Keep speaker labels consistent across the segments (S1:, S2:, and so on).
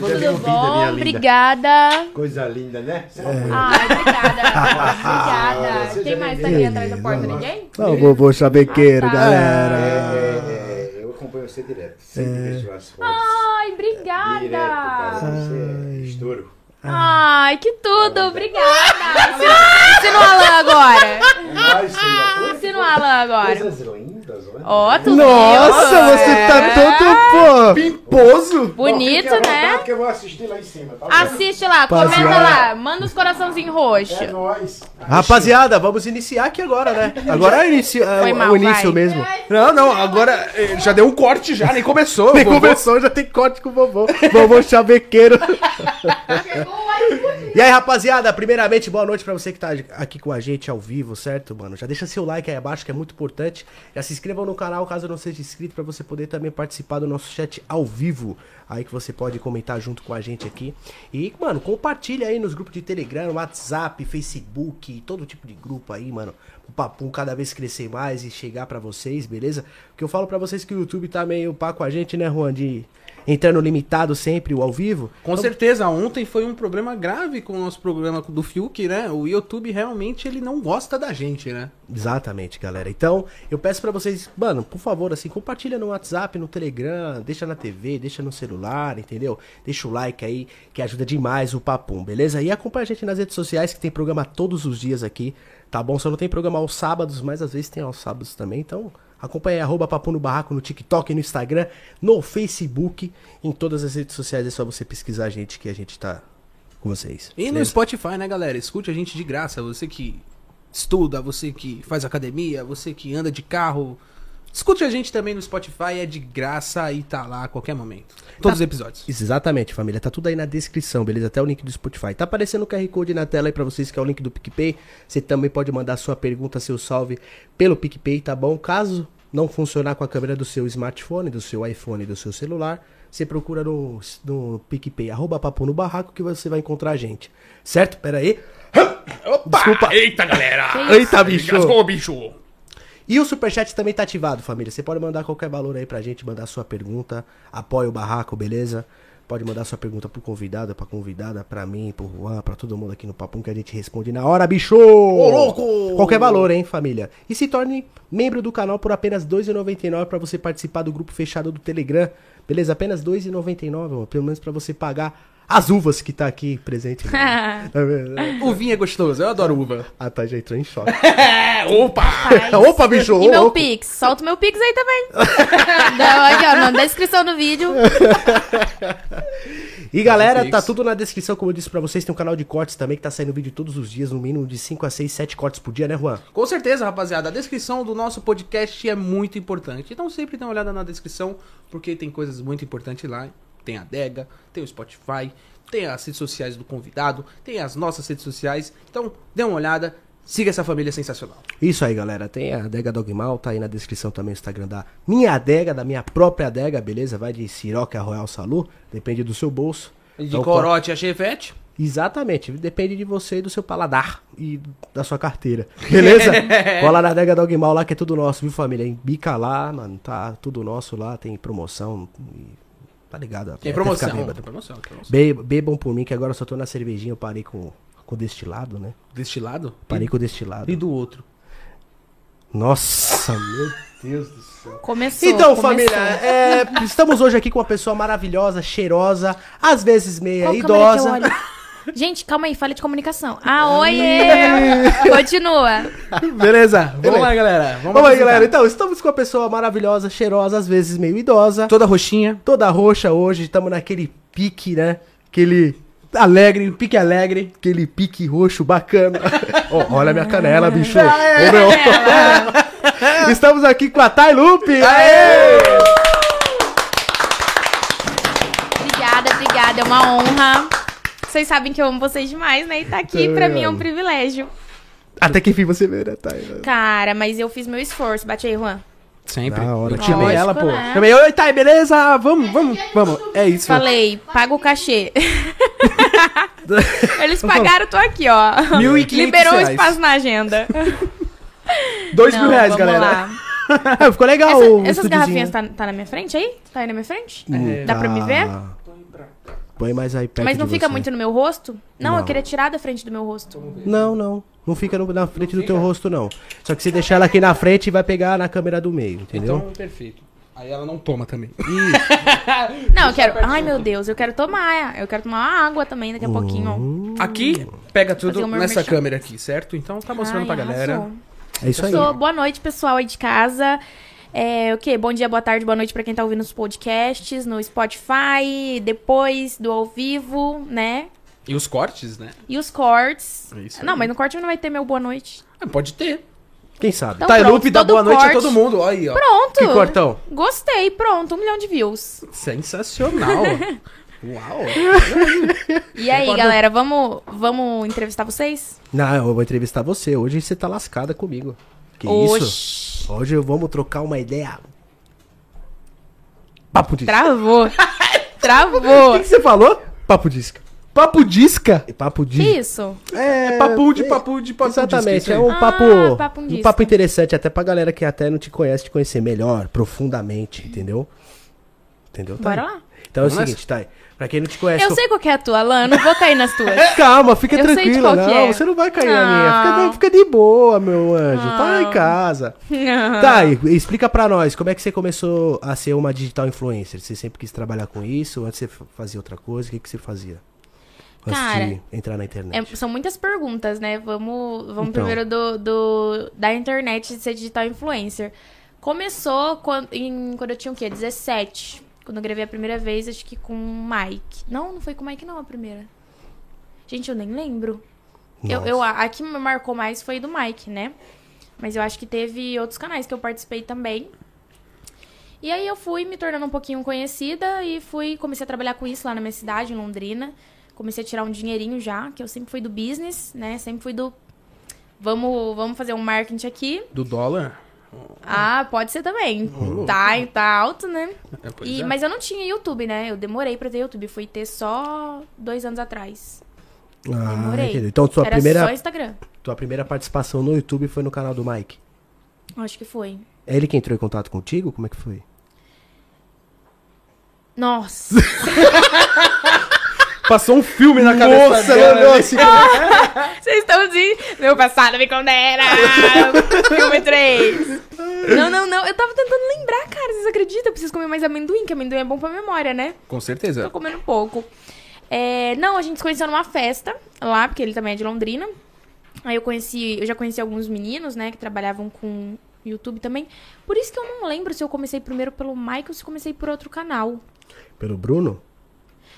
S1: Coisa bem ouvida, minha linda.
S2: Obrigada.
S1: Coisa linda, né? Você é uma mulher.
S2: Ai, obrigada. obrigada. Quem mais tá aqui atrás da porta? Ninguém?
S3: Não, vovô chavequeiro,
S2: Ah, tá.
S3: galera.
S1: É, é, é, eu acompanho você direto. Sempre
S3: É.
S1: vejo as fotos.
S2: Ai, Ah,
S1: Direto, cara.
S2: obrigada.
S1: Você é estouro.
S2: Ai, que tudo.
S3: Ah.
S2: Obrigada. Ensina- Ensina o é Alan agora. Ah,
S1: Vai, Singapura,
S2: Ensina o Alan agora.
S1: Coisas lindas, né?
S2: Ó, tudo
S3: Nossa,
S2: bem?
S3: você tá todo, pô, pimposo.
S1: Bom,
S2: Bonito,
S1: fique à vontade,
S2: né?
S1: Porque eu vou assistir lá em cima, tá? bom?
S2: Assiste lá, comenta
S3: Rapaziada.
S2: lá, manda os coraçãozinhos roxos.
S1: É nóis.
S3: Ah. Rapaziada, vamos iniciar aqui agora, né? Agora é, inicio, é
S2: Foi
S3: o-
S2: mal,
S3: o início
S2: vai.
S3: mesmo.
S4: Não, não, agora eh, já deu um corte já, nem começou.
S3: Nem
S4: vovô.
S3: começou, já tem corte com o vovô. Vovô chavequeiro. E aí, rapaziada, primeiramente, boa noite pra você que tá aqui com a gente ao vivo, certo, mano? Já deixa seu like aí abaixo, que é muito importante. Já se inscrevam no canal, caso não seja inscrito, pra você poder também participar do nosso chat ao vivo. Aí que você pode comentar junto com a gente aqui. E, mano, compartilha aí nos grupos de Telegram, WhatsApp, Facebook, todo tipo de grupo aí, mano. O Papum cada vez crescer mais e chegar pra vocês, beleza? Porque eu falo pra vocês que o YouTube tá meio pá com a gente, né, Juan? De entrando limitado sempre, o ao vivo. Então,
S4: Com certeza, ontem foi um problema grave com o nosso programa do Fiuk, né? O YouTube realmente ele não gosta da gente, né?
S3: Exatamente, galera. Então, eu peço pra vocês, mano, por favor, assim, compartilha no WhatsApp, no Telegram, deixa na TV, deixa no celular, entendeu? Deixa o like aí, que ajuda demais o papum, beleza? E acompanha a gente nas redes sociais, que tem programa todos os dias aqui, tá bom? Só não tem programa aos sábados, mas às vezes tem aos sábados também, então acompanha aí, arroba papum no barraco, no TikTok, no Instagram, no Facebook, em todas as redes sociais, é só você pesquisar a gente que a gente tá com vocês.
S4: E no
S3: beleza?
S4: Spotify, né, galera? Escute a gente de graça. Você que estuda, você que faz academia, você que anda de carro. Escute a gente também no Spotify, é de graça e tá lá a qualquer momento. Todos os episódios.
S3: Isso, Exatamente, família. Tá tudo aí na descrição, beleza? Até o link do Spotify. Tá aparecendo o QR Code na tela aí pra vocês, que é o link do PicPay. Você também pode mandar sua pergunta, seu salve pelo PicPay, tá bom? Caso não funcionar com a câmera do seu smartphone, do seu iPhone, do seu celular, você procura no, no PicPay, arroba papo no barraco, que você vai encontrar a gente. Certo? Pera aí.
S4: Opa! Eita, galera!
S3: Eita, bicho!
S4: bicho!
S3: E o Superchat também tá ativado, família. Você pode mandar qualquer valor aí pra gente, mandar sua pergunta. Apoia o barraco, beleza? Pode mandar sua pergunta pro convidado, pra convidada, pra mim, pro Juan, pra todo mundo aqui no Papum que a gente responde na hora, bicho! Ô,
S4: louco!
S3: Qualquer valor, hein, família? E se torne membro do canal por apenas R$ 2,99 pra você participar do grupo fechado do Telegram. Beleza? Apenas R$ 2,99, mano. Pelo menos pra você pagar as uvas que tá aqui presente. né? Tá vendo?
S4: Uvinha é gostoso, eu adoro uva.
S3: ah, tá, já entrou em choque.
S4: É, opa!
S3: Ah, Opa, bicho!
S2: E
S3: ô,
S2: meu
S3: louco.
S2: Pix, solta o meu Pix aí também. Não, aqui, ó, na descrição do vídeo.
S3: E galera,
S4: Fix.
S3: tá tudo na descrição, como eu disse pra vocês, tem um canal de cortes também que tá saindo vídeo todos os dias, no mínimo de 5 a 6, 7 cortes por dia, né, Juan?
S4: Com certeza, rapaziada. A descrição do nosso podcast é muito importante. Então sempre dê uma olhada na descrição, porque tem coisas muito importantes lá. Tem a adega, tem o Spotify, tem as redes sociais do convidado, tem as nossas redes sociais. Então dê uma olhada, siga essa família sensacional.
S3: Isso aí, galera. Tem a adega Dogmal, tá aí na descrição também o Instagram da minha adega, da minha própria adega, beleza? Vai de Siroca a Royal Salu, depende do seu bolso.
S4: É De
S3: Então,
S4: corote a chevette.
S3: Exatamente, depende de você e do seu paladar e da sua carteira. Beleza? Cola na adega Dogmal lá que é tudo nosso, viu família? Bica lá, mano, tá tudo nosso lá, tem promoção. e- Tá ligado? até
S4: Tem
S3: ficar
S4: promoção.
S3: bêbado.
S4: Tem promoção, tem promoção.
S3: Be- bebam por mim, que agora eu só tô na cervejinha, eu parei com, com o destilado, né?
S4: Deste lado?
S3: Parei com o
S4: E,
S3: destilado.
S4: do outro.
S3: Nossa, meu Deus do céu.
S2: Começou.
S3: Então,
S2: começou.
S3: família, é, estamos hoje aqui com uma pessoa maravilhosa, cheirosa, às vezes meia
S2: Qual câmera que eu
S3: idosa.
S2: olho? Gente, calma aí, falha de comunicação. Ah, oiê! Continua.
S4: Beleza, vamos
S3: Beleza.
S4: lá, galera. Vamos,
S3: Vamos aí,
S4: apresentar.
S3: galera. Então, estamos com uma pessoa maravilhosa, cheirosa, às vezes meio idosa,
S4: Toda roxinha.
S3: toda roxa hoje, estamos naquele pique, né? Aquele,
S4: Alegre, pique alegre.
S3: aquele pique roxo bacana. Ó, olha a minha canela, bicho. Ô, meu. Estamos aqui com a Thay Lupe.
S2: Obrigada, obrigada. É uma honra. Vocês sabem que eu amo vocês demais, né? E tá aqui pra mim é um privilégio.
S3: Até que enfim você vê, né,
S4: Tá,
S3: Thay?
S2: Cara, mas eu fiz meu esforço. Bate aí, Juan.
S4: Sempre.
S3: Da hora.
S4: Eu chamei
S2: Lógico,
S4: ela, pô.
S2: né?
S4: Chamei, oi, Thay, beleza? Vamos, vamos, vamos. É isso.
S2: Falei, paga o cachê. Eles pagaram, tô aqui, ó.
S4: 1.500
S2: Liberou o
S4: reais.
S2: espaço na agenda.
S4: Dois
S2: Não,
S4: mil reais,
S2: vamos
S4: galera.
S2: lá.
S3: Ah, ficou legal
S2: Essa-
S3: o
S2: essas tá-
S3: estúdiozinho.
S4: tá. Ah,
S2: garrafinhas tá, tá na minha frente aí? Tá aí na minha frente? Dá pra me ver?
S3: Tá. Põe mais aí perto
S2: Mas não
S3: de
S2: fica
S3: você.
S2: muito no meu rosto? Não,
S3: Não.
S2: eu queria tirar da frente do meu rosto.
S3: Não, não. Não fica no- na frente do teu rosto, não. Só que se deixar ela aqui na frente, vai pegar na câmera do meio, entendeu?
S4: Então, perfeito. Aí ela não toma também.
S2: Não, eu quero. Ai, meu Deus, eu quero tomar. Eu quero tomar uma água também
S3: Oh.
S2: daqui a pouquinho.
S4: Aqui, pega tudo
S2: Fazer uma
S4: nessa
S2: merchan.
S4: câmera aqui, certo? Então tá mostrando
S2: Ai,
S4: pra galera.
S2: arrasou.
S3: é isso aí.
S2: Então, Sou- Boa noite, pessoal aí de casa. É, o quê? Bom dia, boa tarde, boa noite pra quem tá ouvindo os podcasts no Spotify, depois do ao vivo, né?
S4: E os cortes, né?
S2: E os cortes.
S4: É isso aí.
S2: não, mas no corte não vai ter meu boa noite.
S4: Ah, pode ter.
S3: Quem sabe?
S2: Então
S4: tá,
S2: pronto,
S4: loop da
S2: todo
S4: boa noite a
S2: corte.
S4: todo mundo. Olha aí, ó.
S2: Pronto!
S4: Que cortão.
S2: Gostei, pronto, um milhão de views.
S4: Sensacional. Uau.
S2: E aí,
S4: Concordo.
S2: galera, vamos, vamos entrevistar vocês?
S3: Não, eu vou entrevistar você. Hoje você tá lascada comigo. Que isso?
S2: Oxi.
S3: Hoje eu- vamos trocar uma ideia. Papo disca.
S2: Travou.
S3: O que,
S2: Travou.
S3: que você falou? Papo disca.
S4: Papo disca?
S3: É Papo
S2: Que
S3: disca.
S2: isso?
S3: É,
S4: Papo de papo de papo
S3: Exatamente,
S4: disca, isso
S3: é
S4: aí.
S3: um
S2: Ah,
S3: papo,
S2: papo
S3: um
S2: disco.
S3: papo interessante até pra galera que até não te conhece, te conhecer melhor, profundamente, entendeu? Entendeu? Thay?
S2: Bora lá.
S3: Então é o
S4: Vamos nessa?
S3: seguinte, Thay, pra quem não te conhece...
S2: Eu
S3: tô- É,
S2: sei qual que é a tua, Alan, não vou cair nas tuas.
S3: Calma, fica
S2: Eu sei de
S3: tranquila,
S2: qual que
S3: não,
S2: é.
S3: você não vai cair na
S2: Ah.
S3: minha, fica, fica de boa, meu anjo, tá em
S2: Ah.
S3: casa. Thay, Tá, explica pra nós, como é que você começou a ser uma digital influencer? Você sempre quis trabalhar com isso, antes você f- fazia outra coisa, o que, que você fazia? Antes
S2: Cara,
S3: de entrar na
S2: É,
S3: internet.
S2: são muitas perguntas, né? Vamos, vamos
S3: Então.
S2: primeiro do, do- da internet de ser digital influencer. Começou quando, em- quando eu tinha o quê? 17. Quando eu gravei a primeira vez, acho que com o Mike. Não, não foi com o Mike, não, a primeira. Gente, eu nem lembro. Eu, eu,
S3: Nossa.
S2: a a que me marcou mais foi do Mike, né? Mas eu acho que teve outros canais que eu participei também. E aí eu fui me tornando um pouquinho conhecida e fui comecei a trabalhar com isso lá na minha cidade, em Londrina. Comecei a tirar um dinheirinho já, que eu sempre fui do business, né? Sempre fui do vamos, vamos fazer um marketing aqui.
S4: Do dólar?
S2: Ah, pode ser também.
S3: Uhum.
S2: Tá, tá alto, né?
S4: É, pois
S2: E,
S4: é.
S2: mas eu não tinha YouTube, né? Eu demorei pra ter YouTube, fui ter só dois anos atrás.
S3: Ah,
S2: Demorei.
S3: entendi. Então sua
S2: Era
S3: primeira
S2: só Instagram.
S3: Tua primeira participação no YouTube foi no canal do Mike.
S2: Acho que foi.
S3: É ele que entrou em contato contigo? Como é que foi?
S2: Nossa.
S4: Passou um filme na cabeça
S3: Nossa,
S4: dela. né?
S3: meu
S4: nesse-
S2: Vocês estão de. Meu passado me condena! Filme 3. Não, não, não. Eu tava tentando lembrar, cara. Vocês acreditam? Eu preciso comer mais amendoim, que amendoim é bom pra memória, né?
S4: Com
S2: Tô
S4: certeza.
S2: comendo pouco. É, não, a gente se conheceu numa festa lá, porque ele também é de Londrina. Aí eu conheci, eu já conheci alguns meninos, né, que trabalhavam com YouTube também. Por isso que eu não lembro se eu comecei primeiro pelo Michael ou se comecei por outro canal.
S3: Pelo Bruno?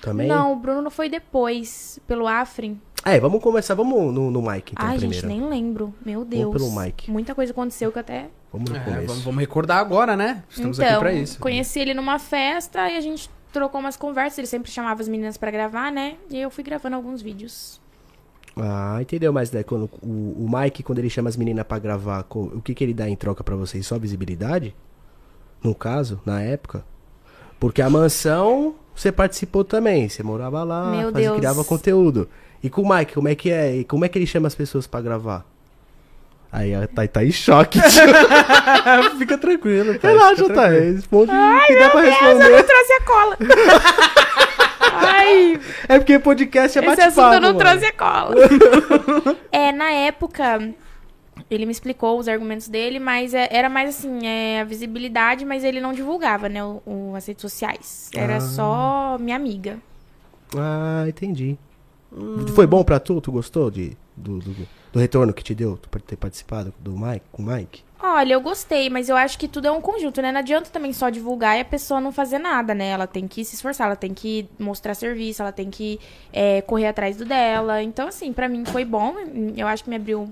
S3: Também?
S2: Não, o Bruno foi depois, pelo Afrin.
S3: É, vamos começar, vamos no, no Mike então
S2: Ai,
S3: primeiro.
S2: gente, nem lembro. Meu Deus.
S3: pelo Mike.
S2: Muita coisa aconteceu que eu até.
S3: Vamos no
S4: É,
S3: começo.
S4: vamos, vamos recordar agora, né? Estamos
S2: então,
S4: aqui pra isso.
S2: conheci ele numa festa e a gente trocou umas conversas. Ele sempre chamava as meninas pra gravar, né? E eu fui gravando alguns vídeos.
S3: Ah, entendeu, mas né, quando o, o Mike, quando ele chama as meninas pra gravar, co- o que, que ele dá em troca pra vocês? Só visibilidade? No caso, na época? Porque a mansão, você participou também, você morava lá,
S2: Meu
S3: fazia-
S2: Deus.
S3: criava conteúdo. E com o Mike, como é que é? E como é que ele chama as pessoas pra gravar? Aí a Thay tá em choque.
S4: Fica tranquilo, tá?
S3: Relaxa, Thay, responde o que dá pra responder.
S2: trouxe a cola. Ai,
S3: É porque podcast é
S2: esse
S3: bate-papo.
S2: assunto eu não
S3: mano.
S2: trouxe a cola. é, na época, ele me explicou os argumentos dele, mas é- era mais assim, é, a visibilidade, mas ele não divulgava, né, o, o- as redes sociais. Era
S3: Ah.
S2: só minha amiga.
S3: Ah, entendi. Foi bom pra tu? Tu gostou de, do, do, do retorno que te deu? Tu ter participado do Mike, com o Mike?
S2: Olha, eu gostei, mas eu acho que tudo é um conjunto, né? Não adianta também só divulgar e a pessoa não fazer nada, né? Ela tem que se esforçar, ela tem que mostrar serviço, ela tem que é, correr atrás do dela. Então, assim, pra mim foi bom. Eu acho que me abriu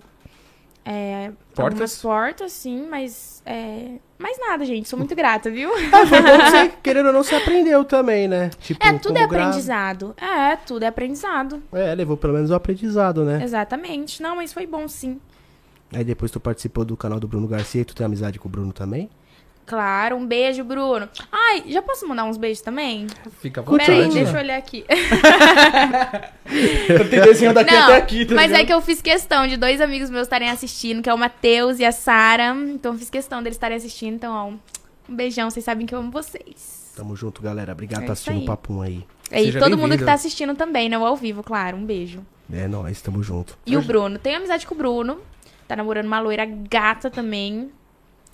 S2: é,
S4: Portas?
S2: algumas portas, sim, mas. É... Mais nada, gente. Sou muito grata, viu?
S3: Ah, foi bom que você, querendo ou não, você aprendeu também, né? Tipo,
S2: É, tudo é
S3: como gra-
S2: aprendizado. É, tudo é aprendizado.
S3: É, levou pelo menos o aprendizado, né?
S2: Exatamente. Não, mas foi bom, sim. É.
S3: Aí depois tu participou do canal do Bruno Garcia e tu tem amizade com o Bruno também?
S2: Claro, um beijo, Bruno. Ai, já posso mandar uns beijos também?
S4: Fica à
S3: Curte
S2: Pera
S4: vontade.
S2: aí,
S3: Continua.
S2: deixa eu olhar aqui.
S4: Tem desenho daqui
S2: Não,
S4: até aqui, tá
S2: mas é
S4: ligado?
S2: que eu fiz questão de dois amigos meus estarem assistindo, que é o Matheus e a Sara. Então eu fiz questão deles estarem assistindo. Então, ó, um beijão, vocês sabem que eu amo vocês.
S3: Tamo junto, galera. Obrigado
S2: É isso
S3: por assistir o
S2: aí.
S3: Papum aí.
S2: E
S3: Seja
S2: todo mundo que
S3: bem-vindo.
S2: tá assistindo também, né? O ao vivo, claro. Um beijo.
S3: É nóis, tamo junto.
S2: E o Bruno. Tenho amizade com o Bruno. Tá namorando uma loira gata também.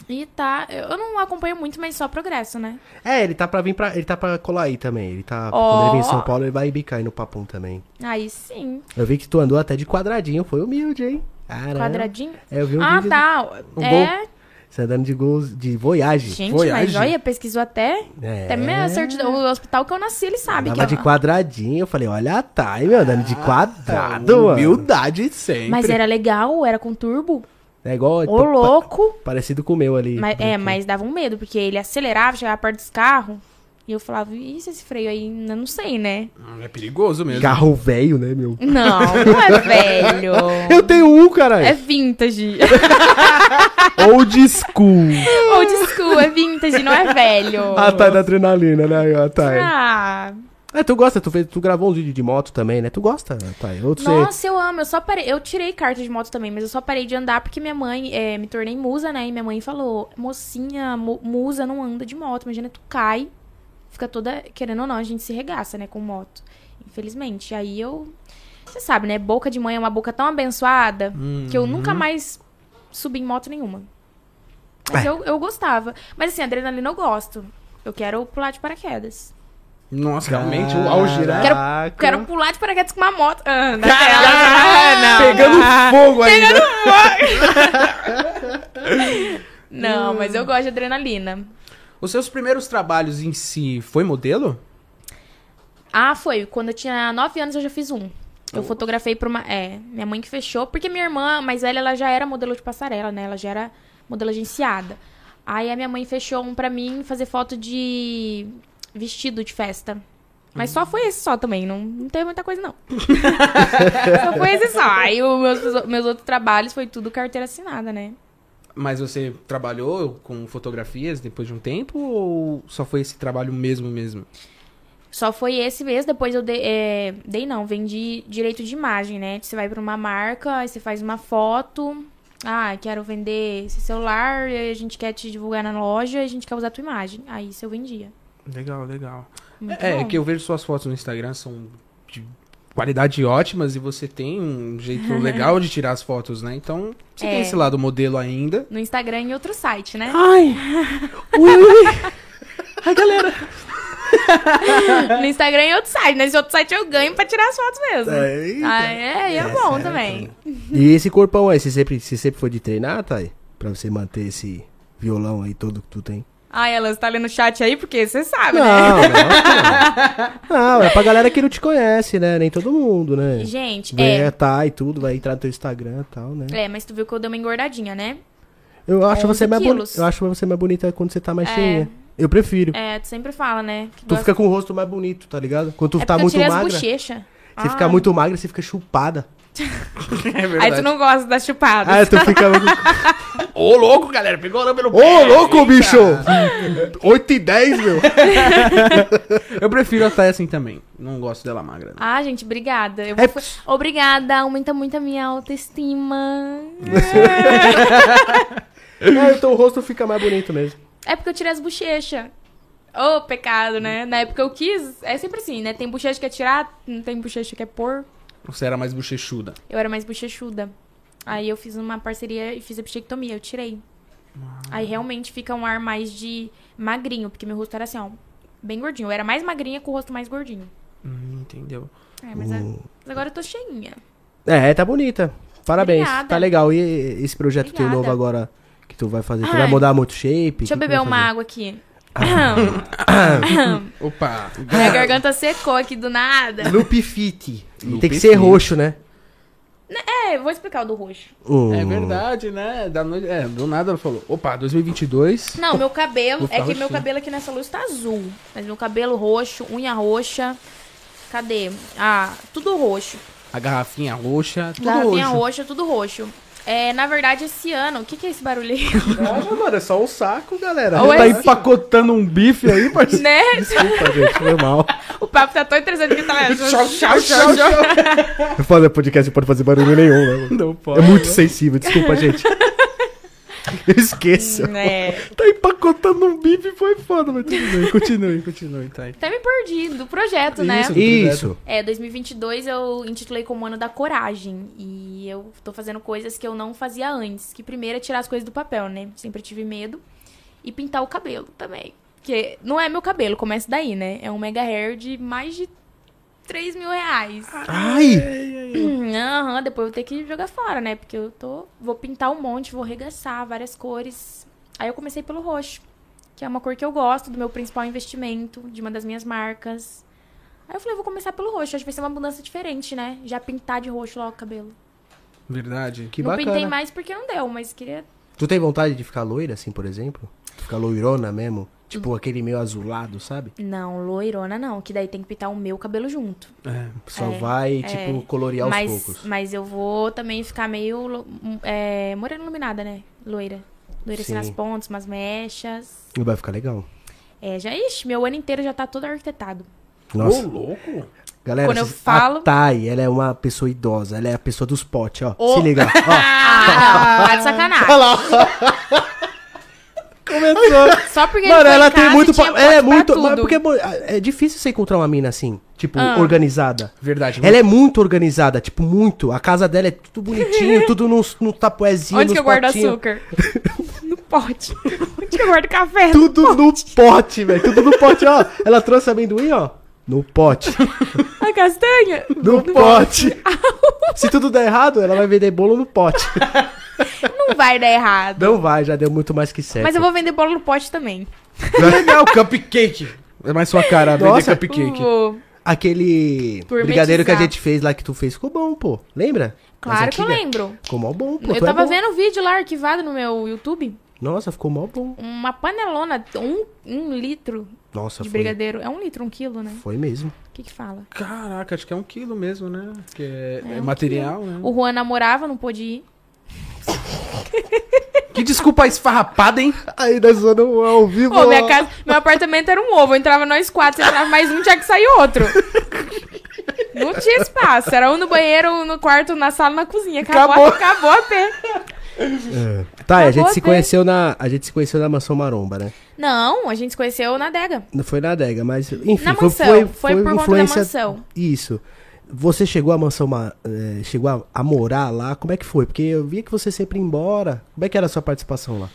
S2: E tá. Eu não acompanho muito, mas só progresso, né?
S3: É, ele tá pra vir pra. Ele tá pra colar aí também. Ele tá.
S2: Ó.
S3: Quando ele vem em São Paulo, ele vai em bicar aí no papum também.
S2: Aí sim.
S3: Eu vi que tu andou até de quadradinho, foi humilde, hein? Caramba.
S2: Quadradinho.
S3: É, eu vi um
S2: ah,
S3: vídeo
S2: tá.
S3: Um
S2: é.
S3: Você andando de gols de voyage.
S2: Gente, mas
S4: Voyage.
S2: olha, pesquisou até.
S3: É.
S2: Até minha certidão. O hospital que eu nasci, ele sabe que
S3: Andava
S2: eu...
S3: de quadradinho, eu falei, olha a Thay, meu, andando de quadrado, mano.
S4: Ah, Humildade sempre.
S2: Mas era legal, era com turbo.
S3: É igual,
S2: Ô,
S3: pa-
S2: louco.
S3: pa- parecido com o meu ali.
S2: Mas, é, mas dava um medo, porque ele acelerava, chegava perto dos carros. E eu falava, e se esse freio aí? Eu não sei, né?
S4: É perigoso mesmo.
S3: Carro velho, né, meu?
S2: Não, não é velho.
S3: Eu tenho um,
S2: É
S3: caralho.
S2: vintage.
S3: Old school.
S2: Old school, é vintage, não é velho.
S3: a Thay da adrenalina, né, a Thay?
S2: Ah,
S3: É, tu gosta, tu, fez, tu gravou uns vídeos de moto também, né? Tu gosta, Thay? Ou tu você...
S2: Nossa, eu amo. Eu só parei. Eu tirei carta de moto também, mas eu só parei de andar porque minha mãe é, me tornei musa, né? E minha mãe falou: mocinha, mu- musa não anda de moto. Imagina, tu cai, fica toda. Querendo ou não, a gente se regaça, né? Com moto. Infelizmente. Aí eu. Você sabe, né? Boca de mãe é uma boca tão abençoada que eu nunca mais subi em moto nenhuma. Mas eu, eu gostava. Mas assim, adrenalina eu gosto. Eu quero pular de paraquedas.
S4: Nossa, realmente, o auge, né?
S2: Quero-
S3: Caraca.
S2: Quero pular de paraquedas com uma moto. Ah, dá
S3: Pegando
S2: Ah.
S3: fogo aí.
S2: Não, mas eu gosto de adrenalina.
S4: Os seus primeiros trabalhos em si foi modelo?
S2: Ah, foi. Quando eu tinha 9 anos, eu já fiz um. Eu fotografei pra uma. É, minha mãe que fechou, porque minha irmã mais velha, ela já era modelo de passarela, né? Ela já era modelo agenciada. Aí a minha mãe fechou um pra mim fazer foto de vestido de festa. Mas só foi esse só também, não, não teve muita coisa não. só foi esse só. Aí os meus, meus outros trabalhos foi tudo carteira assinada, né?
S4: Mas você trabalhou com fotografias depois de um tempo ou só foi esse trabalho mesmo mesmo?
S2: Só foi esse mês, depois eu dei, é, dei não, vendi direito de imagem, né? Você vai pra uma marca, aí você faz uma foto. Ah, quero vender esse celular, e a gente quer te divulgar na loja, e a gente quer usar a tua imagem. Aí isso eu vendia.
S4: Legal, legal.
S2: Muito
S4: é,
S2: bom.
S4: é que eu vejo suas fotos no Instagram, são de qualidade ótimas e você tem um jeito legal de tirar as fotos, né? Então, você
S2: É.
S4: tem esse lado modelo ainda.
S2: No Instagram e em outro site, né?
S3: Ai. Ui, ui. Ai, galera.
S2: No Instagram e em outro site. Nesse outro site eu ganho pra tirar as fotos mesmo.
S3: Eita.
S2: Ah, é, e é bom também.
S3: E esse corpão aí, você sempre, você sempre foi de treinar, Thay? Pra você manter esse violão aí todo que tu tem?
S2: Ai, ela está lendo o chat aí, porque você sabe,
S3: Não,
S2: né?
S3: não, não. Não, é pra galera que não te conhece, né? Nem todo mundo, né?
S2: Gente,
S3: Vê,
S2: é.
S3: tá e tudo, vai entrar no teu Instagram e tal, né?
S2: É, mas tu viu que eu dei uma engordadinha, né?
S3: Eu acho
S2: 11
S3: você mais
S2: quilos.
S3: bonita. Eu acho você mais bonita quando você tá mais
S2: É.
S3: cheinha. Eu prefiro.
S2: É, tu sempre fala, né? Que
S3: Tu
S2: gosta-
S3: fica com o rosto mais bonito, tá ligado? Quando tu
S2: é
S3: tá
S2: porque eu
S3: muito
S2: tirei
S3: magra,
S2: as bochechas. Ah.
S3: você fica muito magra, você fica chupada.
S4: É
S2: Aí tu não gosta das chupadas.
S3: Ah, tu fica muito...
S4: Ô, louco, galera, pegou lá pelo
S3: Ô, louco, bicho! 8 e 10, meu.
S4: Eu prefiro a Thay assim também. Não gosto dela magra. né?
S2: Ah, gente, obrigada. Eu
S3: É,
S2: vou... Obrigada, aumenta muito a minha autoestima.
S3: É, então o rosto fica mais bonito mesmo.
S2: É porque eu tirei as bochechas. Ô, pecado, né? Na época eu quis. É sempre assim, né? Tem bochecha que é tirar, não tem bochecha que é pôr.
S4: Você era mais bochechuda.
S2: Eu era mais bochechuda. Aí eu fiz uma parceria e fiz a bichectomia, eu tirei. Aí realmente fica um ar mais de magrinho, porque meu rosto era assim, ó, bem gordinho. Eu era mais magrinha com o rosto mais gordinho.
S4: Hum, entendeu?
S2: É, mas, é- mas agora eu tô cheinha.
S3: É, tá bonita. Parabéns.
S2: Obrigada.
S3: Tá legal. E esse projeto
S2: Obrigada.
S3: teu novo agora que tu vai fazer? Tu
S2: Ai.
S3: vai mudar muito shape?
S2: Deixa eu
S3: Que que
S2: beber
S3: vai
S2: uma
S3: fazer?
S2: água aqui.
S4: Opa!
S2: Minha garganta secou aqui do nada.
S3: Loop fit.
S4: Loop
S3: Ah. Tem que ser
S4: fit.
S3: roxo, né?
S2: É, eu vou explicar o do roxo.
S4: É
S3: Hum.
S4: verdade, né? Da noite, é, do nada ela falou: opa, 2022.
S2: Não, meu cabelo.
S4: Vou assim.
S2: É
S4: ficar
S2: que meu
S4: roxinho.
S2: cabelo aqui nessa luz tá azul. Mas meu cabelo roxo, unha roxa. Cadê? Ah, tudo roxo.
S4: A garrafinha roxa, tudo
S2: Garrafinha
S4: roxo.
S2: roxa, tudo roxo. É, na verdade, esse ano. O que, que é esse barulho aí?
S4: Calma, mano, é só um saco, galera.
S2: Ou
S4: Você tá
S2: é-
S4: empacotando um bife aí, parceiro.
S2: né?
S3: Desculpa, gente, foi mal.
S2: O papo tá tão interessante que tá lá.
S4: Tchau, tchau, tchau, tchau.
S3: Fazer podcast não pode fazer barulho nenhum, né?
S4: Não
S3: É
S4: pode.
S3: muito sensível, desculpa, gente. Eu esqueço.
S2: É.
S3: Tá empacotando um bip e foi foda, mas tudo bem. Continue, continue, tá aí.
S2: Até me perdi do projeto, né?
S4: Isso.
S3: Isso.
S2: É, 2022 eu intitulei como ano da coragem. E eu tô fazendo coisas que eu não fazia antes. Que primeiro é tirar as coisas do papel, né? Sempre tive medo. E pintar o cabelo também. Porque não é meu cabelo, começa daí, né? É um mega hair de mais de 3 mil reais.
S3: Ai!
S2: Aham, depois eu vou ter que jogar fora, né? Porque eu tô. Vou pintar um monte, vou arregaçar várias cores. Aí eu comecei pelo roxo, que é uma cor que eu gosto, do meu principal investimento, de uma das minhas marcas. Aí eu falei, vou começar pelo roxo, acho que vai ser uma mudança diferente, né? Já pintar de roxo logo o cabelo.
S4: Verdade.
S3: Que
S2: não
S3: bacana.
S2: pintei mais porque não deu, mas queria.
S3: Tu tem vontade de ficar loira, assim, por exemplo? Ficar loirona mesmo? Tipo aquele meio azulado, sabe?
S2: Não, loirona não, que daí tem que pintar o meu cabelo junto.
S4: É.
S3: Só
S2: É,
S3: vai,
S2: é.
S3: tipo, colorear aos
S2: mas,
S3: poucos.
S2: mas eu vou também ficar meio lo- um, é, morena iluminada, né? Loira. Loira assim
S3: Sim.
S2: nas pontas, umas mechas.
S3: E Vai ficar legal.
S2: É, já, ixi, meu ano inteiro já tá todo arquitetado.
S3: Nossa,
S4: Ô, louco.
S3: galera,
S2: quando eu
S3: vocês- a
S2: falo-
S3: Thay, ela é uma pessoa idosa, ela é a pessoa dos potes, ó.
S2: Ô.
S3: Se liga, ó.
S2: Ah, não, tá de sacanagem.
S3: Começou.
S2: Só porque ele
S3: Mano,
S2: foi em
S3: ela tem
S2: casa,
S3: muito.
S2: tinha um
S3: pa-
S2: pote
S3: Ela é
S2: pra
S3: muito.
S2: tudo.
S3: mas porque mo- é difícil você encontrar uma mina assim, tipo,
S2: Ah.
S3: organizada.
S4: Verdade.
S3: Ela é muito organizada, tipo, muito. A casa dela é tudo bonitinho, tudo num, num tapoezinho.
S2: Onde
S3: nos
S2: que eu guardo
S3: potinhos.
S2: açúcar? no pote. Onde que eu guardo café?
S3: Tudo no pote, velho. Tudo no pote, ó. Ela trouxe amendoim, ó. No pote.
S2: A castanha?
S3: No pote. Se tudo der errado, ela vai vender bolo no pote.
S2: Não vai dar errado.
S3: Não vai, já deu muito mais que certo.
S2: Mas eu vou vender bolo no pote também.
S4: Legal, cupcake. É mais sua cara, vender
S3: Nossa.
S4: cupcake.
S2: Vou.
S3: é Aquele
S2: Gourmetizar.
S3: brigadeiro que a gente fez lá que tu fez ficou bom, pô. Lembra?
S2: Claro
S3: Das
S2: que eu
S3: antigas?
S2: lembro.
S3: Ficou mó bom, pô.
S2: eu
S3: Tu é
S2: tava
S3: bom.
S2: vendo um vídeo lá arquivado no meu YouTube.
S3: Nossa, ficou mó bom.
S2: Uma panelona, um, um litro
S3: Nossa,
S2: de
S3: foi.
S2: brigadeiro. É um litro, um quilo, né?
S3: Foi mesmo.
S2: O que que fala?
S4: Caraca, acho que é um quilo mesmo, né? Que é, é
S2: um
S4: material, né?
S2: O Juan namorava, não pôde ir.
S4: Que desculpa esfarrapada, hein?
S3: Ainda zoando ao vivo.
S2: Ô, minha casa, meu apartamento era um ovo. eu Entrava nós quatro, você entrava mais um, tinha que sair outro. Não tinha espaço. Era um no banheiro, um no quarto, na sala, na cozinha. Acabou, acabou, a pé.
S3: Tá, a gente
S2: Acabou,
S3: se
S2: né?
S3: conheceu na. A gente se conheceu na mansão maromba, né?
S2: Não, a gente se conheceu na adega.
S3: Não foi na adega, mas. Enfim,
S2: Na
S3: foi,
S2: mansão,
S3: foi,
S2: foi por conta da mansão.
S3: Isso. Você chegou à mansão. ma- eh, chegou a, a morar lá? Como é que foi? Porque eu via que você sempre ia embora. Como é que era a sua participação lá?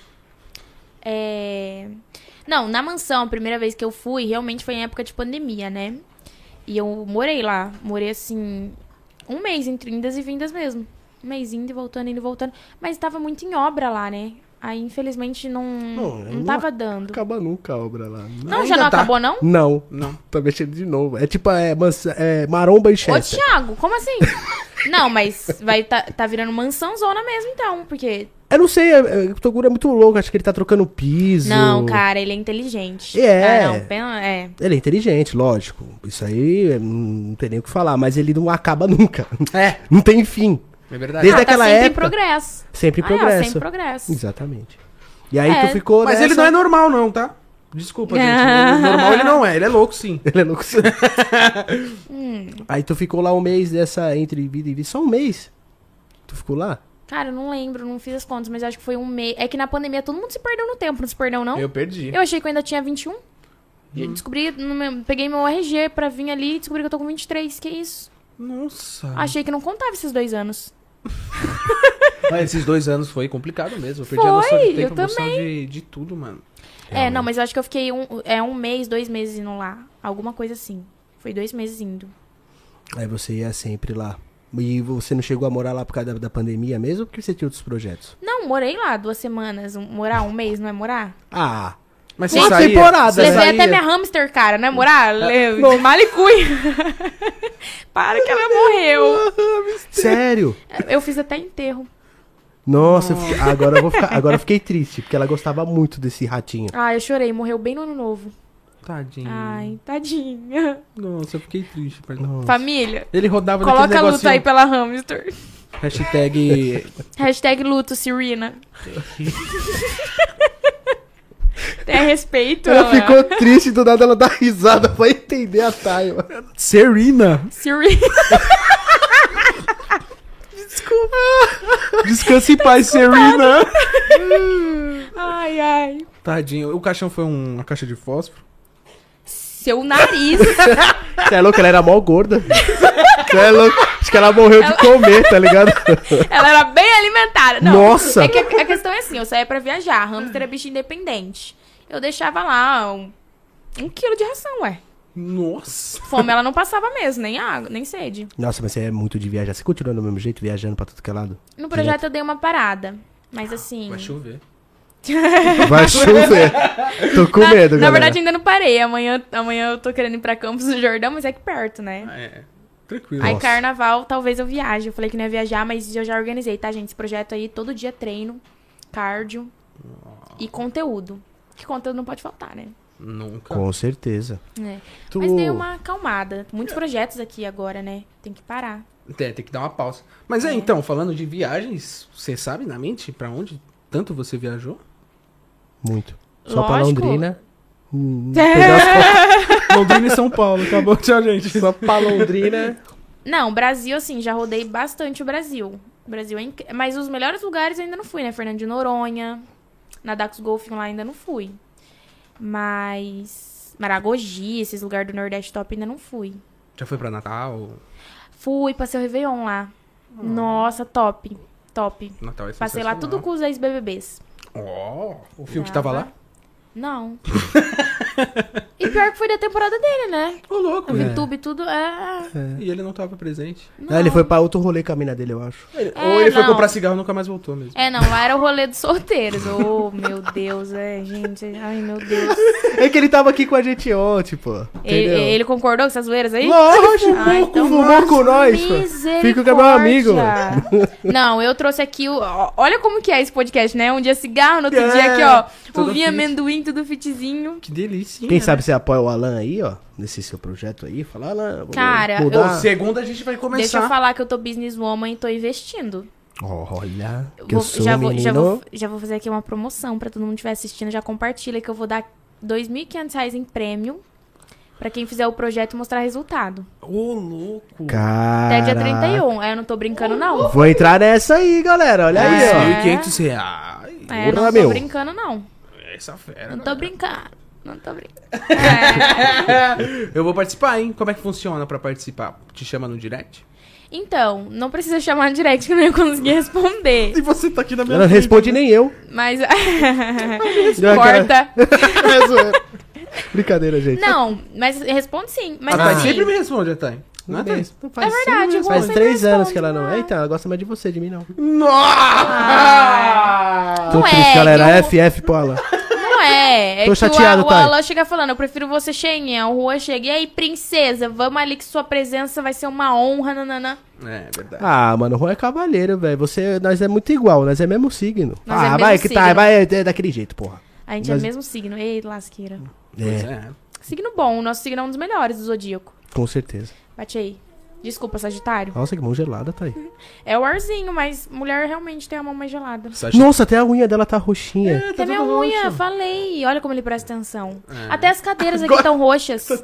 S2: É... Não, na mansão, a primeira vez que eu fui, realmente foi em época de pandemia, né? E eu morei lá. Morei, assim, um mês entre indas e vindas mesmo. Um mês indo e voltando, indo e voltando. Mas tava muito em obra lá, né? Aí, infelizmente, não, não,
S3: não
S2: tava dando.
S3: Acaba nunca a obra lá.
S2: Não,
S4: Ainda
S2: já não
S4: tá.
S2: acabou, né? não?
S3: Não,
S4: Não.
S3: tá mexendo de novo. É tipo é, mansa- é, maromba e
S2: Ô,
S3: Chester.
S2: Thiago, como assim? não, mas vai tá, tá virando mansão zona mesmo, então, porque...
S3: Eu não sei, é- é- o Toguro é muito louco. Acho que ele tá trocando piso.
S2: Não, cara, ele é inteligente.
S3: É.
S2: Ah, não, pena- é.
S3: Ele é inteligente, lógico. Isso aí é, não tem nem o que falar, mas ele não acaba nunca.
S4: É,
S3: Não tem fim.
S4: é verdade.
S3: Desde
S2: ah, tá
S3: aquela
S2: sempre em
S3: época.
S2: progresso.
S3: Sempre em
S2: Ah, é,
S3: progresso.
S2: sempre em progresso.
S3: Exatamente. E aí
S2: É,
S3: tu ficou.
S4: Mas ele não é normal, não, tá? Desculpa, gente.
S2: Ah.
S4: Normal ele não é, ele é louco, sim.
S3: Ele é louco.
S2: Hum.
S3: aí tu ficou lá um mês dessa entre vida e vida. Só um mês. Tu ficou lá?
S2: Cara, eu não lembro, não fiz as contas, mas acho que foi um mês. É que na pandemia todo mundo se perdeu no tempo, não se perdeu, não? Eu,
S4: Eu perdi.
S2: achei que eu ainda tinha 21. E
S3: Hum.
S2: eu descobri, no meu- peguei meu RG pra vir ali e descobri que eu tô com 23. Que isso?
S4: Nossa.
S3: Ah.
S2: Achei que não contava esses dois anos.
S4: Mas esses dois anos foi complicado mesmo. Eu perdi a
S2: Foi,
S4: noção de
S2: eu
S4: tempo, a noção de, de tudo, mano.
S2: É, não, mas eu acho que eu fiquei um, é, um mês, dois meses indo lá. Alguma coisa assim. Foi dois meses indo.
S3: Aí você ia sempre lá. E você não chegou a morar lá por causa da, da pandemia mesmo? ou Porque você tinha outros projetos?
S2: Não, morei lá duas semanas. Um- morar um mês, não é morar?
S3: Ah!
S4: Mas
S3: Uma temporada, Você
S2: Levei
S3: saía?
S2: até minha hamster, cara, não é morar? Le... Malicui. Para que ela morreu.
S3: Sério?
S2: Eu fiz até enterro.
S3: Nossa, eu fiquei- agora eu vou ficar. Agora eu fiquei triste, porque ela gostava muito desse ratinho.
S2: Ah, eu chorei. Morreu bem no ano novo.
S4: Tadinho.
S3: Hum.
S2: Ai, tadinha.
S4: Nossa, eu fiquei triste. perto da-
S3: Nossa.
S2: Família,
S4: Ele rodava
S2: coloca a
S4: naquele
S2: luta aí
S4: negocinho.
S2: pela hamster.
S4: Hashtag...
S2: Hashtag luto, Sirina. Tenha respeito.
S3: Ela
S2: ó.
S3: ficou triste, do nada ela dá risada pra entender a Thay. mano.
S4: Serena.
S2: Serena.
S4: Descanse em paz, Serena.
S2: Ai, ai.
S4: Tadinho. O caixão foi um- uma caixa de fósforo.
S2: Seu nariz.
S3: Você é louco? Ela era mó gorda. Você é louco? Acho que ela morreu de comer, tá ligado?
S2: Ela era bem alimentada. Não,
S3: Nossa!
S2: É que a, a questão é assim, eu saía pra viajar. Hamster é bicho independente. Eu deixava lá um, um quilo de ração, ué.
S4: Nossa.
S2: Fome ela não passava mesmo, nem água, nem sede.
S3: Nossa, mas você é muito de viajar. Você continua do mesmo jeito, viajando pra tudo que é lado?
S2: No projeto eu dei uma parada. Mas assim.
S4: Vai chover.
S3: Vai chover. Tô com
S2: na,
S3: medo,
S2: na
S3: galera.
S2: verdade, ainda não parei. Amanhã, amanhã eu tô querendo ir pra Campos do Jordão, mas é que perto, né?
S4: É. Tranquilo.
S2: Aí,
S3: Nossa.
S2: carnaval, talvez eu viaje. Eu falei que não ia viajar, mas eu já organizei, tá, gente? Esse projeto aí, todo dia treino, cardio e conteúdo. Que conteúdo não pode faltar, né?
S4: Nunca.
S3: Com certeza.
S2: É.
S3: Tu-
S2: Mas dei uma acalmada. Muitos projetos aqui agora, né? Tem que parar.
S4: Tem, tem que dar uma pausa. Mas é, então, falando de viagens, você sabe na mente pra onde tanto você viajou?
S3: Muito. Só pra
S2: Lógico.
S3: Londrina. Hum, pegar
S4: Londrina e São Paulo. Acabou. Tchau, gente.
S3: só pra Londrina.
S2: Não, Brasil, assim, já rodei bastante o Brasil. O Brasil é inc... Mas os melhores lugares eu ainda não fui, né? Fernando de Noronha, Nadax Golfing lá ainda não fui. Mas. Maragogi, esses lugares do Nordeste top ainda não fui.
S4: Já foi pra Natal?
S2: Fui, passei o Réveillon lá. Nossa, top. Top.
S4: Natal é
S2: Passei lá tudo né? com os ex-BBBs.
S4: Ó, o fio que tava lá.
S2: Não. e pior que foi da temporada dele, né?
S4: Ô, louco.
S2: O
S4: velho.
S2: YouTube, tudo. É.
S4: E ele não tava presente.
S3: Ah, ele foi pra outro rolê com a mina dele, eu acho.
S4: Ou ele foi
S2: É, não.
S4: comprar cigarro e nunca mais voltou mesmo.
S2: É, não, lá era o rolê dos solteiros. Oh, meu Deus, é, gente. Ai, meu Deus.
S3: É que ele tava aqui com a gente ontem, pô.
S2: Ele,
S3: Entendeu?
S2: ele concordou com essas zoeiras aí?
S3: Lógico,
S2: Ah, então
S3: fumou com nós. pô.
S2: Misericórdia.
S3: Fica com meu amigo. mano.
S2: Não, eu trouxe aqui o. ó, Olha como que é esse podcast, né? Um dia cigarro, no outro
S3: É,
S2: dia aqui, ó.
S4: tudo
S2: O vinho
S4: fit.
S2: amendoim, tudo fitzinho.
S4: Que delícia.
S3: Quem sabe você apoia o Alan aí, ó, nesse seu projeto aí. Fala, Alan, vamos
S2: Cara,
S3: mudar.
S4: segunda a gente vai começar.
S2: Deixa eu falar que eu tô businesswoman e tô investindo.
S3: Olha,
S2: Eu
S3: que eu
S2: vou-
S3: sou
S2: já,
S3: um
S2: vou,
S3: menino.
S2: já, vou, já vou fazer aqui uma promoção pra todo mundo que estiver assistindo. Já compartilha que eu vou dar R$ 2.500 reais em prêmio pra quem fizer o projeto e mostrar resultado.
S4: Ô, louco.
S3: Cara,
S2: Até dia 31. É, eu não tô brincando, não.
S3: Vou entrar nessa aí, galera. Olha aí, ó.
S4: 2.500 reais.
S2: É, não
S3: Porra,
S2: tô
S3: meu.
S2: brincando, não.
S4: Essa fera.
S2: Não tô brincando. Não tô brincando.
S4: Eu vou participar, hein? Como é que funciona pra participar? Te chama no direct?
S2: Então, não precisa chamar no direct que eu não ia conseguir responder.
S4: E você tá aqui na
S3: Ela não responde nem eu.
S2: Mas.
S3: Não, cara.
S2: Corta.
S3: É zoeira. Brincadeira, gente.
S2: Não, mas responde sim. Mas
S4: A
S3: Ah.
S4: Thay
S2: assim,
S4: Ah. sempre me responde, a Thay. Não é,
S3: Não
S4: Thay?
S3: mesmo, não faz
S2: É verdade,
S3: isso mesmo.
S2: eu
S3: Faz
S2: vou
S3: três
S2: sem
S3: anos
S2: resposta,
S3: que ela não.
S2: não é?
S3: É, então, ela gosta mais de você, de mim não.
S2: ah,
S4: Nossa!
S3: Tô
S2: Não
S3: triste,
S2: é,
S3: galera.
S2: eu-
S3: FF pro Alan.
S2: Não é. É
S3: Tô
S2: que
S3: chateado,
S2: o, o
S3: Thay.
S2: Alan chega falando, eu prefiro você cheinha. O Rua chega. E aí, princesa, vamos ali que sua presença vai ser uma honra, nananã.
S4: É, verdade.
S3: Ah, mano, o Juan é cavaleiro, velho. Você, nós é muito igual, nós é mesmo signo.
S2: Nós
S3: ah,
S2: é mesmo
S3: vai que tá,
S2: signo.
S3: vai é daquele jeito, porra.
S2: A gente
S3: Mas-
S2: é mesmo signo. Ei, lasqueira.
S4: Pois
S3: É,
S4: é.
S2: Signo bom, o nosso signo é um dos melhores do zodíaco.
S3: com certeza.
S2: Bate aí. Desculpa, Sagitário.
S3: Nossa, que mão gelada tá aí.
S2: É o arzinho, mas mulher realmente tem a mão mais gelada.
S4: Sag-
S3: Nossa, até a unha dela tá roxinha.
S4: É,
S2: É
S4: tá
S2: minha
S4: tudo
S2: unha,
S4: roxo.
S2: falei. Olha como ele presta atenção. Até as cadeiras aqui estão roxas.
S3: tá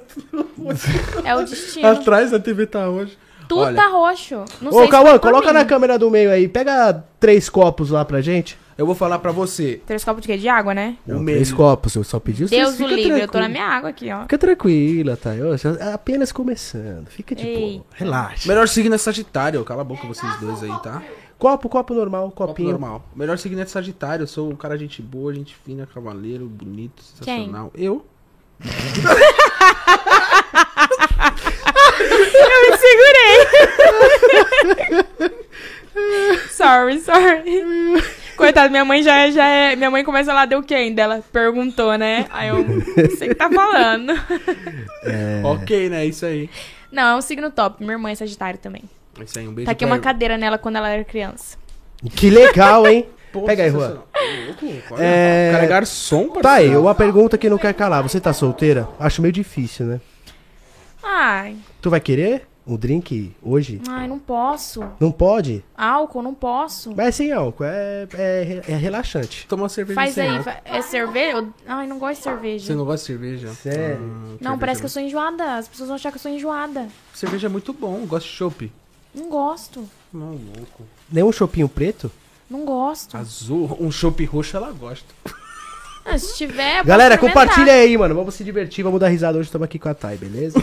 S2: é o destino.
S4: Atrás da TV tá hoje.
S2: Tudo
S4: Olha,
S2: tá roxo. Não sei
S3: Ô,
S2: se tá
S3: Cauã,
S2: foi por
S3: coloca
S2: mim.
S3: na câmera do meio aí. Pega três copos lá pra gente.
S4: eu vou falar pra você.
S2: Três copos de quê? De água, né?
S3: Não,
S4: meio.
S3: três copos, eu só pedi os
S2: Deus
S3: fica
S2: o livre. Eu tô
S3: tranquilo.
S2: na minha água aqui, ó.
S3: Fica tranquila, tá? Eu já- apenas começando. Fica de boa.
S2: Eita.
S3: Relaxa.
S4: Melhor signo é Sagitário. Cala a boca vocês dois aí, tá?
S3: Copo, copo normal,
S4: Copo
S3: copinho.
S4: normal. Melhor signo é Sagitário. Eu sou um cara gente boa, gente fina, cavaleiro, bonito, sensacional. Eu?
S2: Eu me segurei. sorry, sorry. Coitada, minha mãe já é, já é. Minha mãe começa lá, deu quem? Dela perguntou, né? Aí eu não sei o que tá falando.
S3: É.
S4: Ok, né? Isso aí.
S2: Não, é um signo top. Minha irmã é Sagitário também.
S4: Isso aí, um beijo
S2: Tá aqui
S4: pra
S2: uma
S4: ela.
S2: cadeira nela quando ela era criança.
S3: Que legal, hein?
S4: Pô,
S3: Pega aí, Juan.
S4: sensacional. Ô, louco, olha.
S3: É-
S4: O cara é garçom, parceiro.
S3: Tá aí, uma pergunta que não quer calar. Você tá solteira? Acho meio difícil, né?
S2: Ai,
S3: Tu vai querer um drink hoje?
S2: ai, não posso.
S3: Não pode?
S2: Álcool, não posso.
S3: Mas sem álcool, é, é, é relaxante.
S4: Toma uma cerveja
S2: Faz
S4: sem
S2: aí,
S4: álcool.
S2: fa- é cerveja? Eu- Ai, não gosto de cerveja.
S4: Você não gosta de cerveja? né?
S3: Sério?
S2: Não, parece que eu sou enjoada. As pessoas vão achar que eu sou enjoada.
S4: sou... Cerveja é muito bom. eu Gosto de chopp.
S2: Não gosto.
S4: Não, louco.
S3: Nem um chopinho preto?
S2: Não gosto.
S4: Azul, um chopp roxo ela gosta.
S2: Ah, se tiver. eu posso
S3: Galera,
S2: experimentar.
S3: compartilha aí, mano. Vamos se divertir, vamos dar risada hoje. Estamos aqui com a Thay, beleza?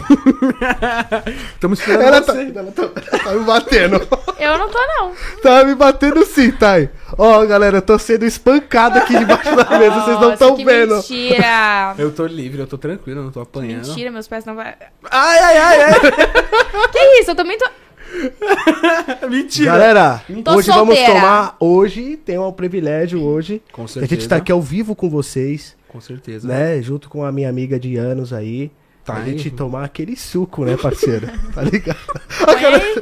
S4: Estamos esperando
S3: Ela tá,
S4: você. né?
S3: ela tá, tá me batendo.
S2: Eu não tô, não.
S3: Tá me batendo sim, Thay. Ó, galera, eu tô sendo espancado aqui debaixo da mesa. Vocês não
S2: Nossa,
S3: estão
S2: que
S3: vendo.
S2: Mentira.
S4: Eu tô livre, eu tô tranquilo, eu não tô apanhando.
S2: Mentira, meus pés não vai.
S4: Ai, ai, ai,
S2: Que isso? Eu também tô.
S4: ai. É Mentira.
S3: Galera,
S2: Tô
S3: hoje vamos
S2: solteira.
S3: tomar. Hoje tem um privilégio hoje.
S4: Com
S3: A
S4: certeza.
S3: gente tá aqui ao vivo com vocês,
S4: Com certeza.
S3: né? Junto com a minha amiga de anos aí. Pra
S4: Tá
S3: gente
S4: aí.
S3: tomar aquele suco, né, parceiro? tá ligado?
S2: Põe aí.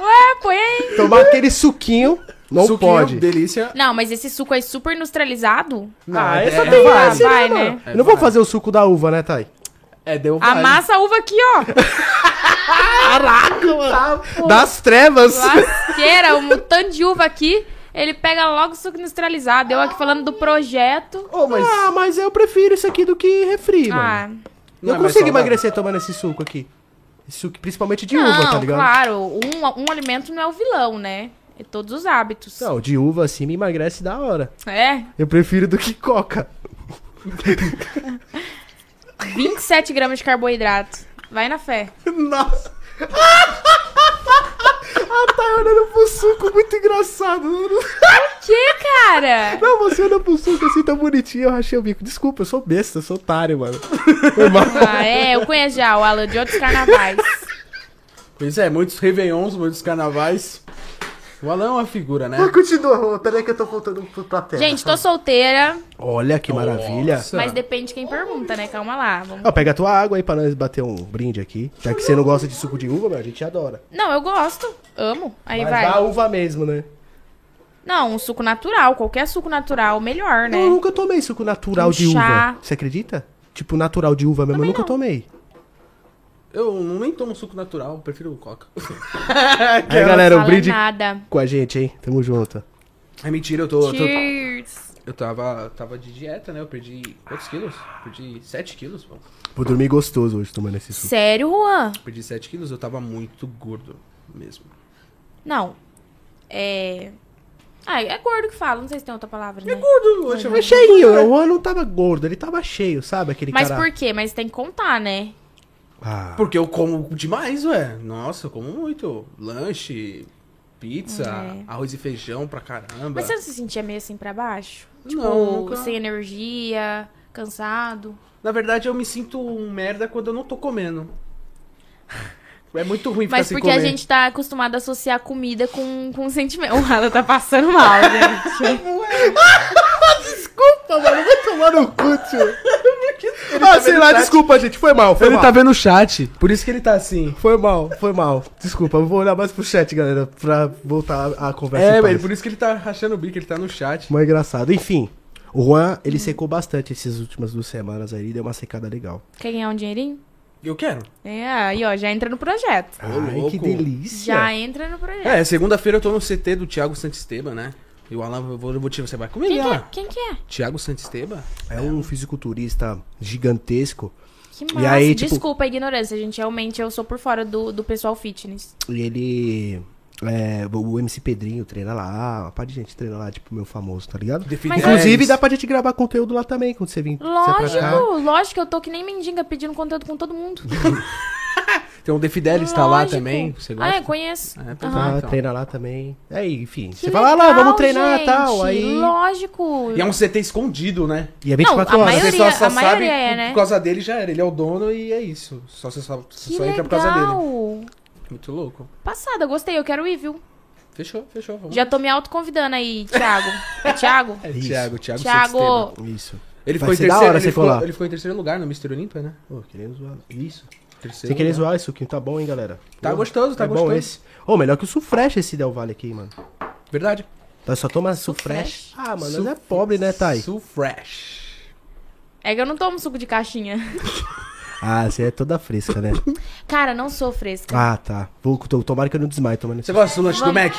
S2: Ué, põe aí.
S3: Tomar aquele suquinho. Não
S4: Suquinho,
S3: pode.
S4: delícia.
S2: Não, mas esse suco aí super industrializado.
S4: Ah,
S3: essa
S4: é,
S3: tem
S4: vai,
S3: esse, né,
S2: vai,
S3: mano?
S2: né?
S3: Eu não vou
S4: Vai.
S3: fazer o suco da uva, né, Thay?
S4: É, deu vai.
S2: Amassa a uva aqui, ó.
S3: Das trevas!
S2: Lasqueira, um tanto de uva aqui. Ele pega logo o suco industrializado. Eu aqui falando do projeto.
S3: Ô, mas... Ah, mas eu prefiro isso aqui do que refri,
S2: Ah,
S3: mano.
S4: Não
S3: Eu
S4: é
S3: consigo
S4: mais saudável.
S3: emagrecer tomando esse suco aqui. Esse suco, principalmente de
S2: não,
S3: uva, tá ligado?
S2: claro. Um, um alimento não é o vilão, né? É todos os hábitos.
S3: Não, de uva assim me emagrece da hora.
S2: É,
S3: Eu prefiro do que coca.
S2: 27 gramas de carboidrato. Vai na fé.
S3: Nossa! ah, tá olhando pro suco, muito engraçado.
S2: Que, cara?
S3: Não, você olha pro suco assim, tão bonitinho, eu rachei o bico. Desculpa, eu sou besta, eu sou otário, mano. Foi mal.
S2: Ah, é, eu conheço já o Alan de outros carnavais.
S4: Pois é, muitos réveillons, muitos carnavais. O Alan é uma figura, né?
S3: Mas Continua, Rô, peraí que eu tô faltando pro papel.
S2: Gente, tô solteira,
S3: Olha que maravilha.
S4: Nossa.
S2: mas depende de quem pergunta, né? Calma lá. vamos-
S3: Ó, pega a tua água aí pra nós bater um brinde aqui. Já que você não gosta de suco de uva, meu, a gente adora.
S2: Não, eu gosto. Amo. Aí
S3: Mas
S2: vai.
S3: dá uva mesmo, né?
S2: Não, um suco natural. Qualquer suco natural, melhor, né?
S3: Eu nunca tomei suco natural
S2: Um
S3: de
S2: chá.
S3: uva. Você acredita? Tipo, natural de uva mesmo, eu
S2: Também
S3: nunca
S2: não.
S3: tomei.
S4: Eu não- nem tomo suco natural, eu prefiro coca.
S3: Aí, galera,
S2: Fala
S3: um brinde
S2: nada.
S3: com a gente, hein? Tamo junto.
S4: É mentira, eu tô. Eu, tô-
S2: Cheers.
S4: eu tava, tava de dieta, né? Eu perdi quantos quilos? Perdi 7 quilos, pô.
S3: Vou dormir gostoso hoje tomando esse suco.
S2: Sério, Juan?
S4: Perdi 7 quilos, eu tava muito gordo mesmo.
S2: Não. É. Ah, é gordo que fala, não sei se tem outra palavra, né?
S4: Gordo, eu achava
S3: Mas cheinho, o Juan não tava gordo, ele tava cheio, sabe? Aquele
S2: Mas
S3: cara...
S2: por quê? Mas tem que contar, né?
S3: Ah,
S4: Porque eu como demais, ué. Nossa, eu como muito. Lanche, pizza,
S2: É.
S4: arroz e feijão pra caramba.
S2: Mas você não se sentia meio assim pra baixo? Tipo,
S4: Não, nunca.
S2: sem energia, cansado?
S4: Na verdade, eu me sinto um merda quando eu não tô comendo. É muito ruim ficar
S2: Mas
S4: sem
S2: porque
S4: comer.
S2: a gente tá acostumado a associar comida com, com sentimento. O Alan tá passando mal, gente.
S4: é.
S3: vai tomar no cu, tio. ah, sei lá, desculpa, gente, foi mal, foi
S4: tá Ele
S3: mal.
S4: tá vendo o chat, por isso que ele tá assim.
S3: Foi mal, foi mal. Desculpa, eu vou olhar mais pro chat, galera, pra voltar a a conversa.
S4: É,
S3: em paz.
S4: velho, por isso que ele tá rachando o bico, ele tá no chat.
S3: Mas é engraçado. Enfim, o Juan, ele secou bastante essas últimas duas semanas aí, deu uma secada legal.
S2: Quer ganhar um dinheirinho?
S4: Eu quero.
S2: É, aí ó, já entra no projeto.
S4: Ô,
S3: Ai,
S4: louco.
S3: que delícia.
S2: Já entra no projeto.
S4: É, segunda-feira eu tô no CT do Thiago Santisteban, né? E o Alan, eu vou, eu vou te, você vai comigo,
S2: Quem que é?
S4: Alan?
S2: Quem que é?
S4: Thiago Santisteban?
S3: É um fisiculturista gigantesco
S2: Que
S3: E
S2: massa.
S3: aí, tipo-
S2: Desculpa a ignorância, gente. Realmente eu sou por fora do, do pessoal fitness.
S3: e ele... é, o MC Pedrinho treina lá, uma parte de gente treina lá, tipo, meu famoso, tá ligado?
S4: Definitivamente.
S3: Inclusive, dá pra gente gravar conteúdo lá também, quando você
S4: é
S3: vir você pra cá.
S2: Lógico, lógico, eu tô que nem mendiga pedindo conteúdo com todo mundo.
S4: Tem o Defidelis tá lá
S2: Lógico.
S4: também. Você
S2: Ah,
S4: gosta?
S2: é, conheço.
S4: É,
S2: Aham.
S4: pois
S3: Tá,
S4: Ah, então.
S3: Treina lá também. É, enfim.
S2: Que
S3: você fala, ah, lá,
S2: legal,
S3: vamos treinar e
S2: gente,
S3: tal. Aí...
S2: Lógico.
S4: E é um CT escondido, né?
S3: E é 24
S2: Não, a
S3: horas.
S4: As
S2: maioria-
S4: pessoas só
S2: a
S4: sabem
S2: maioria é,
S4: por-
S2: né?
S4: por causa dele já era. Ele é o dono e é isso. Só você só, você
S2: Que
S4: só entra
S2: legal.
S4: por causa dele. Muito louco.
S2: Passada, eu gostei, eu quero ir, viu?
S4: Fechou, fechou. Vamos.
S2: Já tô me autoconvidando aí, Thiago. É Thiago?
S4: É,
S3: Isso.
S4: Thiago, Thiago, Santisteban.
S2: Thiago.
S3: Isso.
S4: Ele
S3: Vai
S4: foi em
S3: ser da
S4: terceiro,
S3: hora você
S4: ele, ficou,
S3: colar.
S4: ele ficou em terceiro lugar no Mr. Olímpia, né?
S3: Pô, querendo zoar. Isso.
S4: Terceiro
S3: Sem querer
S4: lugar.
S3: zoar, isso aqui tá bom, hein, galera?
S4: Tá gostoso, tá
S3: é
S4: gostoso.
S3: bom esse. Ô, melhor que o Sufresh esse Del Valle aqui, mano.
S4: Verdade.
S3: Nós só toma Sufresh.
S2: Sufresh.
S3: Ah, mano,
S4: Su-
S3: nós é pobre, né, Thay?
S4: Su Fresh.
S2: É que eu não tomo suco de caixinha.
S3: Ah, você é toda fresca, né?
S2: Cara, não sou fresca.
S3: ah, tá. Vou, tô- tomara que eu não desmaie tomando
S4: Você
S3: esse.
S4: gosta do lanche do Mac?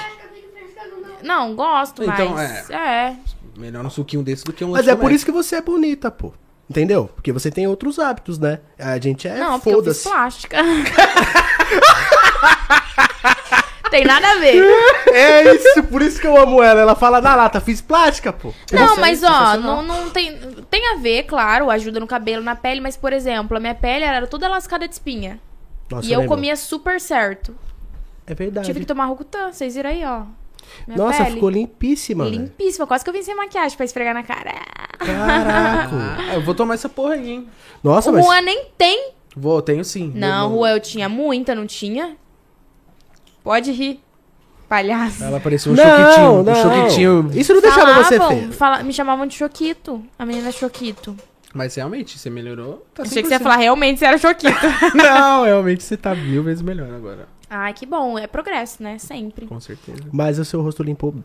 S2: Não, gosto,
S4: Então,
S2: mas. É.
S4: Melhor um suquinho desse do que um lanche
S3: Mas é
S4: do
S3: por
S4: Mac.
S3: isso que você é bonita, pô. Entendeu? Porque você tem outros hábitos, né? A gente é
S2: Não, porque eu fiz
S3: foda-se.
S2: plástica. tem nada a ver.
S3: É isso, por isso que eu amo ela. Ela fala na lata, fiz plástica, pô.
S2: Não, mas ó, não, não tem. Tem a ver, claro, ajuda no cabelo, na pele, mas, por exemplo, a minha pele era toda lascada de espinha.
S3: Nossa,
S2: e eu
S3: lembro.
S2: comia super certo.
S3: É verdade.
S2: Tive que tomar Rocutan, vocês viram aí, ó. Minha
S3: Nossa,
S2: pele.
S3: ficou limpíssima, velho.
S2: Limpíssima, quase que eu vim sem maquiagem pra esfregar na cara.
S3: Caraca.
S4: Ah, eu vou tomar essa porra aí, hein?
S3: Nossa,
S2: o
S3: mas.
S2: Juan nem tem.
S4: Vou, tenho sim.
S2: Não,
S4: Meu-
S2: Juan, eu tinha muita, não tinha? Pode rir, palhaço.
S4: Ela parecia um
S3: não,
S4: choquitinho.
S3: não.
S4: Um choquitinho.
S3: Isso não
S2: Tá
S3: deixava você
S2: Falavam,
S3: feia.
S2: fala- me chamavam de Choquito, a menina Choquito.
S4: Mas realmente, você melhorou. Tá
S2: Achei que você ia
S3: assim.
S2: falar, realmente, você era Choquito.
S4: 100%. Não, realmente você tá mil vezes melhor agora.
S2: Ai, que bom, é progresso, né? Sempre.
S4: Com certeza.
S3: Mas o seu rosto limpou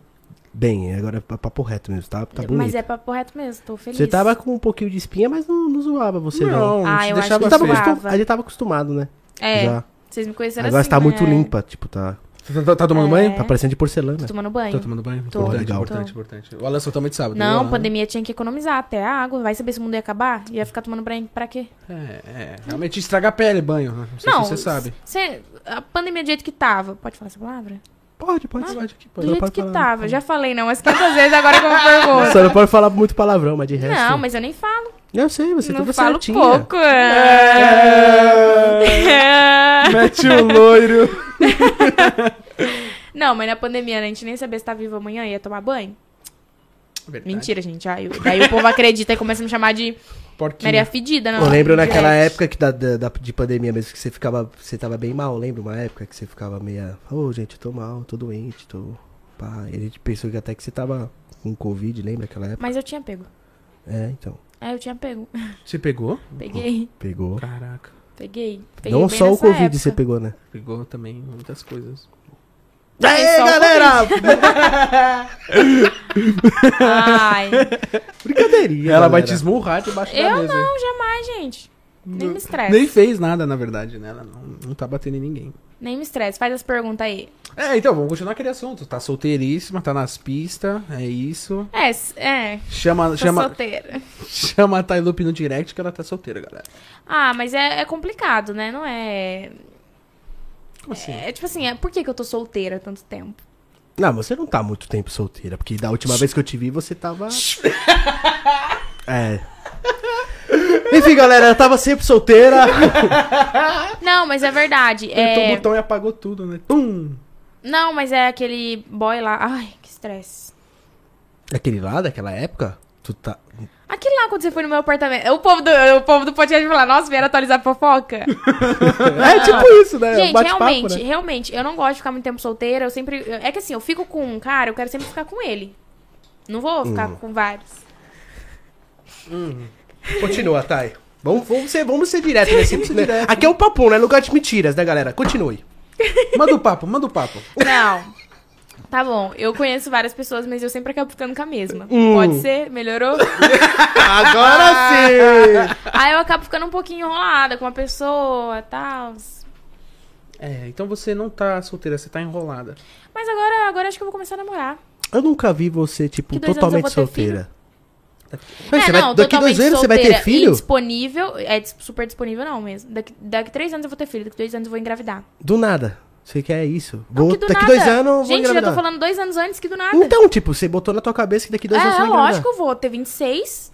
S3: bem. Agora é pa- papo reto mesmo, tá? Tá bonito.
S2: Mas é papo reto mesmo, tô feliz.
S3: Você tava com um pouquinho de espinha, mas não, não zoava você, não.
S4: não,
S2: Ah,
S4: te
S2: eu acho
S4: deixava
S2: que
S3: Eu tava
S2: Zoava.
S4: feio.
S3: acostum- A gente tava acostumado, né?
S2: É,
S3: Já.
S2: vocês me conheceram
S3: Agora
S2: assim, É.
S3: você tá
S2: né?
S3: muito limpa, tipo, tá.
S4: Tá, tá- tá tomando banho?
S3: Tá parecendo de porcelana.
S2: Tô tomando banho.
S4: Tá tomando banho?
S2: Tô.
S4: Importante,
S3: Legal.
S4: importante,
S2: Tô.
S4: importante. O Alan só toma de sábado.
S2: Não,
S4: né?
S2: pandemia tinha que economizar até a água. Vai saber se o mundo ia acabar? Ia ficar tomando banho pra quê?
S4: É, é. Realmente estraga a pele, banho. né? Não sei se você sabe.
S2: cê- a pandemia do jeito que tava. Pode falar essa palavra?
S3: Pode, pode.
S4: Eu acho que
S2: Do
S4: pode.
S2: jeito
S3: pode
S2: que tá.
S3: falar,
S2: tava. Já falei, não, umas 500 vezes agora que eu me pergunto.
S3: Só não pode falar muito palavrão, mas de resto.
S2: Não, mas eu nem falo.
S3: Eu sei, você é
S2: não
S3: toda
S2: falo
S3: certinha.
S2: pouco. é.
S4: É!
S3: Mete o loiro.
S2: não, mas na pandemia né, a gente nem sabia se tá vivo amanhã ia tomar banho.
S4: Verdade.
S2: Mentira, gente. Aí, daí o povo acredita e começa a me chamar de
S4: Porquinho.
S2: Maria Fedida.
S3: Eu lembro naquela
S2: época.
S3: época que da, da- da- de pandemia mesmo, que você ficava. Você tava bem mal, lembra? Uma época que você ficava meia. Ô, gente, eu tô mal, tô doente, tô. Pá. E a gente pensou que até que você tava com Covid, lembra aquela época?
S2: Mas eu tinha pego.
S3: É, então.
S2: É, eu tinha pego.
S4: Você pegou?
S2: Peguei,
S3: Pegou.
S4: Caraca.
S2: peguei. peguei
S3: Não
S2: bem
S3: só o
S2: nessa
S3: Covid
S2: época.
S3: você pegou, né?
S4: Pegou também muitas coisas.
S3: Aê,
S2: só o
S3: galera!
S2: Ai,
S3: Brincadeirinha.
S4: Ela
S3: galera.
S4: vai te esmurrar debaixo da
S2: eu
S4: mesa. hein?
S2: não, jamais, gente. Nem me estresse.
S4: Nem
S2: Nem,
S4: fez nada, na verdade, né? Ela não, não tá batendo em ninguém.
S2: me estresse. Faz as perguntas aí.
S4: É, então, vamos continuar aquele assunto. Tá solteiríssima, tá nas pistas, é isso.
S2: É, s- é.
S4: Chama,
S2: Tô
S4: chama,
S2: solteira.
S4: chama a Tailupe no direct que ela tá solteira, galera.
S2: Ah, mas é, é complicado, né? Não é...
S4: Como assim?
S2: É tipo assim, é, por que, que eu tô solteira há tanto tempo?
S3: Não, você não tá muito tempo solteira, porque da última vez que eu te vi, você tava. É. Enfim, galera, eu tava sempre solteira.
S2: Não, mas é verdade.
S4: Apertou o
S2: É...
S4: botão e apagou tudo, né? Pum!
S2: Não, mas é aquele boy lá. Ai, que estresse.
S3: Daquele lá, daquela época, tu tá.
S2: Aquele lá quando você foi no meu apartamento. O povo do, o povo do podcast vai falar, nossa, vieram atualizar a fofoca.
S3: É tipo isso, né?
S2: Gente,
S3: Bate-papo,
S2: realmente,
S3: né?
S2: realmente, eu não gosto de ficar muito tempo solteira. Eu sempre. É que assim, eu fico com um cara, eu quero sempre ficar com ele. Não vou ficar
S3: Hum.
S2: com vários.
S3: Continua, Thay. Vamos, vamos, ser, vamos ser direto nesse. né? Aqui é o papo, né? Lugar de mentiras, né, galera? Continue.
S4: Manda o papo, manda o papo.
S2: Não. Tá bom, eu conheço várias pessoas, mas eu sempre acabo ficando com a mesma.
S3: Hum.
S2: Pode ser? Melhorou?
S3: Agora sim!
S2: Aí eu acabo ficando um pouquinho enrolada com uma pessoa e tal.
S4: É, então você não tá solteira, você tá enrolada.
S2: Mas agora, agora acho que eu vou começar a namorar.
S3: Eu nunca vi você, tipo,
S2: Que dois anos
S3: totalmente
S2: eu vou ter filho? É,
S3: solteira. Mas você vai- daqui dois
S2: totalmente
S3: anos você vai ter
S2: solteira
S3: filho?
S2: E disponível. É dis- super disponível, não mesmo. Daqui, daqui três anos eu vou ter filho, daqui dois anos eu vou engravidar.
S3: Do nada. Você quer isso?
S2: Não,
S3: Vou,
S2: que do
S3: daqui
S2: nada.
S3: dois anos eu vou
S2: Gente, já
S3: engravidar.
S2: tô falando dois anos antes que do nada.
S3: Então, tipo, você botou na tua cabeça que daqui dois anos
S2: é,
S3: você vai engravidar.
S2: lógico, eu vou ter 26.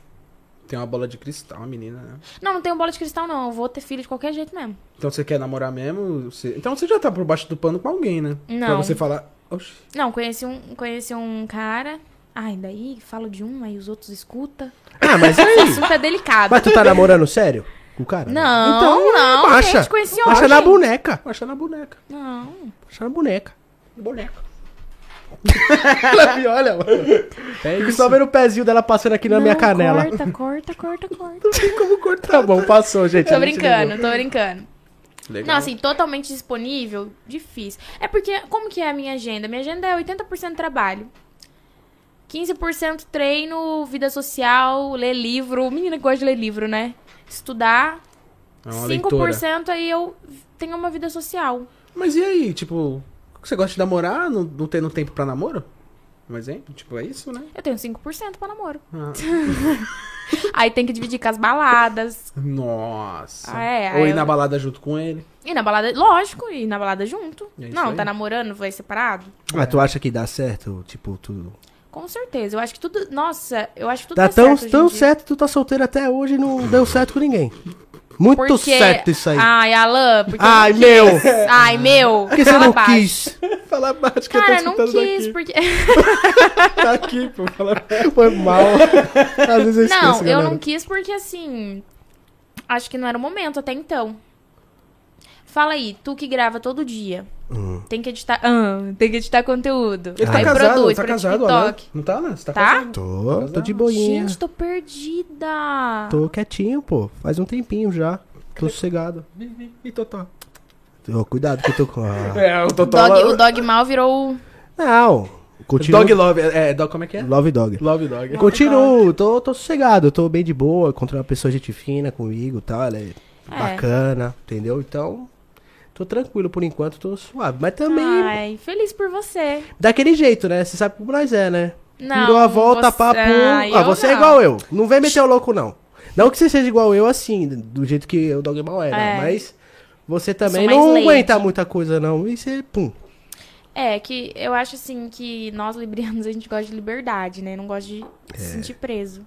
S4: Tem uma bola de cristal, a menina, né?
S2: Não, não tenho bola de cristal, não. Eu vou ter filho de qualquer jeito mesmo.
S4: Então você quer namorar mesmo? Você- Então você já tá por baixo do pano com alguém, né? Pra
S2: Não.
S4: você falar. Oxi.
S2: Não, conheci um, conheci um cara. Ai, daí falo de um, aí os outros escuta.
S3: Ah, mas e
S2: Esse
S3: aí?
S2: assunto é delicado.
S3: Mas tu tá namorando sério? Com o cara?
S2: Não,
S3: Então,
S2: não,
S3: Baixa.
S2: gente, conheci
S3: baixa
S2: ontem.
S3: na boneca.
S4: Achar na boneca. um
S2: Não.
S3: Baixa na boneca.
S4: Boneca.
S3: olha, mano.
S4: É
S3: Fico
S4: isso.
S2: assim,
S3: só vendo o pezinho dela passando aqui na
S2: Não,
S3: minha canela.
S2: Corta, corta, corta, corta.
S3: Tá bom, passou, gente.
S2: Tô
S3: a gente
S2: brincando,
S3: ligou.
S2: tô brincando.
S4: é Legal. É
S2: Não, assim, totalmente disponível, difícil. É porque, como que é a minha agenda? Minha agenda é 80% trabalho. 15% treino, vida social, ler livro. Menina que gosta de ler livro, né? Estudar.
S4: É uma
S2: 5%
S4: leitora.
S2: aí eu tenho uma vida social.
S4: Mas e aí, tipo, você gosta de namorar, não, não tendo tempo pra namoro? Um exemplo? Tipo, é isso, né?
S2: Eu tenho 5% pra namoro.
S4: Ah,
S2: Aí tem que dividir com as baladas.
S4: Nossa.
S2: Ah, é,
S4: Ou
S2: aí
S4: ir na
S2: eu-
S4: balada junto com ele.
S2: E na balada, lógico, e na balada junto.
S4: É isso
S2: Não,
S4: aí.
S2: tá namorando, vai separado?
S3: Mas tu acha que dá certo? Tipo, tu.
S2: Com certeza. Eu acho que tudo. Nossa, eu acho que tudo
S3: Dá
S2: tá
S3: tão
S2: certo.
S3: certo,
S2: hoje
S3: tão
S2: em dia.
S3: certo, tu tá solteiro até hoje e não deu certo com ninguém. Muito
S2: Porque...
S3: certo isso aí.
S2: Ai, Alan, porque. eu não
S3: Ai,
S2: quis.
S3: meu!
S2: Ai, meu!
S3: Por que você
S2: Fala
S3: não
S2: baixo.
S3: quis?
S4: Fala baixo
S2: Cara, não quis, porque.
S4: Tá aqui, pô. Fala
S3: Foi mal. Às vezes eu esqueço,
S2: não, eu
S3: galera.
S2: não quis porque assim. Acho que não era o momento até então. Fala aí, tu que grava todo dia.
S3: Hum.
S2: Tem que editar. Ah, tem que editar conteúdo.
S4: Ele tá
S2: aí
S4: casado,
S2: produz
S4: tá
S2: pra
S4: casado, Alan.
S2: TikTok.
S4: Não tá, né? Você tá,
S2: Tá?
S4: casado.
S3: Tô, tô de boinha.
S2: Gente, tô perdida.
S3: Tô quietinho, pô. Faz um tempinho já. Tô sossegado.
S4: E Totó?
S3: Ô, cuidado que eu tô com. Ah.
S4: É, o
S2: O
S4: Totó.
S2: dog, o dog mal virou.
S3: Não. Continuo.
S4: Dog Love. É, é, dog, como é que é?
S3: Love dog.
S4: Love Dog.
S3: Continuo, tô, tô sossegado, tô bem de boa, encontrei uma pessoa gente fina comigo e tal, ela é, bacana, entendeu? Então, tô tranquilo por enquanto, tô suave. Mas também,
S2: Ai, feliz por você.
S3: daquele jeito, né? Você sabe como nós é, né?
S2: é. Não,
S3: Deu a volta,
S2: você-
S3: papo.
S2: Ah,
S3: ah,
S2: eu
S3: você é
S2: não.
S3: igual eu, não vem meter o louco, não. Não que você seja igual eu, assim, do jeito que o Dogmal era,
S2: É.
S3: mas você também
S2: mais
S3: não
S2: lady.
S3: aguenta muita coisa, não. E você, pum.
S2: É, que eu acho assim que nós librianos a gente gosta de liberdade, né? Não gosta de se sentir preso.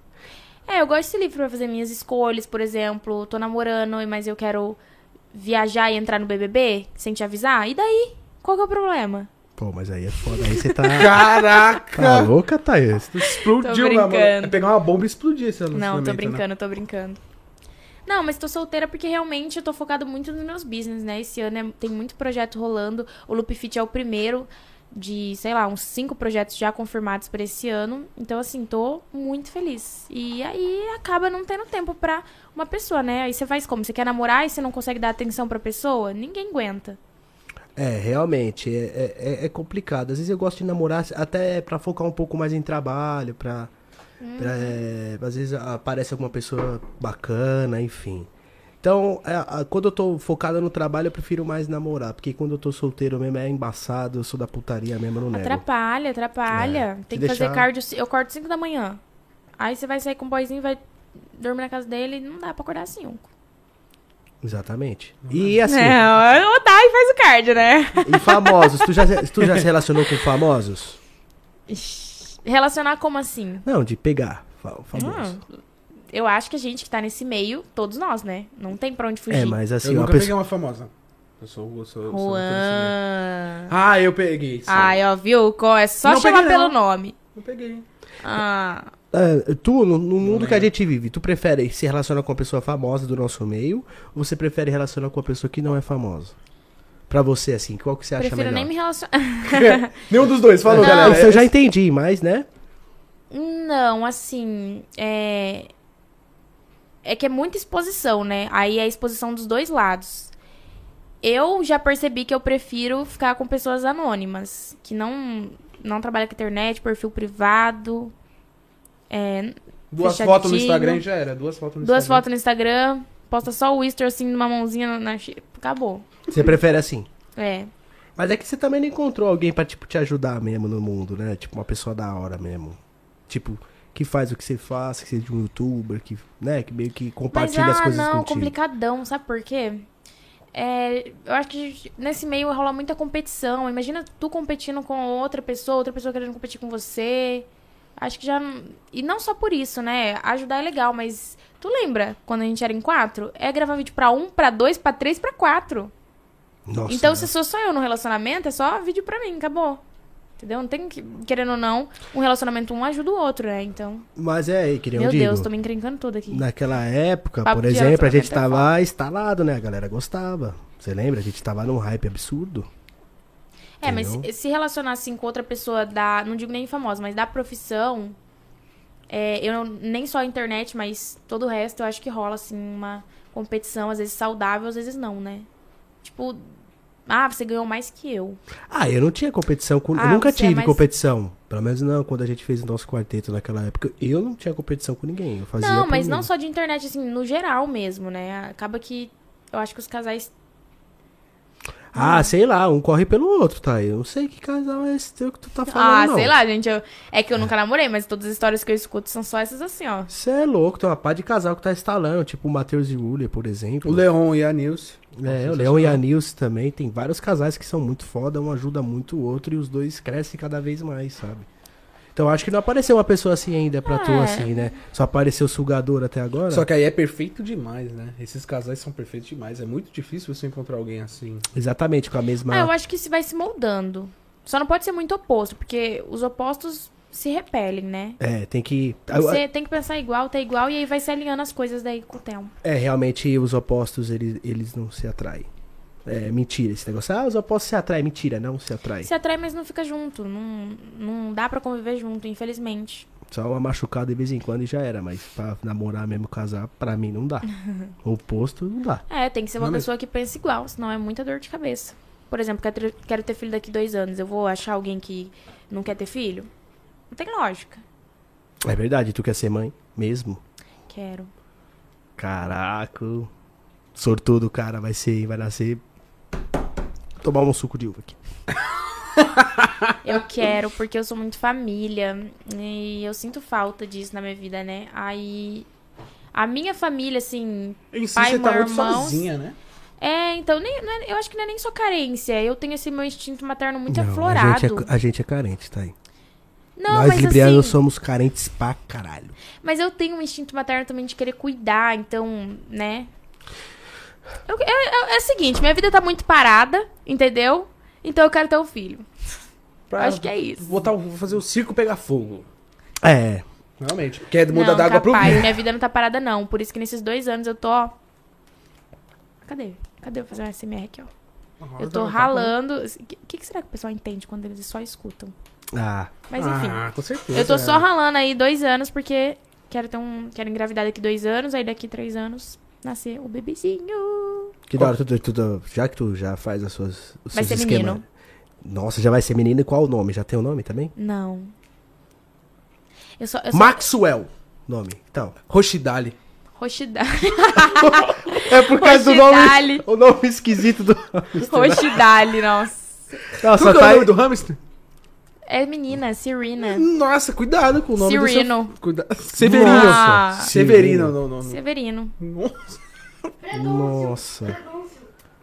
S2: É, eu gosto de ser livre pra fazer minhas escolhas, por exemplo, tô namorando, mas eu quero viajar e entrar no BBB sem te avisar. E daí? Qual que é o problema?
S3: Pô, mas aí é foda, aí você tá, tá
S4: Caraca!
S3: louca, Thaís.
S2: Tô
S4: Explodiu, meu amor.
S2: brincando.
S4: É pegar uma bomba e explodir esse
S2: Não,
S4: relacionamento,
S2: tô
S4: Né?
S2: brincando, tô brincando. Não, mas tô solteira porque realmente eu tô focado muito nos meus business, né? Esse ano é- tem muito projeto rolando. O Loop Fit é o primeiro de, sei lá, uns cinco projetos já confirmados pra esse ano. Então, assim, tô muito feliz. E aí acaba não tendo tempo pra uma pessoa, né? Aí você faz como? Você quer namorar e você não consegue dar atenção pra pessoa? Ninguém aguenta.
S3: É, realmente, é, é- é- é complicado. Às vezes eu gosto de namorar até pra focar um pouco mais em trabalho, pra. pra,
S2: Uhum.
S3: é, às vezes aparece alguma pessoa bacana, enfim. Então, é, a- quando eu tô focado no trabalho, eu prefiro mais namorar. Porque quando eu tô solteiro mesmo é embaçado, eu sou da putaria mesmo, eu não nego.
S2: Atrapalha, atrapalha.
S3: É. Te
S2: Tem que
S3: deixar-
S2: fazer cardio. Eu corto 5 da manhã. Aí você vai sair com o boyzinho, vai dormir na casa dele. Não dá pra acordar às 5.
S3: Exatamente. E
S4: é?
S3: assim,
S2: É, Não, o Dai faz o card, né?
S3: e famosos, tu já, se- tu já se relacionou com famosos?
S2: Relacionar como assim?
S3: Não, de pegar. fa- Famoso.
S2: Hum, eu acho que a gente que tá nesse meio, todos nós, né? Não tem pra onde fugir.
S3: é, mas assim,
S4: eu
S3: uma
S4: nunca
S3: pessoa.
S4: peguei uma famosa. Eu sou o. Sou, sou conhecido.
S2: Juan.
S4: ah, eu peguei. sim.
S2: Ai, ó, viu? Co- É só
S4: Não
S2: chamar
S4: peguei, não.
S2: pelo nome.
S4: Eu peguei.
S2: Ah,
S3: É, tu, no, no mundo que a gente vive, tu prefere se relacionar com uma pessoa famosa do nosso meio ou você prefere relacionar com uma pessoa que não é famosa? Pra você, assim, qual que você acha
S2: prefiro
S3: melhor?
S2: nem me relacionar.
S4: Nenhum dos dois, falou,
S2: Não.
S4: Ah,
S2: é
S4: galera. É
S3: Isso eu já entendi, mas, né?
S2: Não, assim, é... É que é muita exposição, né? Aí é exposição dos dois lados. Eu já percebi que eu prefiro ficar com pessoas anônimas, que não não trabalham com internet, perfil privado. é,
S4: Duas
S2: Fechadinho.
S4: fotos no Instagram já era. Duas fotos no
S2: duas
S4: Instagram.
S2: fotos no Instagram, posta só o Easter assim numa mãozinha na xi- acabou.
S3: Você prefere assim.
S2: É.
S3: Mas é que você também não encontrou alguém pra, tipo, te ajudar mesmo no mundo, né? Tipo, uma pessoa da hora mesmo. Tipo, que faz o que você faz, que seja um youtuber, que, né? Que meio que
S2: Mas
S3: compartilha as
S2: ah,
S3: coisas
S2: não,
S3: contigo.
S2: complicadão, sabe por quê? É, eu acho que nesse meio rola muita competição. Imagina tu competindo com outra pessoa, outra pessoa querendo competir com você. Acho que já. não- E não só por isso, né? Ajudar é legal, mas tu lembra quando a gente era em quatro? É gravar vídeo pra um, pra dois, pra três, pra quatro.
S3: Nossa,
S2: então,
S3: né?
S2: se sou só eu no relacionamento, é só vídeo pra mim, acabou. Entendeu? Não tem que, querendo ou não, um relacionamento um ajuda o outro, né? Então.
S3: Mas é aí, queria
S2: meu
S3: digo.
S2: Deus, tô me encrencando toda aqui.
S3: Naquela época,
S2: Papo
S3: por
S2: de
S3: exemplo, a gente
S2: relacionamento é
S3: tava instalado, né? A galera gostava. Você lembra? A gente tava num hype absurdo.
S2: É, mas
S3: Entendeu?
S2: se- se relacionar assim com outra pessoa da. Não digo nem famosa, mas da profissão. é, eu não- nem só a internet, mas todo o resto, eu acho que rola, assim, uma competição, às vezes saudável, às vezes não, né? Tipo, ah, você ganhou mais que eu.
S3: Ah, eu não tinha competição. Com... eu
S2: Ah,
S3: nunca
S2: você é
S3: tive
S2: mais-
S3: competição. Pelo menos não, quando a gente fez o nosso quarteto naquela época. Eu não tinha competição com um. ninguém. Eu fazia
S2: não,
S3: por
S2: mas
S3: mim.
S2: não só de internet, assim, no geral mesmo, né? Acaba que. Eu acho que os casais
S3: Ah, sei lá, um corre pelo outro, tá? Eu não sei que casal é esse teu que tu tá
S2: Ah,
S3: falando, não.
S2: sei lá, gente. eu- é que eu nunca namorei, mas todas as histórias que eu escuto são só essas assim, ó.
S3: Você é louco, tem uma pá de casal que tá instalando, tipo o Matheus e o Uller, por exemplo.
S4: O Leon e a Nilce.
S3: É, o Leão e a Nilce também. Tem vários casais que são muito foda, um ajuda muito o outro e os dois crescem cada vez mais, sabe? Então acho que não apareceu uma pessoa assim ainda pra tu,
S2: É.
S3: assim, né? Só apareceu sugador até agora.
S4: Só que aí é perfeito demais, né? Esses casais são perfeitos demais. É muito difícil você encontrar alguém assim.
S3: Exatamente, com a mesma.
S2: Ah, eu acho que se vai se moldando. Só não pode ser muito oposto, porque os opostos se repelem, né?
S3: É, tem que.
S2: Você tem que pensar igual, tá igual, e aí vai se alinhando as coisas daí com o tempo.
S3: É, realmente os opostos, eles, eles não se atraem. É mentira esse negócio. Ah, os opostos se atraem. Mentira, não se atraem.
S2: Se atrai, mas não fica junto. Não, não dá pra conviver junto, infelizmente.
S3: Só uma machucada de vez em quando e já era. Mas pra namorar mesmo, casar, pra mim não dá. Oposto não dá.
S2: É, tem que ser uma
S4: Não é
S2: pessoa que pensa igual, senão é muita dor de cabeça. Por exemplo, quero ter, quero ter filho daqui dois anos. Eu vou achar alguém que não quer ter filho? Não tem lógica.
S3: É verdade, tu quer ser mãe mesmo?
S2: Quero.
S3: Caraca. Sortudo, cara, vai ser, vai nascer. Tomar um suco de uva aqui.
S2: Eu quero porque eu sou muito família e eu sinto falta disso na minha vida, né? Aí a minha família assim,
S4: Em si,
S2: Pai,
S4: você tá
S2: mãe,
S4: muito
S2: irmãos.
S4: sozinha, né?
S2: é, então nem, não é- eu acho que não é nem só carência, eu tenho esse meu instinto materno muito
S3: Não, A
S2: aflorado.
S3: gente, é, a gente é carente, tá aí.
S2: Não,
S3: Nós
S2: mas
S3: librianos
S2: assim,
S3: somos carentes pra caralho.
S2: mas eu tenho um instinto materno também de querer cuidar, então, né? Eu- eu- eu- é o seguinte, minha vida tá muito parada, entendeu? Então eu quero ter um filho.
S4: Pra
S2: Acho que é isso.
S4: Botar, o- vou fazer o circo pegar fogo.
S3: É,
S4: Realmente. Quer mudar
S2: não,
S4: da água pro
S2: capaz,
S4: vinho.
S2: Minha vida não tá parada, não. Por isso que nesses dois anos eu tô. ó. Cadê? Cadê eu fazer um SMR aqui, ó? eu tô tá
S4: né?
S2: ralando. O que, que será que o pessoal entende quando eles só escutam?
S3: ah,
S2: Mas enfim.
S4: Ah, com certeza.
S2: eu tô só
S4: é.
S2: ralando aí dois anos porque quero ter um. Quero engravidar daqui dois anos, aí daqui três anos nascer o bebezinho.
S3: Que da hora, tu, tu- tu- já que tu já faz as suas, os
S2: Vai
S3: seus
S2: ser
S3: esquemas.
S2: menino.
S3: Nossa, já vai ser menino e qual o nome? Já tem o nome também?
S2: Não. Eu só. Eu só
S3: Maxwell. Nome, então.
S4: Rochidale.
S2: Rochida-
S3: É por causa do nome.
S2: Rochidale.
S3: O nome esquisito do.
S2: Rochidale, nossa.
S3: Não,
S4: Qual
S3: só
S4: que é o
S3: tá.
S4: nome do hamster?
S2: É menina, Serena.
S4: Nossa, cuidado com o nome do
S2: Serino.
S4: seu... Cuida... Severino.
S2: Ah.
S4: Severino, não, não, não.
S2: Severino.
S4: Nossa.
S3: Nossa.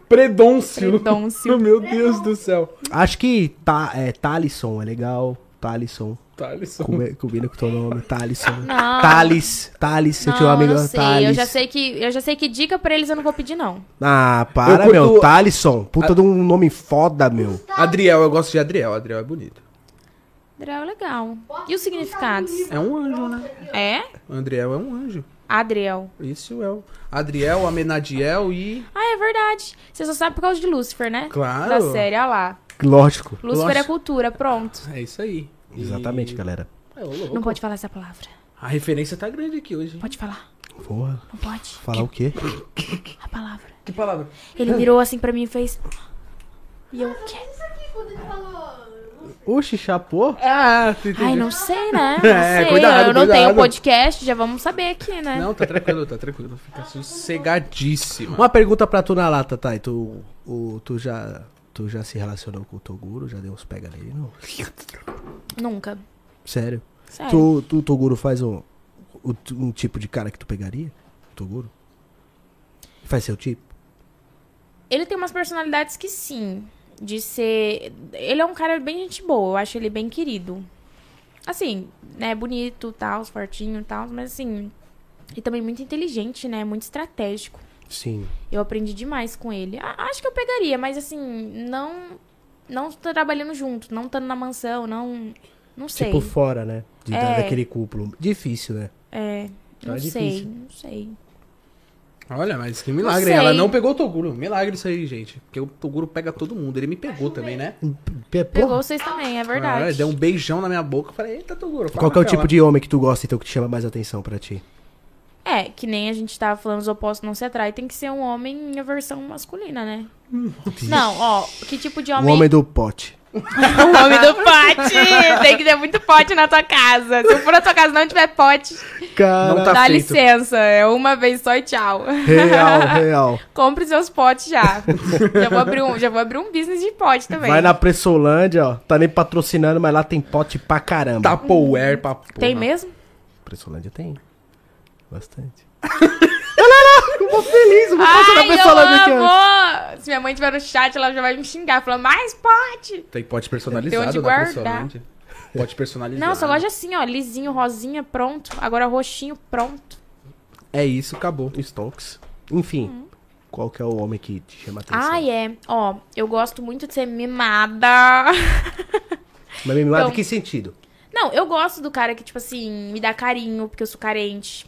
S4: Predôncio.
S2: Predôncio.
S4: Meu Deus do céu.
S3: Acho que tá, é, Talisson é legal. Talisson.
S4: Thaleson.
S3: Combi- Combina com o teu nome, Talisson.
S2: Não.
S4: Tá,
S3: Thales, Thales, se eu tiver um amigo
S2: Ah, eu sei,
S3: Thales.
S2: eu já sei que eu já sei que dica pra eles eu não vou pedir não.
S3: Ah, para,
S4: Eu curto-
S3: meu, Thalisson. Puta de um nome foda, meu.
S4: Adriel, eu gosto de Adriel. Adriel é bonito.
S2: Adriel é legal. E os significados?
S4: É um anjo, né?
S2: É?
S4: Andriel é um anjo.
S2: Adriel.
S4: Isso é o. Adriel, Amenadiel e.
S2: Ah, é verdade. Você só sabe por causa de Lúcifer, né?
S4: Claro.
S2: Da série, olha lá.
S3: Lógico.
S2: Lúcifer é
S4: Lógico.
S2: cultura, pronto.
S4: É isso aí. E-
S3: Exatamente, galera.
S4: É, ô, louco.
S2: Não pode falar essa palavra.
S4: A referência tá grande aqui hoje. hein?
S2: Pode falar.
S3: Porra,
S2: Não pode.
S3: falar o quê?
S2: A palavra.
S4: Que palavra?
S2: Ele virou assim pra mim e fez. E eu quê?
S3: Oxi, chapô?
S4: Ah, tu entendi.
S2: Ai, não sei, né? Não
S4: É,
S2: sei.
S4: cuidado,
S2: eu não tenho
S4: cuidado.
S2: podcast, já vamos saber aqui, né?
S4: Não, tá tranquilo, tá tranquilo. Fica sossegadíssima.
S3: Uma pergunta pra tu na lata, Thay. Tu, o, tu, já, tu já se relacionou com o Toguro? Já deu uns pega nele? Não.
S2: Nunca.
S3: Sério?
S2: Sério.
S3: Tu, tu, o Toguro faz um, o- um tipo de cara que tu pegaria? Toguro? Faz seu tipo?
S2: Ele tem umas personalidades que sim. De ser. Ele é um cara bem gente boa, eu acho ele bem querido. Assim, né, bonito, tal, fortinho, tal, mas assim. E também muito inteligente, né? Muito estratégico.
S3: Sim.
S2: Eu aprendi demais com ele. A- acho que eu pegaria, mas assim, não. Não trabalhando junto, não estando na mansão, não. Não sei.
S3: Tipo fora, né? De, da-
S2: É.
S3: Daquele cúpulo. Difícil, né?
S2: É. Não
S3: Então é
S2: sei,
S3: difícil.
S2: não sei.
S4: Olha, mas que milagre.
S2: Não sei.
S4: Ela não pegou o Toguro. Milagre isso aí, gente. Porque o Toguro pega todo mundo. Ele me pegou também, né?
S3: Pe-
S2: Pegou
S3: porra.
S2: vocês também, é
S4: Ah,
S2: verdade.
S4: deu um beijão na minha boca. Eu Falei, eita, Toguro. fala
S3: Qual que é o
S4: pra ela.
S3: tipo de homem que tu gosta, então, que te chama mais atenção pra ti?
S2: É, que nem a gente tava falando, os opostos não se atraem, tem que ser um homem em a versão masculina, né? não, ó, que tipo de
S3: O
S2: homem.
S3: homem do pote.
S2: O nome do pote! Tem que ter muito pote na tua casa. Se for na tua casa não tiver pote,
S3: Cara,
S4: Não tá
S2: dá
S4: feito.
S2: licença. É uma vez só e tchau.
S3: real, real.
S2: Compre seus potes já. já, vou abrir um, já vou abrir um business de pote também.
S3: Vai na Pressolândia, ó. Tá nem patrocinando, mas lá tem pote pra caramba.
S4: Tá. Tupperware pra porra.
S2: Tem mesmo?
S3: Pressolândia tem. Bastante. Olha lá, eu vou feliz, eu vou passar na
S2: Ai, eu
S3: Pressolândia tá aqui. ó.
S2: amo! Se minha mãe tiver no chat, ela já vai me xingar, falando, mais pote!
S4: Tem pote personalizado
S2: Tem onde
S4: na
S2: guardar.
S4: Pressolândia. Pote personalizado.
S2: Não, só loja assim, ó, lisinho, rosinha, pronto. Agora roxinho, pronto.
S4: É isso, acabou.
S3: Stonks. Enfim,
S2: Uhum.
S3: qual que é o homem que te chama a atenção?
S2: Ah, é. Ó, eu gosto muito de ser mimada.
S3: Mas me mata
S2: Então-
S3: em que sentido?
S2: Não, eu gosto do cara que, tipo assim, me dá carinho, porque eu sou carente.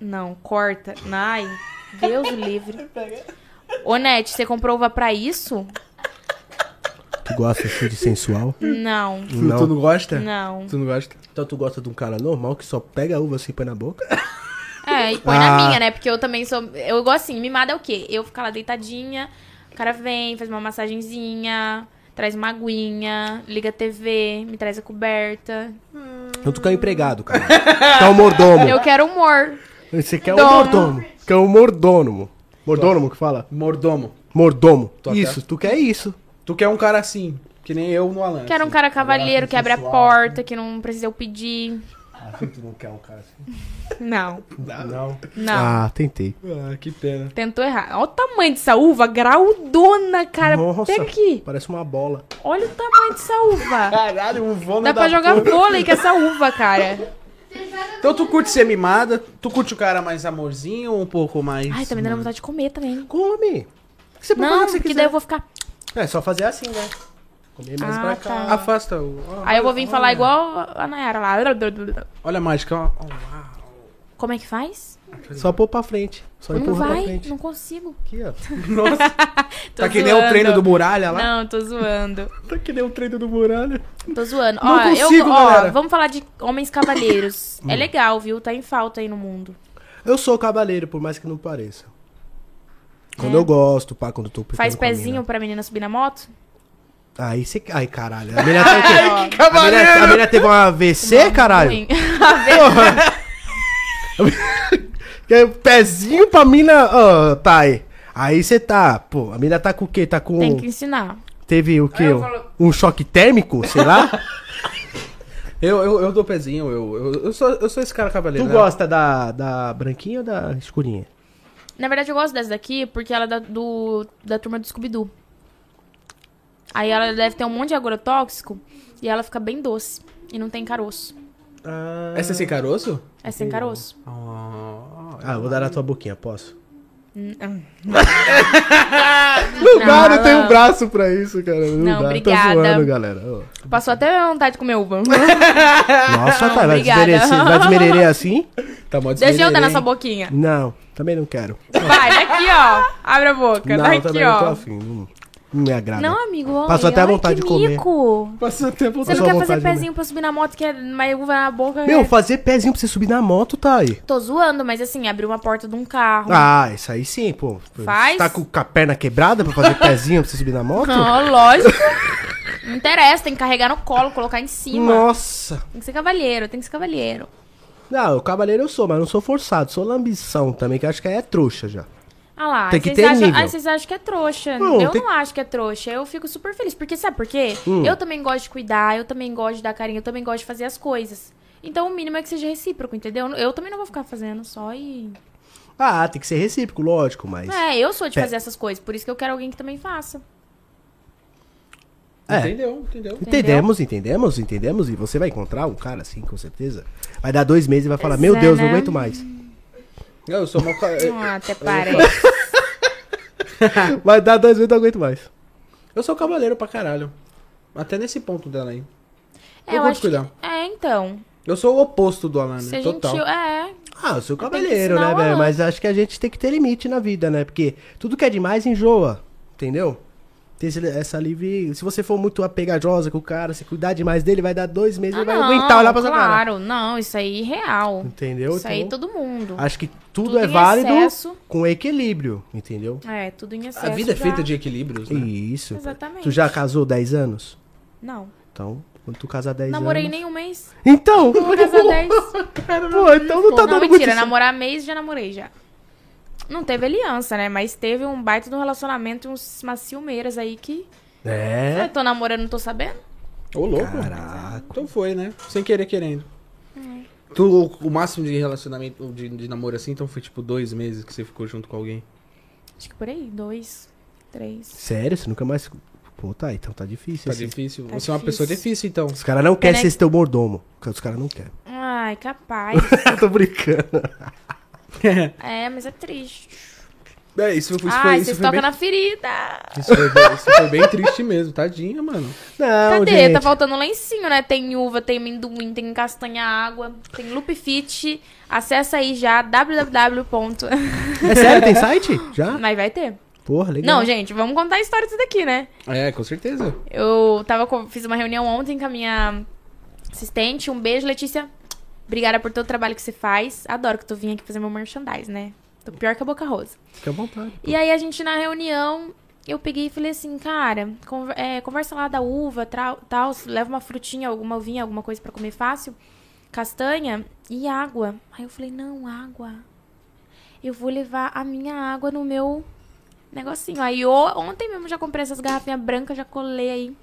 S2: Não, corta. Ai, Deus o livre. Ô, Net, você comprou uva pra isso?
S3: Tu gosta assim de sensual?
S2: Não,
S3: Não.
S4: Tu não gosta?
S2: não.
S4: Tu não gosta?
S3: Então tu gosta de um cara normal que só pega a uva assim e põe na boca?
S2: Hum. É, e põe
S3: Ah.
S2: na minha, né? Porque eu também sou. Eu gosto assim, mimada é o quê? Eu ficar lá deitadinha, o cara vem, faz uma massagenzinha, traz uma aguinha, liga a TV, me traz a coberta.
S3: Então tu quer um empregado, cara. Tu quer um mordomo.
S2: Eu quero humor.
S3: Você quer um
S2: Dono.
S3: mordomo. Quer um mordomo. Mordomo que fala?
S4: Mordomo.
S3: Mordomo.
S4: Tô até-
S3: Isso, tu quer isso.
S4: Tu quer um cara assim, que nem eu no Alan.
S2: Quero um
S4: assim.
S2: cara cavalheiro que abre a
S4: sensual.
S2: porta, que não precisa eu pedir.
S4: Assim, tu não quer um cara assim.
S2: Não,
S4: Não.
S2: não.
S3: Ah, tentei.
S4: Ah, que pena.
S2: Tentou errar. Olha o tamanho dessa uva, graudona, cara.
S3: Nossa.
S2: Pega aqui.
S3: Parece uma bola.
S2: Olha o tamanho dessa
S3: Ah,
S2: uva.
S4: Caralho, o vôo
S2: Dá pra jogar vôlei com essa uva, cara.
S4: Então tu curte ser mimada, tu curte o cara mais amorzinho ou um pouco mais...
S2: Ai, tá me dando vontade de comer também.
S3: Come. Você pode fazer o
S2: Não,
S3: que você
S2: porque
S3: quiser.
S2: daí eu vou ficar.
S3: É só fazer assim, né? Comer mais
S2: Ah,
S3: pra cá.
S2: tá.
S4: Afasta o...
S2: Aí eu vou vir falar
S4: olha.
S2: igual a Nayara lá.
S4: Olha a mágica, ó. Ó, uau.
S2: Como é que faz?
S3: Só pôr pra frente. Só
S2: Não
S3: empurrar pra
S2: vai,
S3: frente.
S2: não consigo.
S3: Aqui, ó.
S4: Nossa,
S2: Tô
S4: tá que nem o
S2: zoando.
S4: treino do Muralha lá.
S2: Não, tô zoando.
S3: Tá que nem o treino do muralha.
S2: Tô zoando.
S4: Não
S2: ó, eu,
S4: consigo, galera.
S2: ó, vamos falar de homens cavalheiros.
S3: Hum.
S2: é legal, viu? Tá em falta aí no mundo.
S3: Eu sou cavaleiro, por mais que não pareça. Quando eu gosto, pá, quando eu tô
S2: É. Faz
S3: ficando com a
S2: pezinho pra menina subir na moto?
S3: mina. Aí você. Ai, caralho. A menina tem o quê?
S2: ó.
S3: A menina, a menina teve um AVC, caralho?
S2: Ruim.
S3: Que é Pezinho pra mina. ó, tá aí. Aí você tá. Pô, a mina tá com o quê? Tá com.
S2: Tem que ensinar.
S3: Teve o quê?
S2: eu
S3: Um-
S2: falo-
S3: Um choque térmico? Sei lá?
S4: Eu, eu, eu dou pezinho, eu, eu, eu, sou, eu sou esse cara
S3: tu
S4: cavaleiro. né?
S3: gosta da, da branquinha ou da escurinha?
S2: Na verdade, eu gosto dessa daqui porque ela é da, do, da turma do Scooby-Doo. Aí ela deve ter um monte de agrotóxico e ela fica bem doce. E não tem caroço. Ah.
S4: Essa é sem caroço?
S2: É
S3: Oh,
S2: sem caroço.
S3: tá
S4: Ah,
S3: Ah, eu vou dar na tua boquinha, posso?
S2: Não, dá, Hum, ah. não tem um
S3: braço pra isso, cara. Não,
S2: Não, dá. Tô obrigada. zoando,
S3: galera.
S2: Passou até vontade de comer uva.
S3: Nossa, tá, vai
S2: Obrigada.
S3: desmerecer, vai desmerecer assim?
S4: Tá mó
S2: Deixa eu dar na
S4: desmererê,
S2: sua
S4: hein?
S2: boquinha.
S3: Não, também não quero.
S2: Vai, daqui, ó. Abre a boca.
S3: Não,
S2: daqui,
S3: também não né? tô
S2: ó.
S3: afim. Não, não me agrada.
S2: Não, amigo. olha,
S3: Passou até a
S2: olha
S3: vontade
S2: que
S3: de comer.
S2: mico.
S4: Passou tempo
S2: Você não
S3: Passou a
S2: quer
S3: vontade
S2: fazer
S3: de comer.
S2: pezinho pra subir na moto, que é mais uva na boca?
S3: Meu,
S2: é-
S3: fazer pezinho pra você subir na moto, tá aí.
S2: Tô zoando, mas assim, abriu uma porta de um carro.
S3: Ah, isso aí sim, pô.
S2: Faz.
S3: Tá com com a perna quebrada pra fazer pezinho pra você subir na moto?
S2: Não, lógico. Não interessa, tem que carregar no colo, colocar em cima.
S3: Nossa.
S2: Tem que ser cavalheiro, tem que ser cavalheiro.
S3: Não, o cavaleiro eu sou, mas não sou forçado. Sou lambição também, que acho que aí é trouxa já.
S2: Ah lá,
S3: Tem que
S2: vocês
S3: ter
S2: acham,
S3: nível.
S2: ah, vocês acham que é trouxa.
S3: Não,
S2: eu
S3: tem-
S2: não acho que é trouxa. Eu fico super feliz. Porque sabe por quê?
S3: Hum.
S2: Eu também gosto de cuidar, eu também gosto de dar carinho, eu também gosto de fazer as coisas. Então o mínimo é que seja recíproco, entendeu? Eu também não vou ficar fazendo só e.
S3: Ah, tem que ser recíproco, lógico, mas.
S2: É, eu sou de
S3: Pera.
S2: fazer essas coisas, por isso que eu quero alguém que também faça.
S3: É.
S4: Entendeu, entendeu.
S3: Entendemos, entendemos, entendemos. E você vai encontrar um cara assim, com certeza. Vai dar dois meses e vai falar:
S2: Pois
S3: Meu
S2: é,
S3: Deus, não
S2: né?
S3: aguento mais.
S4: Eu sou mal
S3: É.
S4: ca- eu-
S2: Ah, até parece.
S3: Vai dar dois meses, não aguento mais.
S4: Eu sou cavaleiro pra caralho. Até nesse ponto dela aí.
S2: É,
S4: eu
S2: eu
S4: gosto de
S2: acho que...
S4: cuidar.
S2: É, então.
S4: Eu sou o oposto do Alan, né?
S2: Ser
S4: Total.
S2: gentil. É,
S3: Ah, eu sou
S2: que
S3: cavaleiro,
S2: ensinar
S3: né,
S2: o
S3: velho?
S2: Alan.
S3: Mas acho que a gente tem que ter limite na vida, né? Porque tudo que é demais enjoa, entendeu? Tem esse- essa livre. Se você for muito apegajosa com o cara, se cuidar demais dele, vai dar dois meses e
S2: Ah,
S3: ele vai
S2: não,
S3: aguentar olhar pra sua cara.
S2: Claro, não, isso aí é real.
S3: Entendeu?
S2: Isso aí
S3: Então,
S2: todo mundo.
S3: Acho que tudo,
S2: tudo
S3: é
S2: em
S3: válido
S2: excesso.
S3: com equilíbrio, entendeu?
S2: É, tudo em excesso.
S4: A vida é
S2: já-
S4: feita de equilíbrios, né?
S3: Isso.
S2: Exatamente.
S3: Tu já casou 10 anos?
S2: Não.
S3: Então, quando tu casar 10
S2: Namorei
S3: anos.
S2: nem um mês.
S3: Então!
S2: Vou casar 10.
S3: Pô, então não tá
S2: não,
S3: dando muito
S2: mentira,
S3: certo.
S2: namorar mês já namorei já. Não teve aliança, né? Mas teve um baita de um relacionamento e uns maciumeiras aí que.
S3: É.
S2: Eu tô namorando, não tô sabendo?
S4: Ô, louco.
S3: Caraca.
S4: Então foi, né? Sem querer, querendo. Tu, o máximo de relacionamento, de, de namoro assim, então foi tipo dois meses que você ficou junto com alguém.
S2: Acho que por aí, dois, três.
S3: Sério? Você nunca mais. Pô, tá, então tá difícil.
S4: Tá
S3: assim.
S4: difícil.
S2: Tá
S4: você é uma
S2: difícil.
S4: pessoa difícil, então.
S3: Os caras não querem
S2: né?
S3: ser teu mordomo. Os caras não querem.
S2: Ai, capaz.
S3: Tô brincando.
S2: é, mas é triste.
S4: é, isso, foi- isso, foi,
S2: Ai,
S4: isso,
S2: Ah, vocês
S4: foi
S2: tocam
S4: bem,
S2: na ferida.
S4: isso, foi bem, isso foi bem triste mesmo. Tadinha, mano.
S3: Não,
S2: Cadê?
S3: gente.
S2: Tá faltando lencinho, né? Tem uva, tem amendoim, tem castanha água, tem lupifit. Acessa aí já, www.
S3: É sério, tem site? Já?
S2: Mas vai ter.
S3: Porra, legal.
S2: Não, gente, vamos contar a história disso daqui, né?
S4: É, com certeza.
S2: Eu tava com- fiz uma reunião ontem com a minha assistente. Um beijo, Letícia. Obrigada por todo o trabalho que você faz. Adoro que tu vim aqui fazer meu merchandise, né? Tô pior que a Boca Rosa.
S3: Fica à vontade.
S2: E aí a gente na reunião, eu peguei e falei assim, cara, conver- é, conversa lá da uva, trau- tal, se leva uma frutinha, alguma uvinha, alguma coisa pra comer fácil, castanha e água. Aí eu falei, não, água. Eu vou levar a minha água no meu negocinho. Aí o- ontem mesmo já comprei essas garrafinhas brancas, já colei aí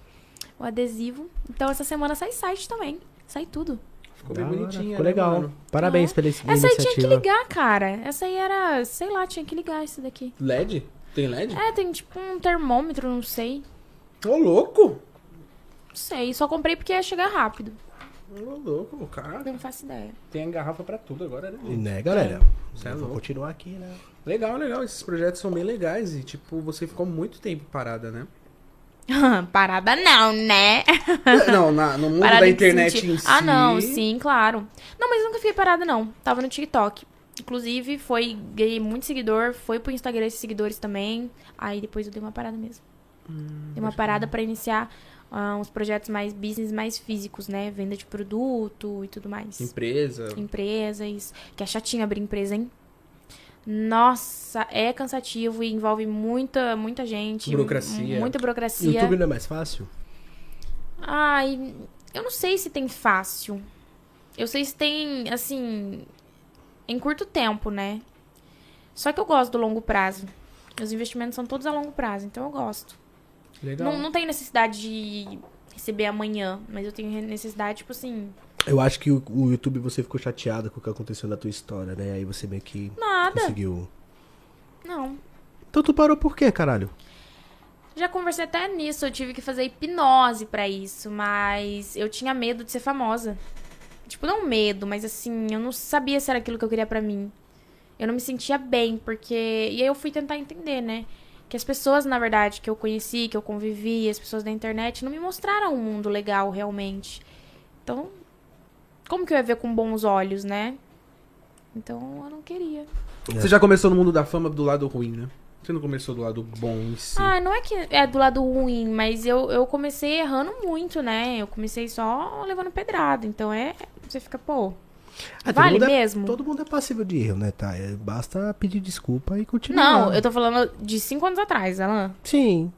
S2: o adesivo. Então essa semana sai site também. Sai tudo.
S4: Ficou bem
S3: Da hora,
S4: bonitinha.
S3: Ficou
S4: né,
S3: legal.
S4: mano?
S3: Parabéns
S2: É.
S3: pela essa
S2: Essa aí
S3: iniciativa.
S2: tinha que ligar, cara. Essa aí era, sei lá, tinha que ligar isso daqui.
S4: LED? Tem LED?
S2: É, tem tipo um termômetro, não sei. É.
S4: Ô, louco!
S2: Não sei, só comprei porque ia chegar rápido.
S4: Ô, louco, caraca.
S2: Não faço ideia.
S4: Tem garrafa pra tudo agora, né?
S3: Né, galera?
S4: Você é
S3: Vou
S4: louco.
S3: continuar aqui, né?
S4: Legal, legal. Esses projetos são bem legais e, tipo, você ficou muito tempo parada, né?
S2: Parada não, né?
S4: Não, na- no mundo
S2: Parada
S4: da
S2: de
S4: internet
S2: sentir.
S4: em si.
S2: Ah, não, sim, claro. Não, mas eu nunca fiquei parada, não. Tava no TikTok. Inclusive, foi, ganhei muito seguidor, foi pro Instagram esses seguidores também. Aí depois eu dei uma parada mesmo.
S4: Hum,
S2: dei uma parada pra iniciar ah, uns projetos mais business, mais físicos, né? Venda de produto e tudo mais.
S4: Empresa.
S2: empresas. Que é chatinho abrir empresa, hein? Nossa, é cansativo e envolve muita, muita gente.
S4: Burocracia.
S2: mu- Muita burocracia.
S3: YouTube não é mais fácil?
S2: Ai, eu não sei se tem fácil. Eu sei se tem, assim, em curto tempo, né? Só que eu gosto do longo prazo. Meus investimentos são todos a longo prazo, então eu gosto.
S4: Legal.
S2: Não, não tenho necessidade de receber amanhã, mas eu tenho necessidade, tipo assim,
S3: Eu acho que o, o YouTube você ficou chateado com o que aconteceu na tua história, né? Aí você meio que
S2: nada.
S3: conseguiu.
S2: Não.
S3: Então tu parou por quê, caralho?
S2: Já conversei até nisso, eu tive que fazer hipnose pra isso, mas eu tinha medo de ser famosa. Tipo, não medo, mas assim, eu não sabia se era aquilo que eu queria pra mim. Eu não me sentia bem, porque. E aí eu fui tentar entender, né? Que as pessoas, na verdade, que eu conheci, que eu convivi, as pessoas da internet, não me mostraram um mundo legal realmente. Então, como que eu ia ver com bons olhos, né? Então, eu não queria.
S4: Você já começou no mundo da fama do lado ruim, né? Você não começou do lado bom em si.
S2: Ah, não é que é do lado ruim, mas eu, eu comecei errando muito, né? Eu comecei só levando pedrada. Então é. Você fica, pô,
S3: Ah, todo
S2: vale
S3: mundo é-
S2: mesmo?
S3: Todo mundo é passível de erro, né, tá? É, basta pedir desculpa e continuar.
S2: Não, eu tô falando de cinco anos atrás, Alan.
S3: Sim.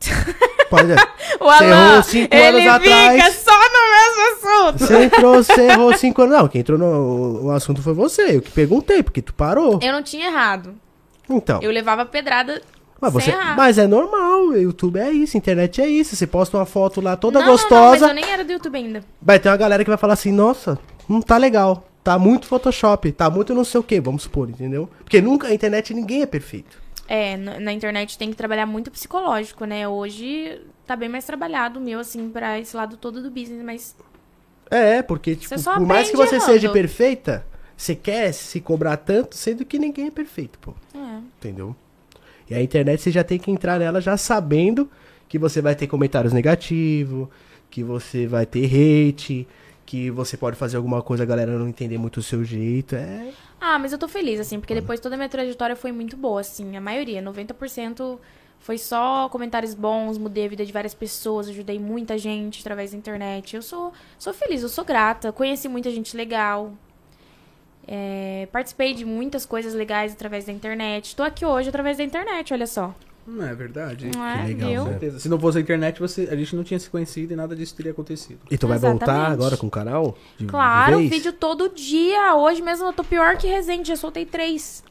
S3: Pode.
S2: O
S3: Você
S2: Alan,
S3: errou cinco
S2: ele
S3: anos
S2: fica
S3: atrás.
S2: só no mesmo assunto.
S3: Você entrou, você errou cinco anos. Não, quem entrou no o assunto foi você. Eu que perguntei, porque tu parou.
S2: Eu não tinha errado.
S3: Então.
S2: É, Eu levava pedrada
S3: mas,
S2: sem
S3: você,
S2: errar.
S3: mas é normal, YouTube é isso, internet é isso. Você posta uma foto lá toda
S2: não, Não, não, mas
S3: gostosa.
S2: eu nem era do YouTube ainda.
S3: Vai ter uma galera que vai falar assim, nossa, não tá legal. Tá muito Photoshop, tá muito não sei o que, vamos supor, entendeu? Porque nunca a internet ninguém é perfeito.
S2: É, na, na internet tem que trabalhar muito psicológico, né? Hoje tá bem mais trabalhado o meu, assim, pra esse lado todo do business, mas
S3: É, porque, tipo,
S2: só
S3: por mais que
S2: aprende
S3: você
S2: errando.
S3: seja perfeita, você quer se cobrar tanto, sendo que ninguém é perfeito, pô.
S2: é.
S3: Entendeu? E a internet você já tem que entrar nela já sabendo que você vai ter comentários negativos, que você vai ter hate, que você pode fazer alguma coisa a galera não entender muito o seu jeito. É.
S2: Ah, mas eu tô feliz, assim, porque depois toda a minha trajetória foi muito boa, assim. A maioria, 90% Foi só comentários bons, mudei a vida de várias pessoas, ajudei muita gente através da internet. Eu sou, sou feliz, eu sou grata. Conheci muita gente legal. É, participei de muitas coisas legais através da internet. Tô aqui hoje através da internet, olha só.
S4: Não é verdade?
S2: Não é?
S3: legal,
S2: Viu?
S4: Com
S3: né?
S4: certeza. Se não fosse a internet, você, a gente não tinha se conhecido e nada disso teria acontecido.
S3: E tu Então vai
S2: Exatamente.
S3: voltar agora com o canal? De- de
S2: Claro, um
S3: vez?
S2: vídeo todo dia. Hoje mesmo eu tô pior que Resende, já soltei três.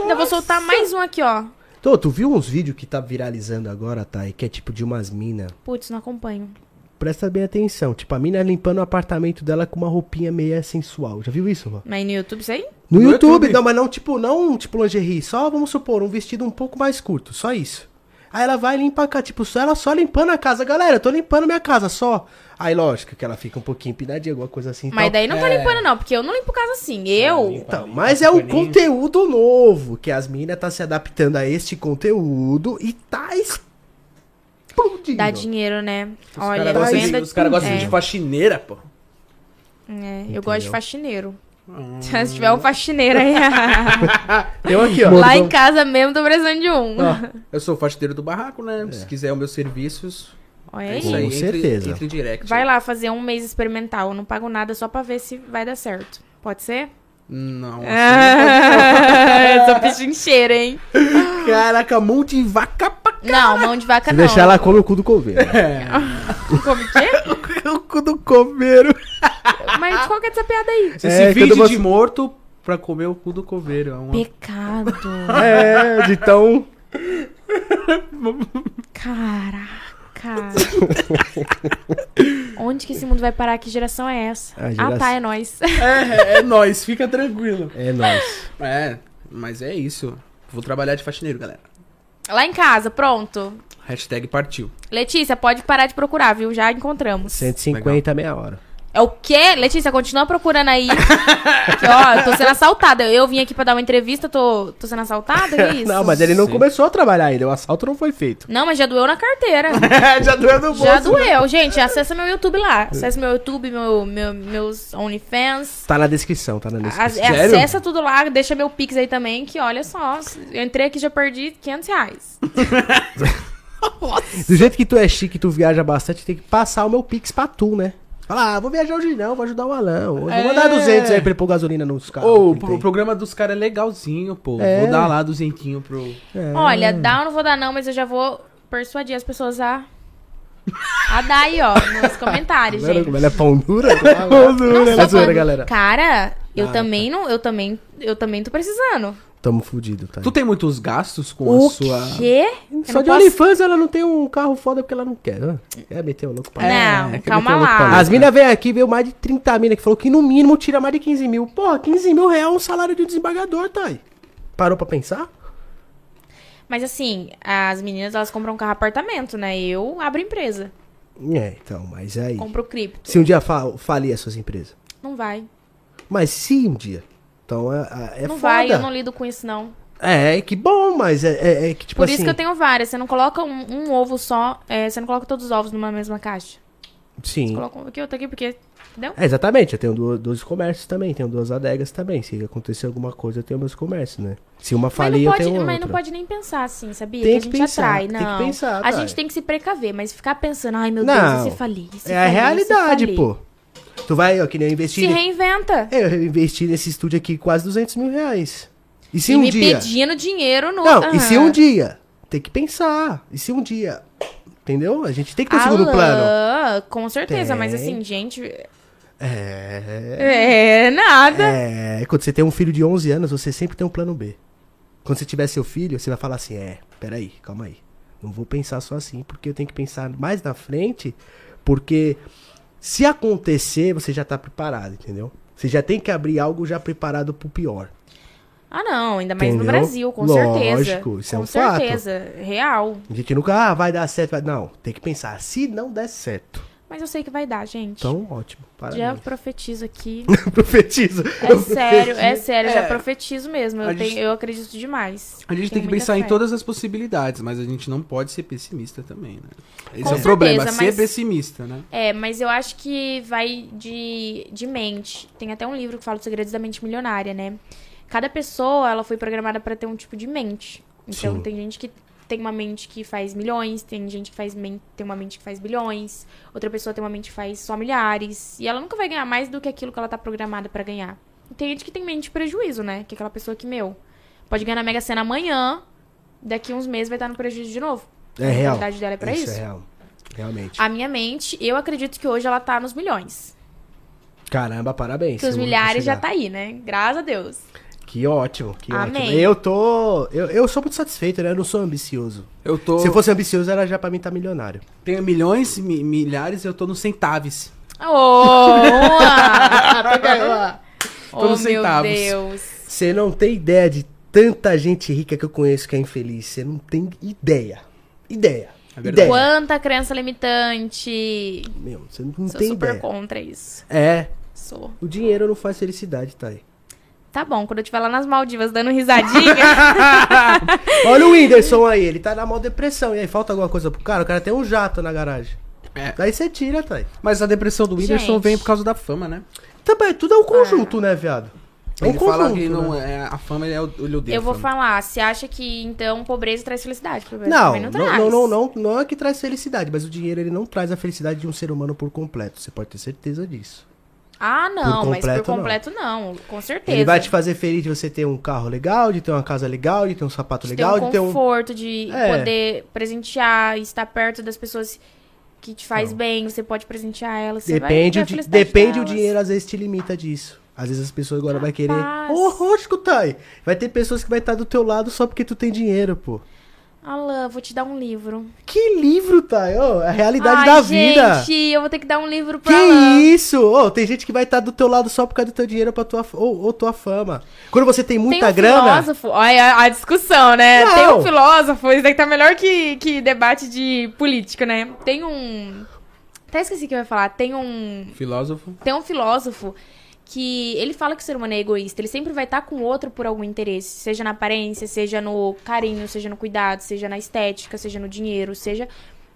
S2: Ainda vou soltar mais um aqui, ó.
S3: Tô, tu viu uns vídeos que tá viralizando agora, Thay, que é tipo de umas mina.
S2: Putz, não acompanho.
S3: Presta bem atenção, tipo, a mina limpando o apartamento dela com uma roupinha meia sensual. Já viu isso, mano?
S2: Mas no YouTube isso aí?
S3: No,
S4: No
S3: YouTube,
S4: YouTube.
S3: não, mas não tipo, não tipo lingerie, só vamos supor, um vestido um pouco mais curto, só isso. Aí ela vai limpar a casa, tipo, só ela só limpando a casa, galera, eu tô limpando minha casa só. Aí lógico que ela fica um pouquinho empinadinha, alguma coisa assim. e
S2: Mas
S3: tal.
S2: daí não tô limpando, não, porque eu não limpo casa assim. Eu.
S4: Então, é. limpa.
S3: Então, mas é um conteúdo novo, que as minas tá se adaptando a este conteúdo e tá explodindo.
S2: Dá dinheiro, né?
S4: Os
S2: Olha,
S4: caras gostam de-
S2: venda.
S4: os caras gostam
S2: é,
S4: de faxineira, pô.
S2: é, eu gosto de
S3: Entendeu?
S2: faxineiro.
S4: Hum.
S2: Se tiver um faxineiro aí.
S3: Eu aqui, ó.
S2: lá em casa mesmo tô precisando de um.
S4: Ó, eu sou faxineiro do barraco, né? Se quiser os meus serviços,
S2: Olha
S4: é
S2: aí.
S4: isso aí.
S3: É. Com
S4: entre-
S3: certeza.
S4: Entre em direct.
S2: Vai lá fazer um mês experimental. Eu não pago nada só pra ver se vai dar certo. Pode ser?
S4: Não,
S2: É.
S4: assim,
S2: eu sou pichincheira, hein?
S4: Caraca, mão de vaca pra
S2: Não, mão de vaca
S3: Se
S2: não.
S3: deixar ela come o cu do coveiro.
S2: Como que? é?
S3: o cu do coveiro.
S2: Mas qual que é essa piada aí?
S4: Você
S3: É,
S4: se finge
S3: quando você-
S4: de morto pra comer o cu do coveiro. É uma...
S2: Pecado.
S3: É, de tão...
S2: Caraca. Onde que esse mundo vai parar? Que geração é essa?
S3: A geração-
S2: Ah, tá, é nós.
S4: É, é, é nóis, fica tranquilo.
S3: É nóis.
S4: É, mas é isso. Vou trabalhar de faxineiro, galera.
S2: Lá em casa, pronto.
S4: Hashtag partiu.
S2: Letícia, pode parar de procurar, viu? Já encontramos.
S3: 150 meia hora.
S2: É o quê? Letícia, continua procurando aí. que, ó, eu tô sendo assaltada. Eu vim aqui pra dar uma entrevista, tô, tô sendo assaltada? Que isso?
S3: Não, mas ele não
S4: Sim.
S3: começou a trabalhar ainda. O assalto não foi feito.
S2: Não, mas já doeu na carteira.
S3: Já doeu no
S2: Já doeu. Gente, acessa meu YouTube lá. Acessa meu YouTube, meu, meu- meus OnlyFans.
S3: Tá na descrição, tá na
S2: A-
S3: descrição.
S2: é,
S4: Sério?
S2: acessa tudo lá, deixa meu Pix aí também, que olha só, eu entrei aqui e já perdi 500 reais.
S3: Do jeito que tu é chique, tu viaja bastante, tem que passar o meu Pix pra tu, né? Fala, ah, vou viajar hoje não, vou ajudar o Alão. Hoje
S4: É.
S3: Vou mandar 200 aí pra ele pôr gasolina nos carros.
S4: Ô,
S3: que
S4: o,
S3: ele
S4: pro- o
S3: tem.
S4: programa dos caras é legalzinho, pô.
S3: É.
S4: Vou dar lá duzentinho pro...
S3: É.
S2: Olha, dá ou não vou dar não, mas eu já vou persuadir as pessoas a, a dar aí, ó, nos comentários,
S3: Galera,
S2: gente.
S3: como ela é pão dura? pão
S2: Não
S3: dura,
S2: sou
S3: é zoeira,
S2: quando-
S3: galera. Ah, tá.
S2: Cara, eu também não, eu também, eu também tô precisando.
S3: Tamo fudido, tá?
S4: Tu tem muitos gastos com
S2: o
S4: a sua...
S2: quê? Eu
S3: Só
S2: não
S3: de
S2: posso-
S3: OnlyFans ela não tem um carro foda porque ela não quer. né? É, meter o louco pra
S2: Não,
S4: é que
S2: calma
S4: eu tô louco pra
S2: lá.
S4: ler.
S3: As minas veio aqui, veio mais de 30 minas que falou que no mínimo tira mais de 15 mil. Porra, 15 mil reais é um salário de um desembargador, tá aí. Parou pra pensar?
S2: Mas assim, as meninas elas compram um carro apartamento, né? Eu abro empresa,
S3: É, então, mas aí.
S2: compro cripto.
S3: Se um dia fa falir as suas empresas.
S2: Não vai.
S3: Mas se um dia. Então é, é
S2: não
S3: foda.
S2: vai, eu não lido com isso não.
S3: É, que bom, mas é, é- é que tipo
S2: Por
S3: assim.
S2: isso que eu tenho várias. Você não coloca um, um ovo só, é, você não coloca todos os ovos numa mesma caixa.
S3: Sim.
S2: Coloca um aqui, outro aqui, porque. Entendeu?
S3: Hum. É, exatamente, eu tenho du- dois comércios também, tenho duas adegas também. Se acontecer alguma coisa, eu tenho meus comércios, né? Se uma
S2: mas
S3: falir,
S2: não
S3: eu
S2: pode,
S3: tenho
S2: mas não
S3: outra.
S2: pode nem pensar assim, sabia?
S3: Tem
S2: que a
S3: que
S2: gente
S3: pensar,
S2: atrai,
S3: tem
S2: não.
S3: que pensar,
S2: a
S3: tá.
S2: gente tem que se precaver, mas ficar pensando, ai meu
S3: Não,
S2: Deus, e se falir. e se
S3: É a
S2: falir, e se
S3: realidade,
S2: falir?"
S3: pô. Tu vai, ó, que nem eu
S2: Se
S3: investir.
S2: reinventa.
S3: É, eu investi nesse estúdio aqui quase 200 mil reais. E se
S2: e
S3: um
S2: me
S3: dia.
S2: pedindo dinheiro no.
S3: Não, e se
S2: Aham.
S3: um dia? Tem que pensar. E se um dia? Entendeu? A gente tem que ter um segundo
S2: Alô,
S3: plano.
S2: Com certeza, mas
S3: Tem.
S2: assim, gente.
S3: É.
S2: É, nada.
S3: É. Quando você tem um filho de 11 anos, você sempre tem um plano B. Quando você tiver seu filho, você vai falar assim: é, peraí, calma aí. Não vou pensar só assim, porque eu tenho que pensar mais na frente, porque se acontecer, você já tá preparado, entendeu? Você já tem que abrir algo já preparado pro pior.
S2: Ah, não, ainda mais no
S3: Entendeu?
S2: Brasil, com certeza.
S3: Lógico, isso é
S2: com
S3: um fato.
S2: certeza, real.
S3: A gente nunca, ah, vai dar certo. Vai... Não, tem que pensar. Se não der certo,
S2: Mas eu sei que vai dar, gente.
S3: então ótimo.
S2: já
S3: Parabéns.
S2: profetizo aqui.
S3: Profetiza.
S2: É sério, é sério, já
S4: É.
S2: profetizo mesmo.
S4: A
S2: Eu,
S4: gente-
S2: tenho- eu acredito demais.
S4: A gente
S2: Tenho
S4: tem que
S2: muita
S4: pensar em
S2: fé.
S4: todas as possibilidades, mas a gente não pode ser pessimista também, né? Esse é o
S2: certeza,
S4: problema, ser
S2: mas-
S4: pessimista, né?
S2: É, mas eu acho que vai de, de mente. Tem até um livro que fala os segredos da mente milionária, né? Cada pessoa, ela foi programada pra ter um tipo de mente. Então
S3: Sim.
S2: tem gente que tem uma mente que faz milhões, tem gente que faz men- tem uma mente que faz bilhões, outra pessoa tem uma mente que faz só milhares. E ela nunca vai ganhar mais do que aquilo que ela tá programada pra ganhar. E tem gente que tem mente de prejuízo, né? Que é aquela pessoa que, meu, pode ganhar na Mega Sena amanhã, daqui uns meses vai estar no prejuízo de novo.
S3: É real.
S2: A mentalidade dela é pra isso.
S3: é real. Realmente.
S2: A minha mente, eu acredito que hoje ela tá nos milhões.
S3: Caramba, parabéns.
S2: Que os
S3: eu vou
S2: milhares já
S3: chegar.
S2: tá aí, né? Graças a Deus.
S3: Que ótimo, que ótimo.
S2: Amém.
S3: Eu tô. Eu, eu sou muito satisfeito, né? Eu não sou ambicioso.
S4: Eu tô.
S3: Se eu fosse ambicioso, era já pra mim tá milionário.
S4: Tenho milhões, mi- milhares, eu tô nos centavos.
S2: Ô, boa!
S4: Tô
S2: oh,
S4: nos
S2: meu
S4: centavos.
S2: Deus.
S3: Você não tem ideia de tanta gente rica que eu conheço que é infeliz. Você não tem ideia. Ideia.
S4: É
S3: ideia.
S4: verdade.
S2: Quanta crença limitante.
S3: Meu, você não
S2: Sou
S3: tem
S2: super
S3: ideia.
S2: contra isso.
S3: É,
S2: Sou.
S3: o dinheiro não faz felicidade, tá aí.
S2: Tá bom, quando eu estiver lá nas Maldivas dando risadinha.
S3: Olha o Whindersson aí, ele tá na mal depressão. E aí, falta alguma coisa pro cara? O cara tem um jato na garagem.
S4: É.
S3: Aí você tira, tá aí.
S4: Mas a depressão do Whindersson
S2: Gente.
S4: vem por causa da fama, né?
S3: Também, tudo é um conjunto, né, viado? É um
S4: Ele
S3: conjunto.
S4: fala que não
S3: né?
S4: é, a fama ele, é, o- ele odeia
S2: eu
S4: a
S2: vou
S4: fama.
S2: falar, você acha que então pobreza traz felicidade? Pobreza
S3: Não,
S2: também
S3: não,
S2: traz.
S3: não, não, não, não é que traz felicidade, mas o dinheiro ele não traz a felicidade de um ser humano por completo. Você pode ter certeza disso.
S2: Ah, não,
S3: Por
S2: mas por completo
S3: completo, não.
S2: não, com certeza.
S3: Ele vai te fazer feliz de você ter um carro legal, de ter uma casa legal, de ter um sapato
S2: De
S3: legal,
S2: ter um
S3: de ter um.
S2: conforto, de
S3: É.
S2: poder presentear, estar perto das pessoas que te faz bem, você pode presentear elas. Você
S3: Depende,
S2: vai
S3: o,
S2: ver a
S3: di-
S2: felicidade
S3: depende o
S2: delas.
S3: dinheiro, às vezes te limita disso. Às vezes as pessoas agora vai querer.
S2: Rapaz.
S3: Ô, Rosco, Thay! Vai ter pessoas que vai estar do teu lado só porque tu tem dinheiro, pô.
S2: Alan, vou te dar um livro.
S3: Que livro, Thay! Ô, é a realidade
S2: Ai,
S3: da vida.
S2: gente, eu vou ter que dar um livro pra Alan.
S3: Que isso? Ô, tem gente que vai estar do teu lado só por causa do teu dinheiro pra tua, f- ou, ou tua fama. Quando você tem muita
S2: tem um
S3: grana.
S2: filósofo, olha a, a discussão, né?
S3: Não.
S2: Tem um filósofo, isso daí tá melhor que, que debate de político, né? Tem um. Até esqueci o que eu ia falar. Tem um.
S4: Filósofo.
S2: Tem um filósofo que ele fala que o ser humano é egoísta. Ele sempre vai estar com o outro por algum interesse. Seja na aparência, seja no carinho, seja no cuidado, seja na estética, seja no dinheiro, seja.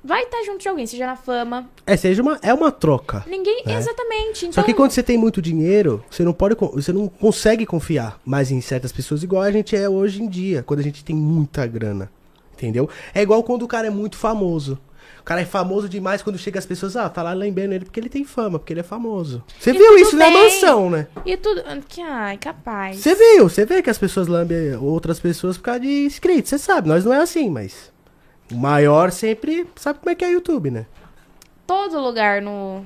S2: Vai estar junto de alguém, seja na fama.
S3: É, seja uma, é uma troca.
S2: Ninguém.
S3: É.
S2: Exatamente. Então,
S3: Só que quando você tem muito dinheiro, você não pode, con- você não consegue confiar mais em certas pessoas igual a gente é hoje em dia, quando a gente tem muita grana, entendeu? É igual quando o cara é muito famoso. O cara é famoso demais quando chega as pessoas, ah, tá lá lembrando ele porque ele tem fama, porque ele é famoso. Você
S2: E
S3: viu
S2: tudo
S3: isso na
S2: bem.
S3: mansão, né?
S2: E tudo. que- Ai, capaz.
S3: Você viu, você vê que as pessoas lambem outras pessoas por causa de inscritos, você sabe, nós não é assim, mas o maior sempre sabe como é que é YouTube, né?
S2: Todo lugar no.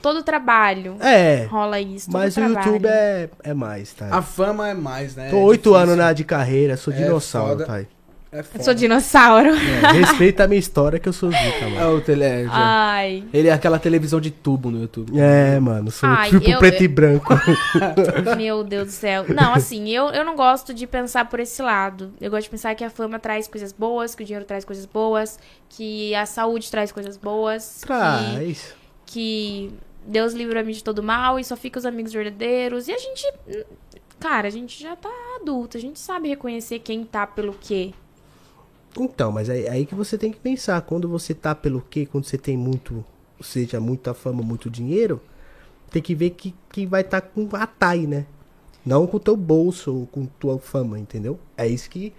S2: Todo trabalho.
S3: É,
S2: rola isso. todo
S3: mas o
S2: trabalho. né?
S3: YouTube é, é mais, tá?
S4: A fama é mais, né?
S3: Tô
S4: É
S3: oito
S4: difícil.
S3: anos na de carreira, sou
S4: É
S3: dinossauro,
S4: foda.
S3: Thay.
S4: É
S2: Eu
S4: foda.
S2: sou dinossauro.
S3: É. Respeita a minha história que eu sou zica,
S4: É
S3: mano.
S4: o tele...
S2: Ah. Ai.
S4: Ele é aquela televisão de tubo no YouTube.
S3: É, mano, sou
S2: Ai,
S3: tipo
S2: eu-
S3: preto e branco.
S2: Meu Deus do céu. Não, assim, eu, eu não gosto de pensar por esse lado. Eu gosto de pensar que a fama traz coisas boas, que o dinheiro traz coisas boas, que a saúde traz coisas boas. que-
S3: Traz.
S2: Que, Deus livra-me de todo mal e só fica os amigos verdadeiros. E a gente. Cara, a gente já tá adulta, a gente sabe reconhecer quem tá pelo quê.
S3: Então, mas é aí que você tem que pensar. Quando você tá pelo quê? Quando você tem muito, ou seja, muita fama, muito dinheiro, tem que ver que, que vai estar com a Thay, né? Não com o teu bolso ou com tua fama, entendeu? É isso que.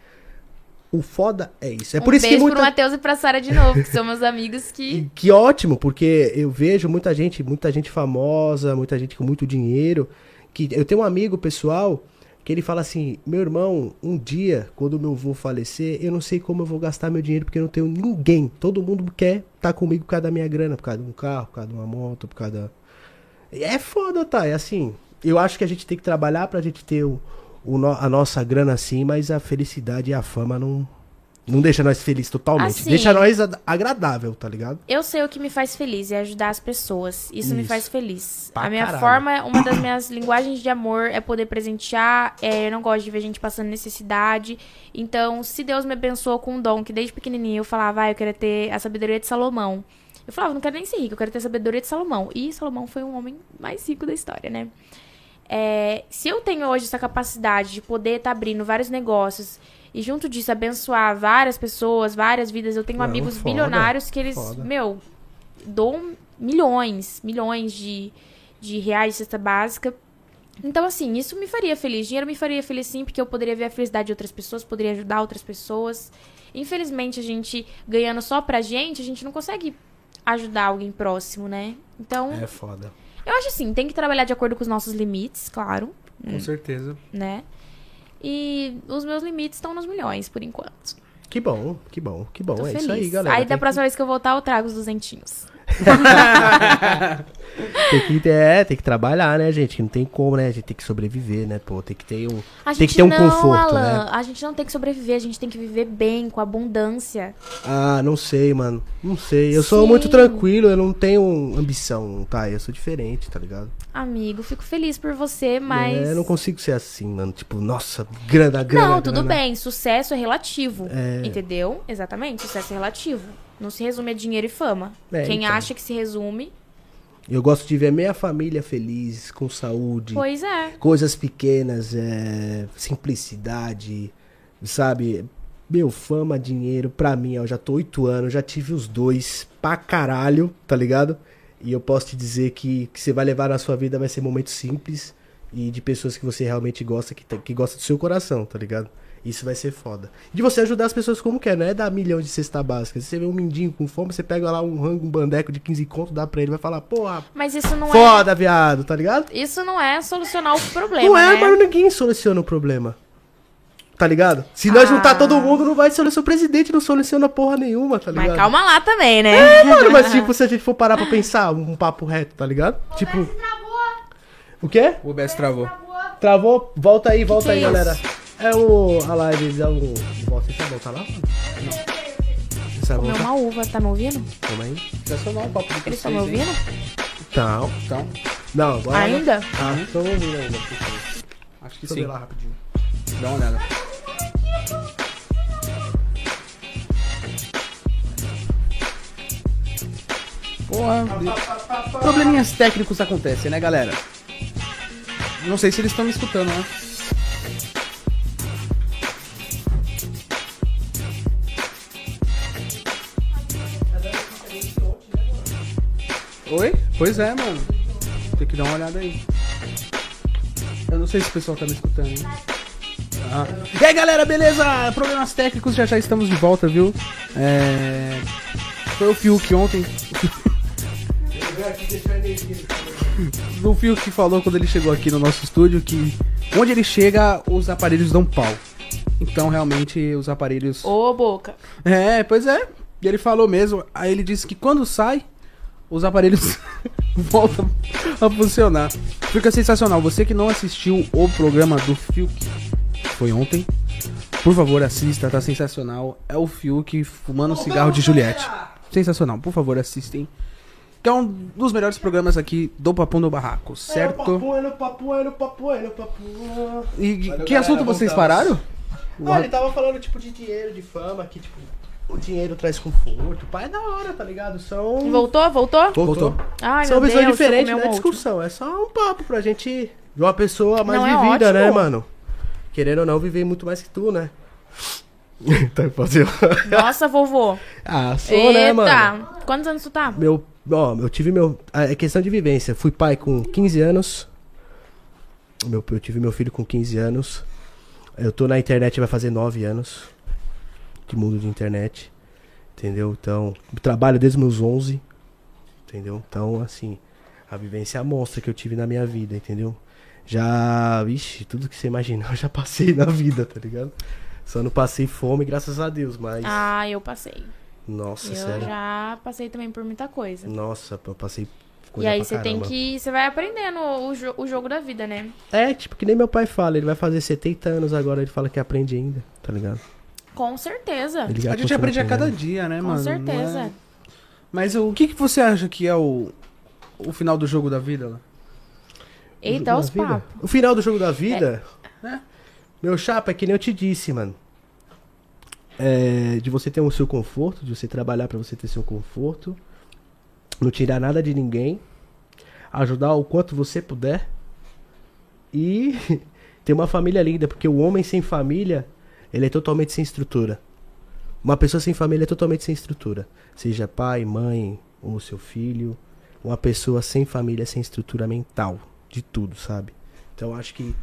S3: O foda é isso. É por
S2: um
S3: isso
S2: beijo
S3: que muita...
S2: pro Matheus e pra Sara de novo, que são meus amigos que.
S3: E que ótimo, porque eu vejo muita gente, muita gente famosa, muita gente com muito dinheiro. Que eu tenho um amigo pessoal que ele fala assim: meu irmão, um dia, quando meu avô falecer, eu não sei como eu vou gastar meu dinheiro porque eu não tenho ninguém. Todo mundo quer estar comigo por causa da minha grana, por causa de um carro, por causa de uma moto, por causa da. E É foda, tá? É assim. Eu acho que a gente tem que trabalhar pra gente ter o, o no- a nossa grana assim, mas a felicidade e a fama não. Não deixa nós felizes totalmente.
S2: Assim.
S3: Deixa nós ad- agradável, tá ligado?
S2: Eu sei o que me faz feliz, é ajudar as pessoas. Isso, me
S3: Isso.
S2: faz feliz.
S3: Pra
S2: a minha
S3: caralho.
S2: forma, uma das minhas linguagens de amor é poder presentear. é, eu não gosto de ver gente passando necessidade. Então, se Deus me abençoou com um dom que desde pequenininha eu falava, ah, eu quero ter a sabedoria de Salomão. Eu falava, não quero nem ser rico, eu quero ter a sabedoria de Salomão. E Salomão foi um homem mais rico da história, né? É, se eu tenho hoje essa capacidade de poder estar abrindo vários negócios e junto disso abençoar várias pessoas, várias vidas, eu tenho
S3: Não,
S2: amigos
S3: foda,
S2: bilionários que eles,
S3: foda.
S2: meu, dão milhões, milhões de, de reais de cesta básica Então, assim, isso me faria feliz. Dinheiro me faria feliz sim, porque eu poderia ver a felicidade de outras pessoas, poderia ajudar outras pessoas. Infelizmente, a gente ganhando só pra gente, a gente não consegue ajudar alguém próximo, né? Então,
S3: É foda.
S2: eu acho assim, tem que trabalhar de acordo com os nossos limites, claro,
S4: Com certeza.
S2: né? E os meus limites estão nos milhões, por enquanto.
S3: Que bom, que bom, que bom.
S2: Tô
S3: é
S2: feliz.
S3: isso aí, galera.
S2: Aí
S3: Tem
S2: da próxima vez que eu voltar, eu trago os duzentinhos.
S3: que, tem que, é, tem que trabalhar, né, gente? Que não tem como, né? A gente tem que sobreviver, né, pô? Tem que ter um.
S2: A
S3: Tem
S2: gente
S3: que ter um
S2: não,
S3: conforto,
S2: Alan, a gente não tem que sobreviver, a gente tem que viver bem, com abundância.
S3: Ah, não sei, mano. Não sei. Eu sou
S2: Sim.
S3: muito tranquilo, eu não tenho ambição, tá? Eu sou diferente, tá ligado?
S2: Amigo, fico feliz por você, mas.
S3: É, eu não consigo ser assim, mano. Tipo, nossa, grana, grana.
S2: Não, tudo
S3: grana.
S2: bem, sucesso é relativo. Entendeu? Exatamente, sucesso é relativo. Não se resume a dinheiro e fama.
S3: É,
S2: Quem
S3: então.
S2: acha que se resume,
S3: Eu gosto de ver minha família feliz, com saúde.
S2: pois é.
S3: Coisas pequenas, é, simplicidade, sabe? Meu, fama, dinheiro, pra mim, ó, eu já tô oito anos, já tive os dois pra caralho, tá ligado? E eu posso te dizer que que você vai levar na sua vida vai ser momentos simples e de pessoas que você realmente gosta, que, tem- que gosta do seu coração, tá ligado? Isso vai ser foda. De você ajudar as pessoas como quer, não é dar milhão de cesta básica. Se você vê um mindinho com fome, você pega lá um rango, um bandeco de 15 conto, dá pra ele, vai falar, porra,
S2: Mas isso não
S3: foda, viado, tá ligado?
S2: é. Isso não é solucionar o problema.
S3: Não é,
S2: né?
S3: mas ninguém soluciona o problema. Tá ligado? Se nós
S2: Ah.
S3: juntar todo mundo, não vai solucionar. O presidente não soluciona porra nenhuma, tá ligado?
S2: Mas calma lá também, né?
S3: Mano, mas tipo, se a gente for parar pra pensar, um papo reto, tá ligado? Tipo. O quê?
S4: O OBS travou.
S3: Travou? Volta aí, volta
S2: que
S3: aí,
S2: é
S3: galera. É o. A live, é o. Volta aí, tá voltar lá? mano? Você vai
S2: Comeu
S3: voltar?
S2: uma uva, tá me ouvindo?
S3: Calma aí.
S4: Sensacional o papo de
S2: Eles
S4: vocês,
S2: estão me
S4: hein?
S2: ouvindo?
S3: Então.
S4: Então,
S3: Não, agora.
S2: Ainda?
S3: Ah, tô ouvindo ainda. Deixa
S4: acho que
S3: eu ver
S4: sim.
S3: lá rapidinho.
S4: Dá uma olhada. Porra. de- Probleminhas técnicos acontecem, né, galera? Não sei se eles estão me escutando, né? Oi? Pois é, mano. Tem que dar uma olhada aí. Eu não sei se o pessoal tá me escutando, hein? Ah. E aí galera, beleza? Problemas técnicos, já já estamos de volta, viu? É... Foi o Fiuk ontem. o Fiuk que falou quando ele chegou aqui no nosso estúdio que onde ele chega, os aparelhos dão pau. Então realmente os aparelhos.
S2: Ô, boca.
S4: É, pois é. E ele falou mesmo. Aí ele disse que quando sai, os aparelhos voltam a funcionar. Fica sensacional. Você que não assistiu o programa do Fiuk, foi ontem. Por favor, assista, tá sensacional. É o Fiuk fumando cigarro de Juliette.
S3: É
S4: Sensacional, por favor, assistem. Que é um dos melhores programas aqui do Papão do Barraco, certo?
S3: Papo, é papo, papo, é papo.
S4: E que
S3: Valeu,
S4: assunto
S3: galera,
S4: vocês
S3: voltamos.
S4: pararam?
S3: Ah, ele tava falando, tipo, de dinheiro, de fama, que, tipo, o dinheiro traz conforto. Pai é da hora, tá ligado? São.
S2: Voltou? Voltou?
S3: Voltou.
S2: Ai,
S3: São
S2: meu
S3: visões
S2: Deus, eu comi
S3: diferentes, não é
S2: uma última.
S3: discussão. É só um papo pra gente. De uma pessoa mais
S2: Não, é
S3: vivida, né,
S2: ótimo.
S3: mano? Querendo ou não, viver muito mais que tu, né? tá fazendo.
S2: Nossa, vovô.
S3: ah, sou, né,
S2: Eita.
S3: mano?
S2: Quantos anos tu tá?
S3: Meu. Ó, eu tive meu. É questão de vivência. Fui pai com 15 anos. Meu, eu tive meu filho com 15 anos. Eu tô na internet, vai fazer 9 anos. De mundo de internet. Entendeu? Então, trabalho desde meus 11. Entendeu? Então, assim, a vivência monstra que eu tive na minha vida, entendeu? Já, vixe, tudo que você imaginar eu já passei na vida, tá ligado? Só não passei fome, graças a Deus, mas.
S2: Ah, eu passei.
S3: nossa,
S2: eu
S3: sério.
S2: já passei também por muita coisa.
S3: Nossa, eu passei
S2: E
S3: coisa
S2: aí
S3: pra
S2: você tem
S3: caramba.
S2: que. Você vai aprendendo o, jo- o jogo da vida, né?
S3: É, tipo, que nem meu pai fala, ele vai fazer 70 anos agora, ele fala que aprende ainda, tá ligado?
S2: Com certeza.
S3: Ele
S4: A gente
S3: continua
S4: aprende a cada
S3: aprendendo.
S4: dia, né,
S2: Com
S4: mano? Não é-
S2: certeza.
S4: Mas o que, que você acha que é o, o final do jogo da vida lá?
S3: O
S2: Eita,
S3: jogo
S2: os
S3: da vida.
S2: papos.
S3: O final do jogo da vida, Né?
S4: É.
S3: meu chapa, é que nem eu te disse, mano. É, de você ter o seu conforto, de você trabalhar pra você ter seu conforto, não tirar nada de ninguém, ajudar o quanto você puder e ter uma família linda, porque o homem sem família, ele é totalmente sem estrutura. Uma pessoa sem família é totalmente sem estrutura. Seja pai, mãe ou seu filho. Uma pessoa sem família, sem estrutura mental. De tudo, sabe? Então acho que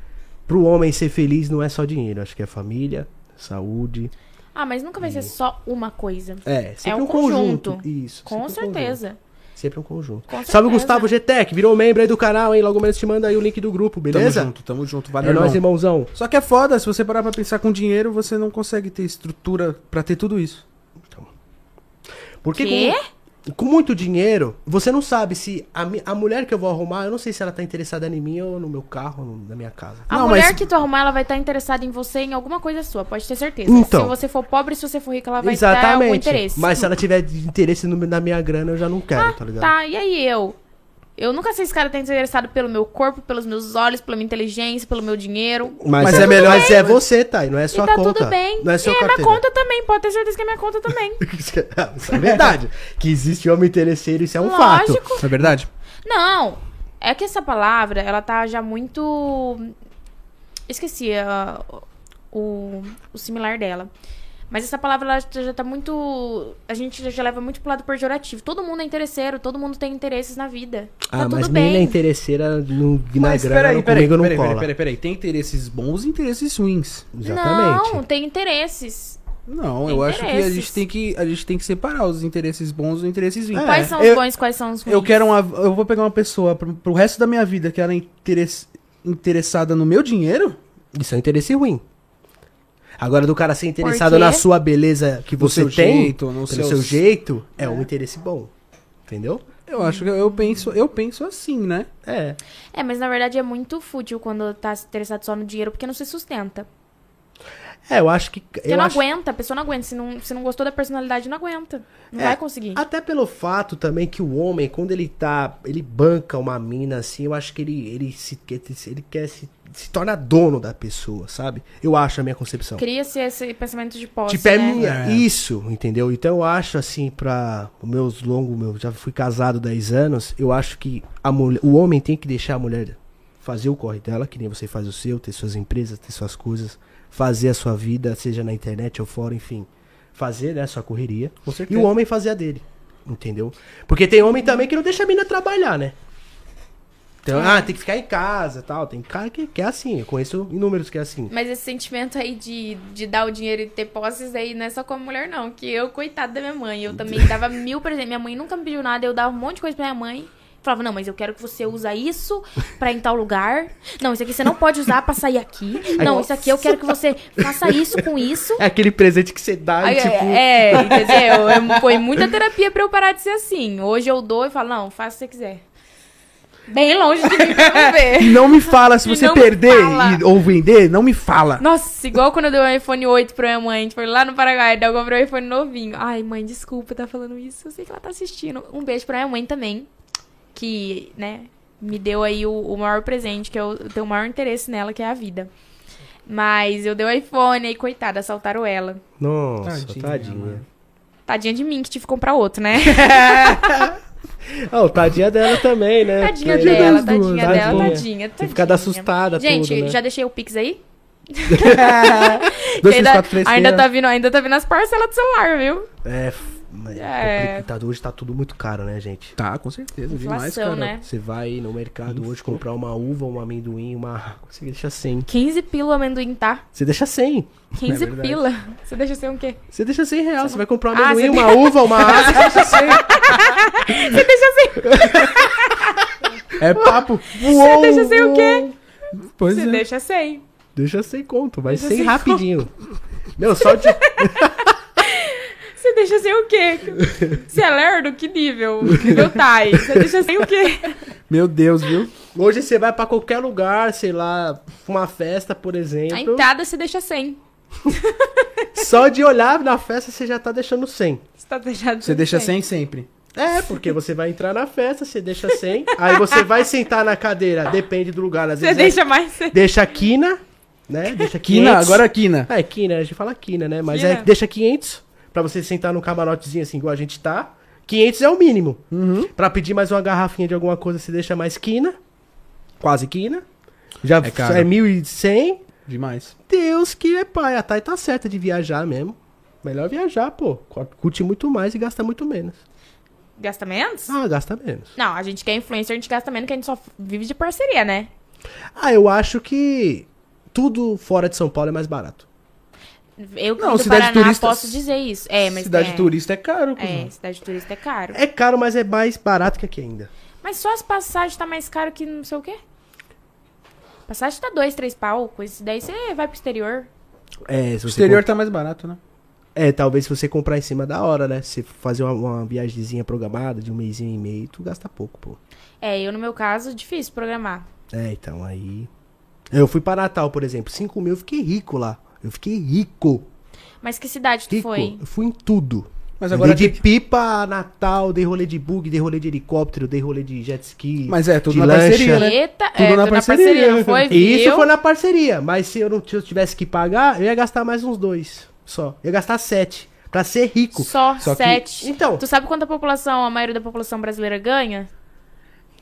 S3: pro homem ser feliz não é só dinheiro, acho que é família, saúde.
S2: Ah, mas nunca vai ser só uma coisa.
S3: Uhum. É, sempre
S2: um
S3: um conjunto.
S2: conjunto.
S3: Isso.
S2: Com
S3: sempre um conjunto.
S2: certeza.
S3: Sempre um conjunto.
S2: Com
S3: Salve
S2: certeza.
S3: Gustavo GTEC, virou membro aí do canal, hein? Logo menos te manda aí o link do grupo, beleza?
S4: Tamo junto, tamo junto.
S3: É
S4: Valeu, irmão.
S3: nóis, irmãozão.
S4: Só que é foda, se você parar pra pensar com dinheiro, você não consegue ter estrutura pra ter tudo isso.
S3: Porque
S2: Quê?
S3: com, com muito dinheiro, você não sabe se a, mi- a mulher que eu vou arrumar, eu não sei se ela tá interessada em mim ou no meu carro, ou no- na minha casa.
S2: A
S4: Não,
S2: mulher
S4: mas-
S2: que tu arrumar, ela vai estar interessada em você em alguma coisa sua, pode ter certeza.
S3: Então.
S2: Se você for pobre, se você for rica, ela vai ter algum
S3: Exatamente.
S2: interesse.
S3: Mas se ela tiver de interesse no- na minha grana, eu já não quero, tá ligado?
S2: Tá, e aí eu? Eu nunca sei se esse cara tá interessado pelo meu corpo, pelos meus olhos, pela minha inteligência, pelo meu dinheiro.
S3: Mas,
S4: Mas
S3: é
S4: tá
S3: melhor,
S4: tudo
S3: mas é você, Thay, não é sua
S2: e tá
S3: conta.
S2: tudo bem.
S3: Não é
S2: e
S3: sua
S2: é minha
S3: carteira.
S2: conta também, pode ter certeza que é minha conta também.
S3: Isso é verdade. Que existe homem interesseiro, isso é um fato.
S2: Lógico. Tá
S4: Não é verdade?
S2: Não, é que essa palavra, ela tá já muito. Esqueci a- o, o similar dela. Mas essa palavra ela já já tá muito. A gente já- já leva muito pro lado pejorativo. Todo mundo é interesseiro, todo mundo tem interesses na vida. tá
S3: Ah,
S2: tudo
S3: mas
S2: bem.
S3: nem é interesseira no, na grana, não- comigo não cola.
S4: Tem interesses bons e interesses ruins.
S3: Exatamente.
S2: Não, tem interesses.
S4: Não,
S2: Tem
S4: eu acho que a
S2: interesses.
S4: gente tem que a gente tem que separar os interesses bons dos interesses ruins.
S3: É.
S2: Quais são os
S4: eu-
S2: bons, quais são os ruins?
S4: Eu quero uma eu vou pegar uma pessoa pro, pro resto da minha vida que ela é interess- interessada no meu dinheiro?
S3: Isso é um interesse ruim. Agora, do cara ser interessado
S2: quê?
S3: na sua beleza que você
S4: seu
S3: tem,
S4: jeito, no
S3: pelo
S4: seu-
S3: seu jeito, é um interesse bom. Entendeu?
S4: Eu acho que eu penso, eu penso assim, né?
S3: É.
S2: É, mas na verdade é muito fútil quando tá interessado só no dinheiro, porque não se sustenta.
S3: É, eu acho que.
S2: Porque
S3: eu
S2: não
S3: acho-
S2: aguenta, a pessoa não aguenta. Se não, se não gostou da personalidade, não aguenta. Não
S3: É,
S2: vai conseguir.
S3: Até pelo fato também que o homem, quando ele tá. Ele banca uma mina assim, eu acho que ele, ele, se, que- ele quer se, se torna dono da pessoa, sabe? Eu acho a minha concepção.
S2: Cria-se esse pensamento de posse,
S3: Tipo, é
S2: né?
S3: minha.
S4: É.
S3: Isso, entendeu? Então eu acho assim, pra os meus longos, meu, já fui casado 10 anos, eu acho que a mulher, o homem tem que deixar a mulher fazer o corre dela, que nem você faz o seu, ter suas empresas, ter suas coisas, fazer a sua vida, seja na internet ou fora, enfim. Fazer, né, a sua correria.
S4: Com
S3: E
S4: certeza.
S3: o homem fazer a dele, entendeu? Porque tem homem também que não deixa a mina trabalhar, né? Então, ah, tem que ficar em casa tal. Tem cara que, que é assim, eu conheço inúmeros que é assim.
S2: Mas esse sentimento aí de, de dar o dinheiro e ter posses aí não é só com a mulher, não. Que eu, coitada da minha mãe, eu também dava mil presentes. Minha mãe nunca me pediu nada, eu dava um monte de coisa pra minha mãe. Falava, não, mas eu quero que você usa isso pra ir em tal lugar. Não, isso aqui você não pode usar pra sair aqui. Não, isso aqui eu quero que você faça isso com isso.
S3: É aquele presente que você dá,
S2: Aí,
S3: e, tipo,
S2: É, é, entendeu? É, foi muita terapia pra eu parar de ser assim. Hoje eu dou e falo, não, faça o que você quiser. Bem longe de mim pra não ver.
S4: Não me fala se
S2: E
S4: você
S2: não me
S4: perder
S2: fala.
S4: e- ou vender, não me fala.
S2: Nossa, igual quando eu dei um iPhone 8 pra minha mãe, a gente foi lá no Paraguai, daí eu comprei um iPhone novinho. Ai, mãe, desculpa tá falando isso, eu sei que ela tá assistindo. Um beijo pra minha mãe também, que, né, me deu aí o, o maior presente, que eu tenho o maior interesse nela, que é a vida. Mas eu dei o iPhone, aí, coitada, assaltaram ela.
S3: Nossa,
S4: Tadinha,
S3: tadinha.
S4: mano.
S2: Tadinha de mim, que tive que comprar outro, né?
S3: Ah, o tadinha dela também, né?
S2: Tadinha
S3: Porque-
S2: dela,
S4: das
S2: tadinha
S4: duas,
S2: dela, tadinha,
S3: tadinha.
S2: tadinha.
S3: Tem ficado assustada
S2: Gente,
S3: tudo, né?
S2: já deixei o Pix aí?
S4: Dois, três,
S2: ainda,
S4: quatro, três,
S2: ainda,
S4: seis.
S2: tá vindo, ainda tá vindo as parcelas do celular, viu?
S3: É, f- mas
S2: É.
S3: é complicado. Hoje tá tudo muito caro, né, gente?
S4: Tá, com certeza, demais,
S2: Inflação,
S4: cara.
S2: né?
S3: Você vai no mercado hoje comprar uma uva, um amendoim, uma água, você deixa 100.
S2: 15 pila o amendoim, tá?
S3: Você deixa 100.
S2: 15
S4: É verdade.
S2: pila. Você deixa ser um quê?
S3: Você deixa 100 reais. Você vai comprar um
S2: Ah,
S3: amendoim,
S2: você-
S3: uma uva, uma água, você deixa 100.
S2: Você deixa ser,
S4: É papo.
S3: Uou,
S2: deixa sem o quê?
S3: uou.
S4: Pois
S2: você
S4: é.
S2: deixa sem.
S3: Deixa 100 conto, mas
S2: Deixa
S3: 100
S2: 100
S3: rapidinho. Meu, só de...
S2: Você deixa sem o quê? Você é lerdo? Que nível? Nível Thai. Você deixa sem o quê?
S4: Meu Deus, viu?
S3: Hoje você vai pra qualquer lugar, sei lá, uma festa, por exemplo.
S2: A entrada você deixa sem.
S3: Só de olhar na festa você já tá deixando 100.
S2: Você tá deixado
S4: Você deixa sem sempre.
S3: É, porque você vai entrar na festa, você deixa 100, aí você vai sentar na cadeira, depende do lugar, às
S2: Você
S3: vezes é
S2: deixa mais sem.
S3: deixa quina, né? Deixa 500.
S4: Quina, agora quina.
S3: É, quina, a gente fala quina, né? Mas é
S2: Quina.
S3: deixa 500 pra você sentar num camarotezinho assim igual a gente tá. 500 é o mínimo.
S4: Uhum.
S3: Pra pedir mais uma garrafinha de alguma coisa, você deixa mais quina. Quase quina. Já
S4: É caro.
S3: é 1100.
S4: Demais.
S3: Deus que é pai, a Thay tá certa de viajar mesmo. Melhor viajar, pô. Curte muito mais e gasta muito menos.
S2: Gasta menos?
S3: Ah, gasta menos.
S2: Não, a gente que é influencer, a gente gasta menos, que a gente só vive de parceria, né?
S3: Ah, eu acho que tudo fora de São Paulo é mais barato.
S2: Eu que
S4: Não,
S2: vim do
S4: cidade
S2: Paraná
S4: turista-
S2: posso dizer isso. É, mas
S4: Cidade
S2: é,
S4: turista é caro,
S2: É,
S4: cuzão.
S2: cidade turista é caro.
S3: É caro, mas é mais barato que aqui ainda.
S2: Mas só as passagens tá mais caro que não sei o quê? Passagem tá dois, três pau, coisa assim. daí você vai pro exterior.
S3: É, se
S4: O
S3: você
S4: exterior tá mais barato, né?
S3: É, talvez se você comprar em cima da hora, né? Se fazer uma, uma viagemzinha programada de um mêsinho e meio, tu gasta pouco, pô.
S2: É, eu no meu caso, difícil programar.
S3: É, então aí. Eu fui pra Natal, por exemplo. 5 mil, eu fiquei rico lá. Eu fiquei rico.
S2: Mas que cidade tu
S3: Rico.
S2: foi?
S3: Eu fui em tudo.
S4: Mas
S3: Dei
S4: agora
S3: de
S4: tem-
S3: pipa a Natal, dei rolê de bug, dei rolê de helicóptero, dei rolê de jet ski.
S4: Mas é, tudo
S3: de
S4: na
S3: lancha.
S4: parceria, né?
S2: Eita,
S4: Tudo
S2: é, tô
S4: na
S2: na
S4: parceria.
S2: parceria, não foi?
S3: né? E isso
S2: Viu?
S3: foi na parceria. Mas se eu não se eu tivesse que pagar, eu ia gastar mais uns dois só. Eu ia gastar sete. Pra ser rico.
S2: Só,
S4: Só que-
S2: sete.
S3: Então.
S2: Tu sabe quanto a população, a maioria da população brasileira ganha?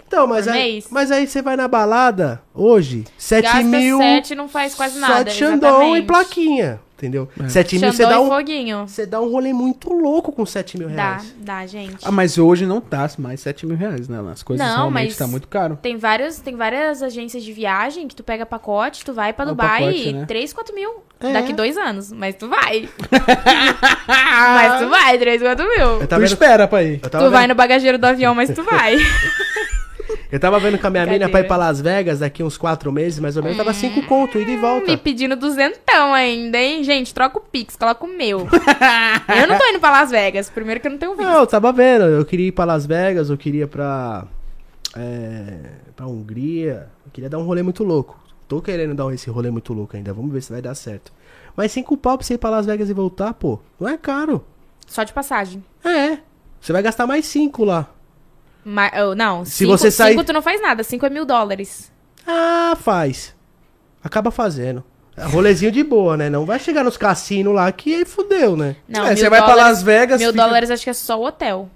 S3: Então, mas
S2: Por
S3: aí,
S2: mês?
S3: mas aí você vai na balada hoje, 7
S2: Gasta
S3: mil.
S2: sete e não faz quase nada,
S3: Sete Xandão e
S2: exatamente.
S3: plaquinha, entendeu?
S4: É.
S3: 7 mil você
S2: Xandão
S3: dá,
S2: e
S3: um,
S2: foguinho.
S3: você dá um rolê muito louco com 7 mil
S2: Dá,
S3: reais.
S2: dá, gente.
S4: Ah, mas hoje não tá mais 7 mil reais, né? Lan? As coisas
S2: Não,
S4: realmente
S2: mas-
S4: tá muito caro.
S2: Tem várias, tem várias agências de viagem que tu pega pacote, tu vai pra
S4: É um
S2: Dubai
S4: pacote,
S2: e
S4: né?
S2: 3, 4 mil.
S3: É.
S2: Daqui dois anos, mas tu vai. mas tu vai, 3, 4 mil.
S3: Eu tava
S4: tu
S3: Tá vendo,
S4: espera pra ir.
S3: eu
S2: Tu
S3: tava
S2: vai
S3: vendo,
S2: no bagageiro do avião, mas tu vai.
S3: eu tava vendo com a minha mina pra ir
S2: Brincadeira. É.
S3: pra Las Vegas daqui uns 4 meses, mais ou menos, tava 5 conto, ida e
S2: Me
S3: volta.
S2: pedindo duzentão ainda, hein? Gente, troca o Pix, coloca o meu. eu não tô indo pra Las Vegas, primeiro que eu não tenho visto.
S3: Não, eu tava vendo, eu queria ir pra Las Vegas, eu queria ir pra, é, pra Hungria, eu queria dar um rolê muito louco. Tô querendo dar esse rolê muito louco ainda, vamos ver se vai dar certo. Mas 5 pau pra você ir pra Las Vegas e voltar, pô, não é caro.
S2: Só de passagem.
S3: É. Você vai gastar mais 5 lá.
S2: Ma- oh, não,
S3: Se
S2: cinco,
S3: você sair-
S2: cinco tu não faz nada, cinco é mil dólares.
S3: Ah, faz. Acaba fazendo. É Rolezinho de boa, né? Não vai chegar nos cassinos lá que aí fudeu, né?
S2: Não,
S4: é,
S2: mil
S4: você vai pra
S2: dólares-
S4: Las Vegas.
S2: Mil
S4: fica-
S2: dólares acho que é só o hotel.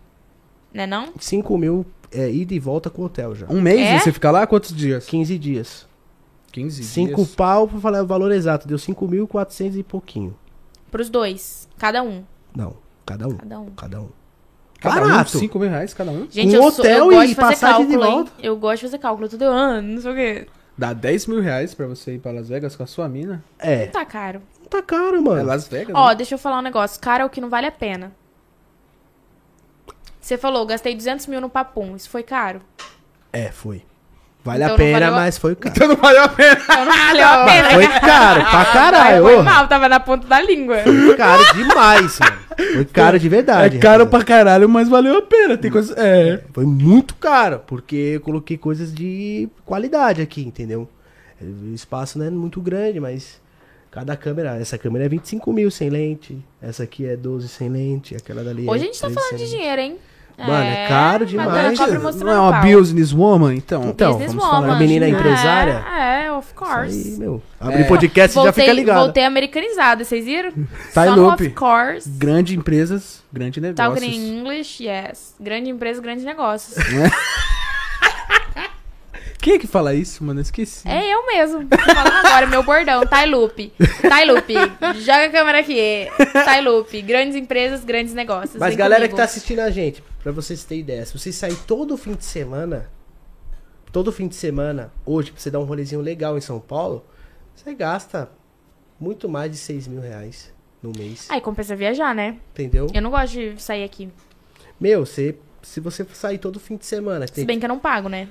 S2: Né não?
S3: 5 mil é ida e volta com o hotel já.
S4: Um mês
S2: É?
S4: e você fica lá quantos dias?
S3: 15 dias.
S4: 15
S3: 5
S4: dias.
S3: pau, pra falar o valor exato, deu 5.400 e pouquinho.
S2: Pros dois. Cada um.
S3: Não, cada um.
S2: Cada um.
S3: Cada um.
S4: Cada
S3: barato.
S4: Um, 5 mil reais cada um.
S2: Gente,
S3: Um
S2: eu, sou, eu
S3: hotel
S2: gosto
S3: e
S2: de fazer
S3: passagem de
S2: cálculo, hein?
S3: volta.
S2: Eu gosto de fazer cálculo todo ano, não sei o quê.
S4: Dá 10 mil reais pra você ir pra Las Vegas com a sua mina.
S3: É,
S2: Tá caro.
S3: não tá caro,
S4: É
S3: mano.
S4: Las Vegas?
S2: Ó,
S4: né?
S2: deixa eu falar um negócio. Cara, é o que não vale a pena. Você falou, gastei 200 mil no papum. Isso foi caro?
S3: É, foi. Vale
S2: Então
S3: a
S2: não
S3: pena,
S2: valeu a-
S3: mas foi caro.
S4: Então não valeu a pena.
S2: Então não valeu a pena.
S3: Foi caro pra caralho.
S2: Foi
S3: ô.
S2: mal, tava na ponta da língua.
S3: Foi caro demais, mano. Foi caro de verdade.
S4: É caro
S3: rapaziada.
S4: pra caralho, mas valeu a pena. Tem coisa. É.
S3: Foi muito caro, porque eu coloquei coisas de qualidade aqui, entendeu? O espaço não é muito grande, mas cada câmera, essa câmera é 25 mil sem lente, essa aqui é 12 sem lente, aquela dali
S2: Hoje
S3: é
S2: a gente tá
S3: 13
S2: falando
S3: sem
S2: de
S3: lente.
S2: dinheiro, hein?
S3: Mano, é caro
S2: matando a
S3: demais.
S2: Ah, tá, cobra e
S4: não
S2: mostrando
S4: é
S2: o
S4: uma
S2: pau.
S4: businesswoman, então?
S3: Então,
S2: Business
S3: vamos falar,
S2: woman.
S3: menina empresária.
S2: É, é, of
S3: Isso aí,
S2: course.
S3: meu. Abrir
S4: É.
S3: podcast e já
S2: voltei,
S3: fica ligado.
S2: voltei americanizada, vocês viram?
S4: Tá em
S2: Só no
S4: loop.
S2: of course.
S4: Grande empresas, grande negócios.
S2: Talking in English, yes. Grande empresa, grandes negócios.
S4: Quem é que fala isso, mano? Eu esqueci.
S2: É eu mesmo. Tô falando agora, meu bordão, Tai Lupe. Tai Lupe, joga a câmera aqui. Tai Lupe, grandes empresas, grandes negócios.
S3: Mas
S2: Vem
S3: galera
S2: comigo.
S3: que tá assistindo a gente, pra vocês terem ideia, se vocês saírem todo fim de semana, todo fim de semana, hoje, pra você dar um rolezinho legal em São Paulo, você gasta muito mais de 6 mil reais no mês,
S2: Aí compensa viajar, né?
S3: entendeu?
S2: Eu não gosto de sair aqui.
S3: Meu, você, se você sair todo fim de semana,
S2: Se
S3: tem...
S2: bem que eu não pago, né?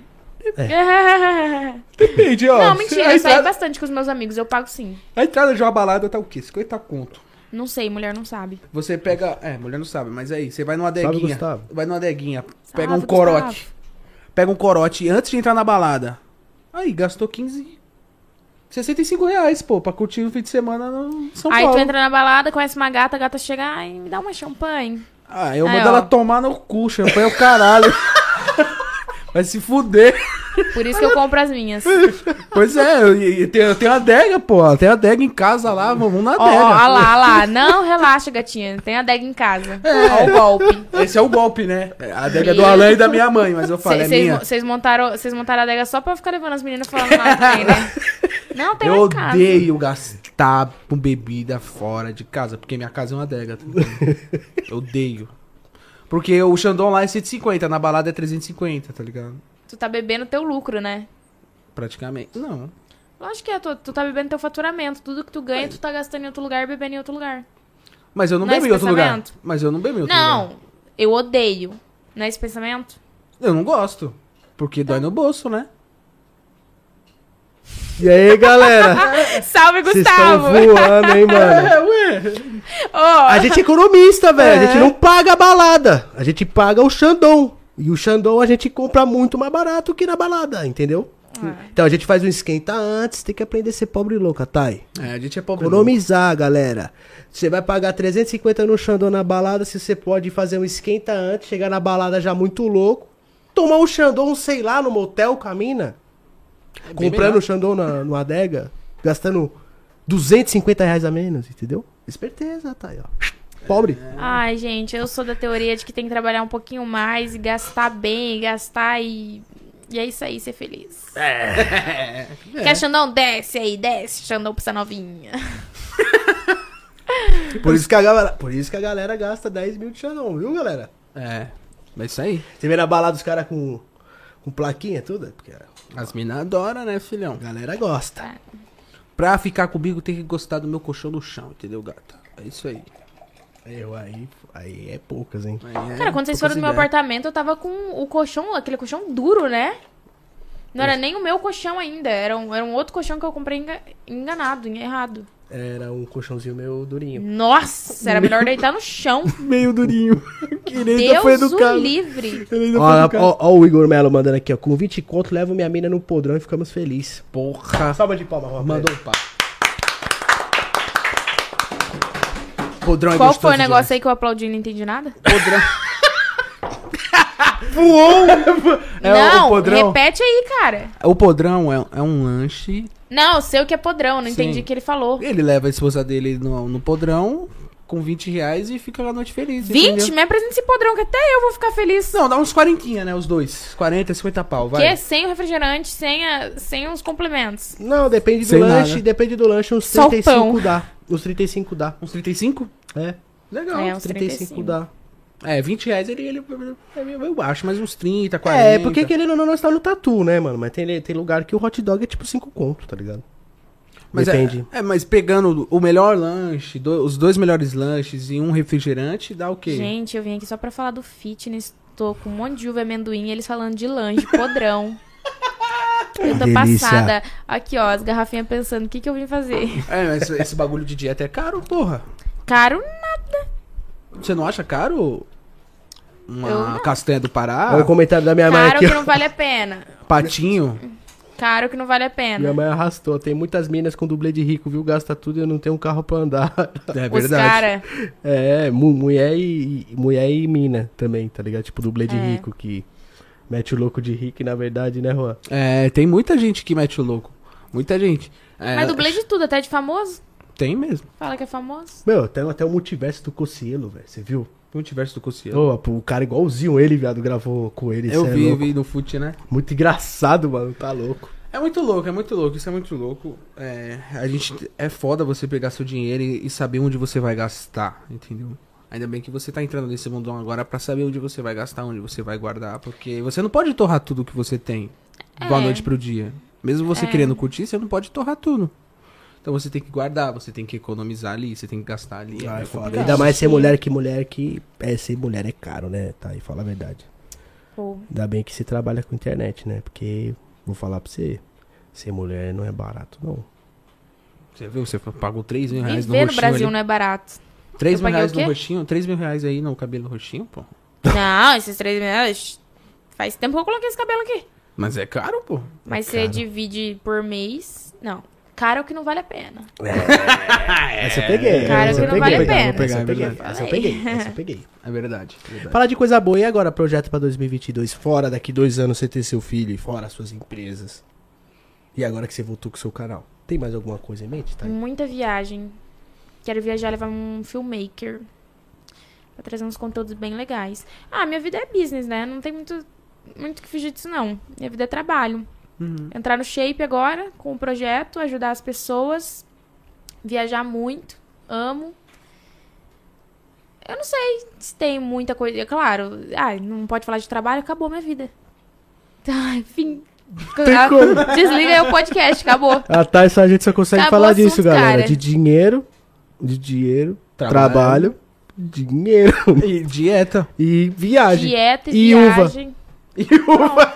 S3: É.
S4: Depende, ó.
S2: não, mentira,
S4: A
S2: eu saio
S4: entrada,
S2: bastante com os meus amigos, eu pago sim.
S4: a entrada de uma balada tá o quê? 50 conto.
S2: Não sei, mulher não sabe.
S4: Você pega. É, mulher não sabe, mas aí, você vai numa
S3: Sabe,
S4: adeguinha.
S3: Gustavo?
S4: Vai numa adeguinha, pega
S2: Sabe,
S4: um
S2: Gustavo?
S4: corote. Pega um corote antes de entrar na balada. Aí, gastou 15. 65 reais, pô, pra curtir o fim de semana no
S3: Então
S4: São
S2: Aí
S4: Paulo.
S2: tu entra na balada, conhece uma gata, a gata chega, ai, me dá uma champanhe.
S4: Ah, eu
S2: Aí,
S4: mando
S2: É, ó.
S4: ela tomar no cu, champanhe é o caralho. Vai se fuder.
S2: Por isso que eu compro as minhas.
S4: Pois é, eu, eu tenho, eu tenho adega, pô. Tem adega em casa lá, vamos na
S2: Ó, ó, ó lá,
S4: adega.
S2: ó lá. Não, relaxa, gatinha. Tem a deg em casa. Ó o golpe.
S4: Esse é o golpe, né? A adega é do Alan e da minha mãe, mas eu falei, é minha.
S2: Vocês montaram, vocês montaram a adega só pra ficar levando as meninas falando lá que tem, né? Não, tem
S4: Eu
S2: lá em casa.
S4: odeio gastar com bebida fora de casa, porque minha casa é uma adega. tá ligado? eu odeio. Porque o Xandão lá é 150, na balada é 350, tá ligado?
S2: Tu tá bebendo teu lucro, né?
S4: Praticamente. Não.
S2: Lógico que é, tu, tu tá bebendo teu faturamento. Tudo que tu ganha, tu tá gastando em outro lugar, bebendo em outro lugar.
S4: Mas eu não,
S2: Não é
S4: bebo em
S2: esse
S4: outro lugar.
S2: pensamento?
S4: Mas eu não bebo em outro lugar.
S2: Não, eu odeio. Não é esse pensamento?
S4: Eu não gosto. Porque dói no bolso, né?
S3: E aí, galera?
S2: Salve,
S3: Vocês estão
S2: Gustavo!
S3: voando, hein, mano?
S4: É, ué.
S2: Ó,
S3: A gente é economista, velho. A
S4: É.
S3: gente não paga a balada. A gente paga o Xandão. E o Xandão a gente compra muito mais barato que na balada, entendeu?
S2: É.
S3: Então a gente faz um esquenta antes, tem que aprender a ser pobre e louca, Thay.
S4: É, a gente é pobre.
S3: Economizar, galera. Você vai pagar 350 no Xandão na balada, se você pode fazer um esquenta antes, chegar na balada já muito louco, tomar um Xandão, sei lá, no motel com a mina,
S4: É bem
S3: comprando
S4: melhor.
S3: o Xandão na, no adega, gastando 250 reais a menos, entendeu? Esperteza, Thay, ó. Pobre.
S4: É.
S2: Ai, gente, eu sou da teoria de que tem que trabalhar um pouquinho mais e gastar bem, e gastar e. E é isso aí, ser feliz. É. Quer Xandão? Desce aí, desce, Xandão, pra essa novinha.
S3: Por isso, que a galera, por isso que a galera gasta 10 mil de Xandão, viu, galera?
S4: É. É isso aí.
S3: Você vê na balada os caras com, com plaquinha toda? Porque a
S4: As minas adoram, né, filhão?
S3: galera gosta.
S4: Pra ficar comigo tem que gostar do meu colchão no chão, entendeu, gata? É isso aí.
S3: Eu aí, aí é poucas, hein?
S4: Aí é
S2: Cara, quando vocês
S4: poucas
S2: foram no meu
S4: ideias.
S2: apartamento, eu tava com o colchão, aquele colchão duro, né? Não era nem o meu colchão ainda, era um, era um outro colchão que eu comprei enga- enganado, errado.
S3: Era um colchãozinho meu durinho.
S2: Nossa, era melhor deitar no chão.
S4: Meio durinho. que nem ainda foi
S2: Deus
S4: do
S2: o
S4: carro.
S2: livre.
S4: Ele ainda foi
S3: Ó,
S4: educado.
S3: ó, ó o Igor Melo mandando aqui, ó. Com 20 conto, levo minha mina no podrão e ficamos felizes.
S4: Porra.
S3: Salva de palmas, Juan.
S4: Mandou um papo.
S3: um
S4: Podrão é
S2: Qual
S4: gostoso
S2: foi o
S4: demais.
S2: negócio aí que eu aplaudi e não entendi nada?
S4: Podrão. É o-
S2: não,
S4: o podrão.
S2: repete aí, cara.
S4: O podrão é, é um lanche.
S2: Não, eu sei o que é podrão, não
S4: Sim.
S2: entendi o que ele falou.
S4: Ele leva a esposa dele no, no podrão com 20 reais e fica lá a noite feliz.
S2: 20?
S4: entendeu?
S2: Me apresenta esse podrão que até eu vou ficar feliz.
S4: Não, dá uns 40, né? Os dois. 40, 50 pau,
S2: que é
S4: vai.
S2: sem o refrigerante, sem, a, sem os complementos.
S3: Não, depende do
S4: Sem
S3: lanche.
S4: nada.
S3: Depende do lanche, uns
S2: Só o
S3: 35
S2: pão.
S3: dá. Uns 35 dá.
S4: Uns 35?
S3: É,
S4: Legal.
S2: É,
S4: É,
S2: uns
S3: 35
S2: 35.
S3: dá.
S4: é 20 reais ele, ele, ele é meio baixo, mas uns 30, 40.
S3: É, porque querendo ou não, nós tá no tatu, né, mano? Mas tem, tem lugar que o hot dog é tipo 5 conto, tá ligado?
S4: Mas
S3: Depende.
S4: É, é, mas pegando o melhor lanche, do- os dois melhores lanches e um refrigerante, dá o quê?
S2: Gente, eu vim aqui só pra falar do fitness. Tô com um monte de uva e amendoim e eles falando de lanche, podrão. Eu tô
S3: Delícia.
S2: passada. Aqui, ó, as garrafinhas pensando, o que que eu vim fazer?
S4: É, mas esse- esse bagulho de dieta é caro, porra.
S2: Caro,
S4: Você não acha caro
S2: Eu
S4: uma
S2: não.
S4: castanha do Pará?
S3: Olha o comentário
S4: É,
S3: da minha mãe
S2: caro
S3: aqui.
S2: que
S3: ó.
S2: não vale a pena.
S4: Patinho?
S2: Caro que não vale a
S3: Minha
S2: pena.
S3: mãe arrastou. Tem muitas minas com dublê de rico, viu? Gasta tudo e eu não tenho um carro pra andar.
S4: É
S2: Os
S4: verdade.
S2: cara,
S3: É, mu- mulher e, e- mulher e mina também, tá ligado? Tipo dublê de
S2: É.
S3: rico que mete o louco de rico, e, na verdade, né, Juan?
S4: É, tem muita gente que mete o louco. Muita gente. É,
S2: mas dublê de tudo, até de famoso.
S4: Tem mesmo.
S2: Fala que é famoso.
S3: Meu, tem até o multiverso do Cocielo, velho. Você viu?
S4: Multiverso do Cossiano.
S3: Ô, pô, o cara igualzinho ele, viado, gravou com ele.
S4: Eu
S3: cê é
S4: vi,
S3: louco.
S4: vi no fute, né?
S3: Muito engraçado, mano. Tá louco.
S4: É muito louco, é muito louco, isso é muito louco. É, a gente é foda você pegar seu dinheiro e, e saber onde você vai gastar, entendeu? Ainda bem que você tá entrando nesse mundão agora pra saber onde você vai gastar, onde você vai guardar, porque você não pode torrar tudo que você tem da
S2: É.
S4: noite pro dia. Mesmo você querendo curtir, você não pode torrar tudo. Então você tem que guardar, você tem que economizar ali, você tem que gastar ali.
S3: Ah,
S4: né?
S3: é foda.
S2: complicado.
S3: Ainda mais ser mulher que mulher que. É, ser mulher é caro, né? Tá, e fala a verdade.
S2: Pô,
S3: Ainda bem que você trabalha com internet, né? Porque, vou falar pra você, ser mulher não é barato, não.
S4: Você viu? Você pagou 3 mil reais no
S2: Viver no
S4: roxinho
S2: Brasil
S4: ali.
S2: não é barato.
S4: 3
S2: Eu
S4: mil
S2: paguei
S4: reais
S2: o
S4: no
S2: quê?
S4: roxinho, 3 mil reais aí no cabelo roxinho, pô.
S2: Não, esses três meses. Faz tempo que eu coloquei esse cabelo aqui.
S4: Mas é caro, pô.
S2: Mas você divide por mês. Não. Caro que não vale a pena.
S3: Essa eu peguei.
S2: Cara,
S3: essa
S2: que
S3: eu
S2: não
S3: peguei.
S2: vale a
S3: Pegar,
S2: pena.
S3: vou pegar,
S4: Essa eu peguei,
S3: Essa eu
S2: falei.
S3: peguei. Essa eu peguei.
S4: É verdade. é verdade.
S3: Falar de coisa boa e agora? Projeto pra 2022. Fora daqui dois anos você ter seu filho e fora suas empresas. E agora que você voltou com o seu canal. Tem mais alguma coisa em mente, tá?
S2: Muita viagem. Quero viajar levar um filmmaker. Pra trazer uns conteúdos bem legais. Ah, minha vida é business, né? Não tem muito, muito que fugir disso, não. Minha vida é trabalho.
S3: Uhum.
S2: Entrar no shape agora, com o projeto, ajudar as pessoas. Viajar muito. Amo. Eu não sei se tem muita coisa. é Claro, ah, não pode falar de trabalho, acabou minha vida. Tá, enfim. Desliga aí o podcast, acabou.
S3: A Thais, a gente Ah, só consegue
S2: Acabou
S3: falar
S2: o assunto,
S3: disso, galera.
S2: cara.
S3: De dinheiro, de dinheiro,
S4: Trabalho.
S3: trabalho, dinheiro
S4: E dieta.
S3: e viagem.
S2: Dieta e,
S3: E uva.
S2: viagem.
S4: E uva.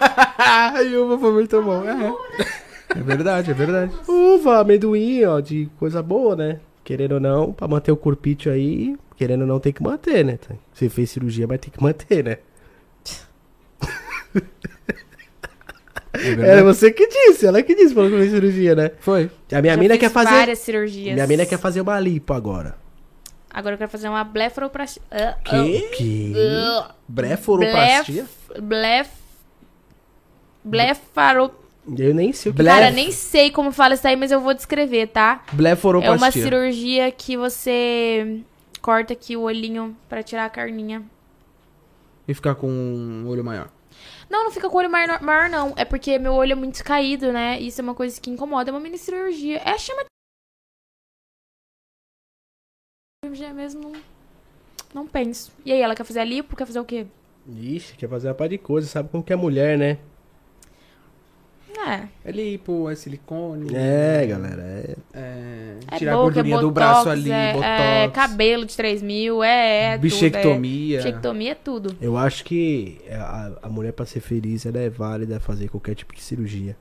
S4: e uva foi muito bom. É. é verdade, é verdade.
S3: Uva, amendoim, ó, de coisa boa, né? Querendo ou não, pra manter o corpite aí, querendo ou não, tem que manter, né? Thay? Você fez cirurgia, mas tem que manter, né?
S4: É
S3: Era
S4: verdade.
S3: você que disse, ela que disse, falou que fez cirurgia, né?
S4: Foi.
S3: A minha
S2: Já
S3: mina
S2: fiz
S3: quer fazer.
S2: várias cirurgias.
S3: Minha mina quer fazer uma lipo agora.
S2: Agora eu quero fazer uma blefaroplastia. Ah,
S4: Que?
S3: Que?
S2: ah,
S4: Bleforoplastia?
S2: ah, Blef... Blefaro...
S3: Eu nem sei o que.
S2: Cara, nem sei como fala isso aí, mas eu vou descrever, tá? É uma
S4: Bleforoplastia.
S2: cirurgia que você corta aqui o olhinho pra tirar a carninha.
S4: E ficar com um olho maior.
S2: Não, não fica com o olho maior, maior, não. É porque meu olho é muito caído, né? Isso é uma coisa que incomoda. É uma mini cirurgia. É, chama. Cirurgia mesmo, não, não penso. E aí, ela quer fazer a lipo? Quer fazer o quê?
S3: Ixi, quer fazer uma par de coisa, sabe como que é mulher, né?
S2: É.
S4: É lipo, é silicone.
S3: É, galera. É...
S4: é,
S2: É
S4: tirar a
S2: boca, é
S4: gordurinha do
S2: botox,
S4: braço ali,
S2: é,
S4: botox.
S2: é cabelo de 3 mil, é, é tudo. É.
S4: bichectomia.
S2: Bichectomia é tudo.
S3: Eu acho que é, a, a mulher, pra ser feliz, ela é válida a fazer qualquer tipo de cirurgia.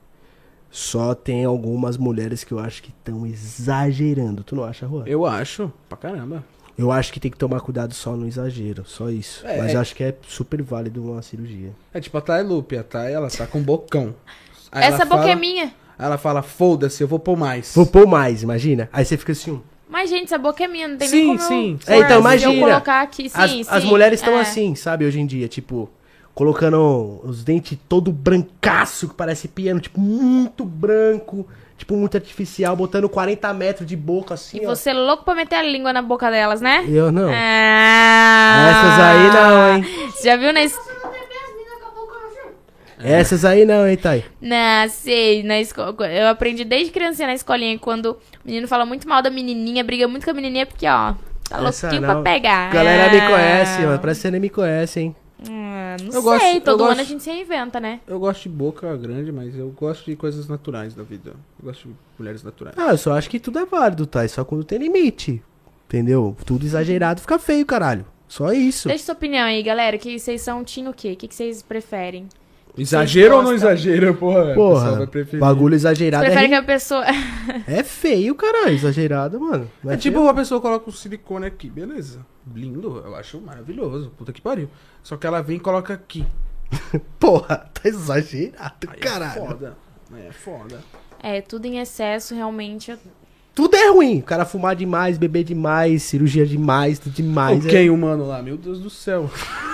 S3: Só tem algumas mulheres que eu acho que estão exagerando. Tu não acha, Juan? Eu...
S4: Eu acho, pra caramba.
S3: acho que tem que tomar cuidado só no exagero, só isso.
S4: É,
S3: Mas
S4: é-
S3: acho que é super válido uma cirurgia.
S4: É tipo a Thay Lupe, a Thay, ela tá com bocão. Aí
S2: Essa
S4: ela
S2: boca
S4: fala-
S2: é minha.
S4: Ela fala, foda-se, eu vou pôr mais.
S3: Vou pôr mais, imagina. Aí você fica assim. um.
S2: Mas, gente, essa boca é minha, não tem
S4: Sim,
S2: nem como
S4: sim.
S2: eu...
S3: É, então,
S2: se eu
S3: imagina.
S2: colocar aqui, sim,
S3: as,
S2: sim.
S3: as mulheres estão
S2: é.
S3: assim, sabe, hoje em dia, tipo, colocando os dentes todo brancaço, que parece piano, tipo, muito branco, tipo, muito artificial, botando 40 metros de boca assim,
S2: E
S3: ó.
S2: você é louco pra meter a língua na boca delas, né?
S3: Eu não.
S2: Ah,
S3: Essas aí não, hein?
S2: Você já viu na, es...
S5: Você não tem as minas com a boca no chão.
S3: Essas aí não, hein, Thay?
S2: na, sei, na escola. Eu aprendi desde criancinha na escolinha quando o menino fala muito mal da menininha, briga muito com a menininha porque, ó, tá
S3: Essa
S2: louquinho
S3: não.
S2: pra pegar.
S3: Galera me
S2: Ah.
S3: conhece, mano. Parece que você nem me conhece, hein?
S2: Ah, não
S4: Eu
S2: sei,
S4: gosto- eu
S2: todo ano
S4: gosto-
S2: a gente se reinventa, né?
S4: Eu gosto de boca grande, mas eu gosto de coisas naturais da vida. Eu gosto de mulheres naturais.
S3: Ah, eu só acho que tudo é válido, Thay. Só quando tem limite. Entendeu? Tudo exagerado fica feio, caralho. Só isso.
S2: Deixa sua opinião aí, galera, que vocês são tinha o quê? O que que vocês preferem?
S4: Exagero ou não
S2: gostam?
S4: exagero, porra? É, O pessoal
S3: Porra,
S4: vai preferir.
S3: bagulho
S4: Tá
S3: exagerado é,
S2: Preferem
S3: ri-
S2: que a pessoa...
S3: é feio, caralho. Exagerado, mano. Não
S4: É tipo
S3: feio?
S4: uma pessoa coloca um silicone aqui, beleza. Lindo, eu acho maravilhoso. Puta que pariu. Só que ela vem e coloca aqui.
S3: Porra, tá exagerado,
S4: Aí
S3: caralho.
S4: É foda. Aí É foda.
S2: É, tudo em excesso, realmente.
S3: Tudo é ruim. O cara fumar demais, beber demais, cirurgia demais, tudo demais. é-
S4: o quem humano lá? Meu Deus do céu.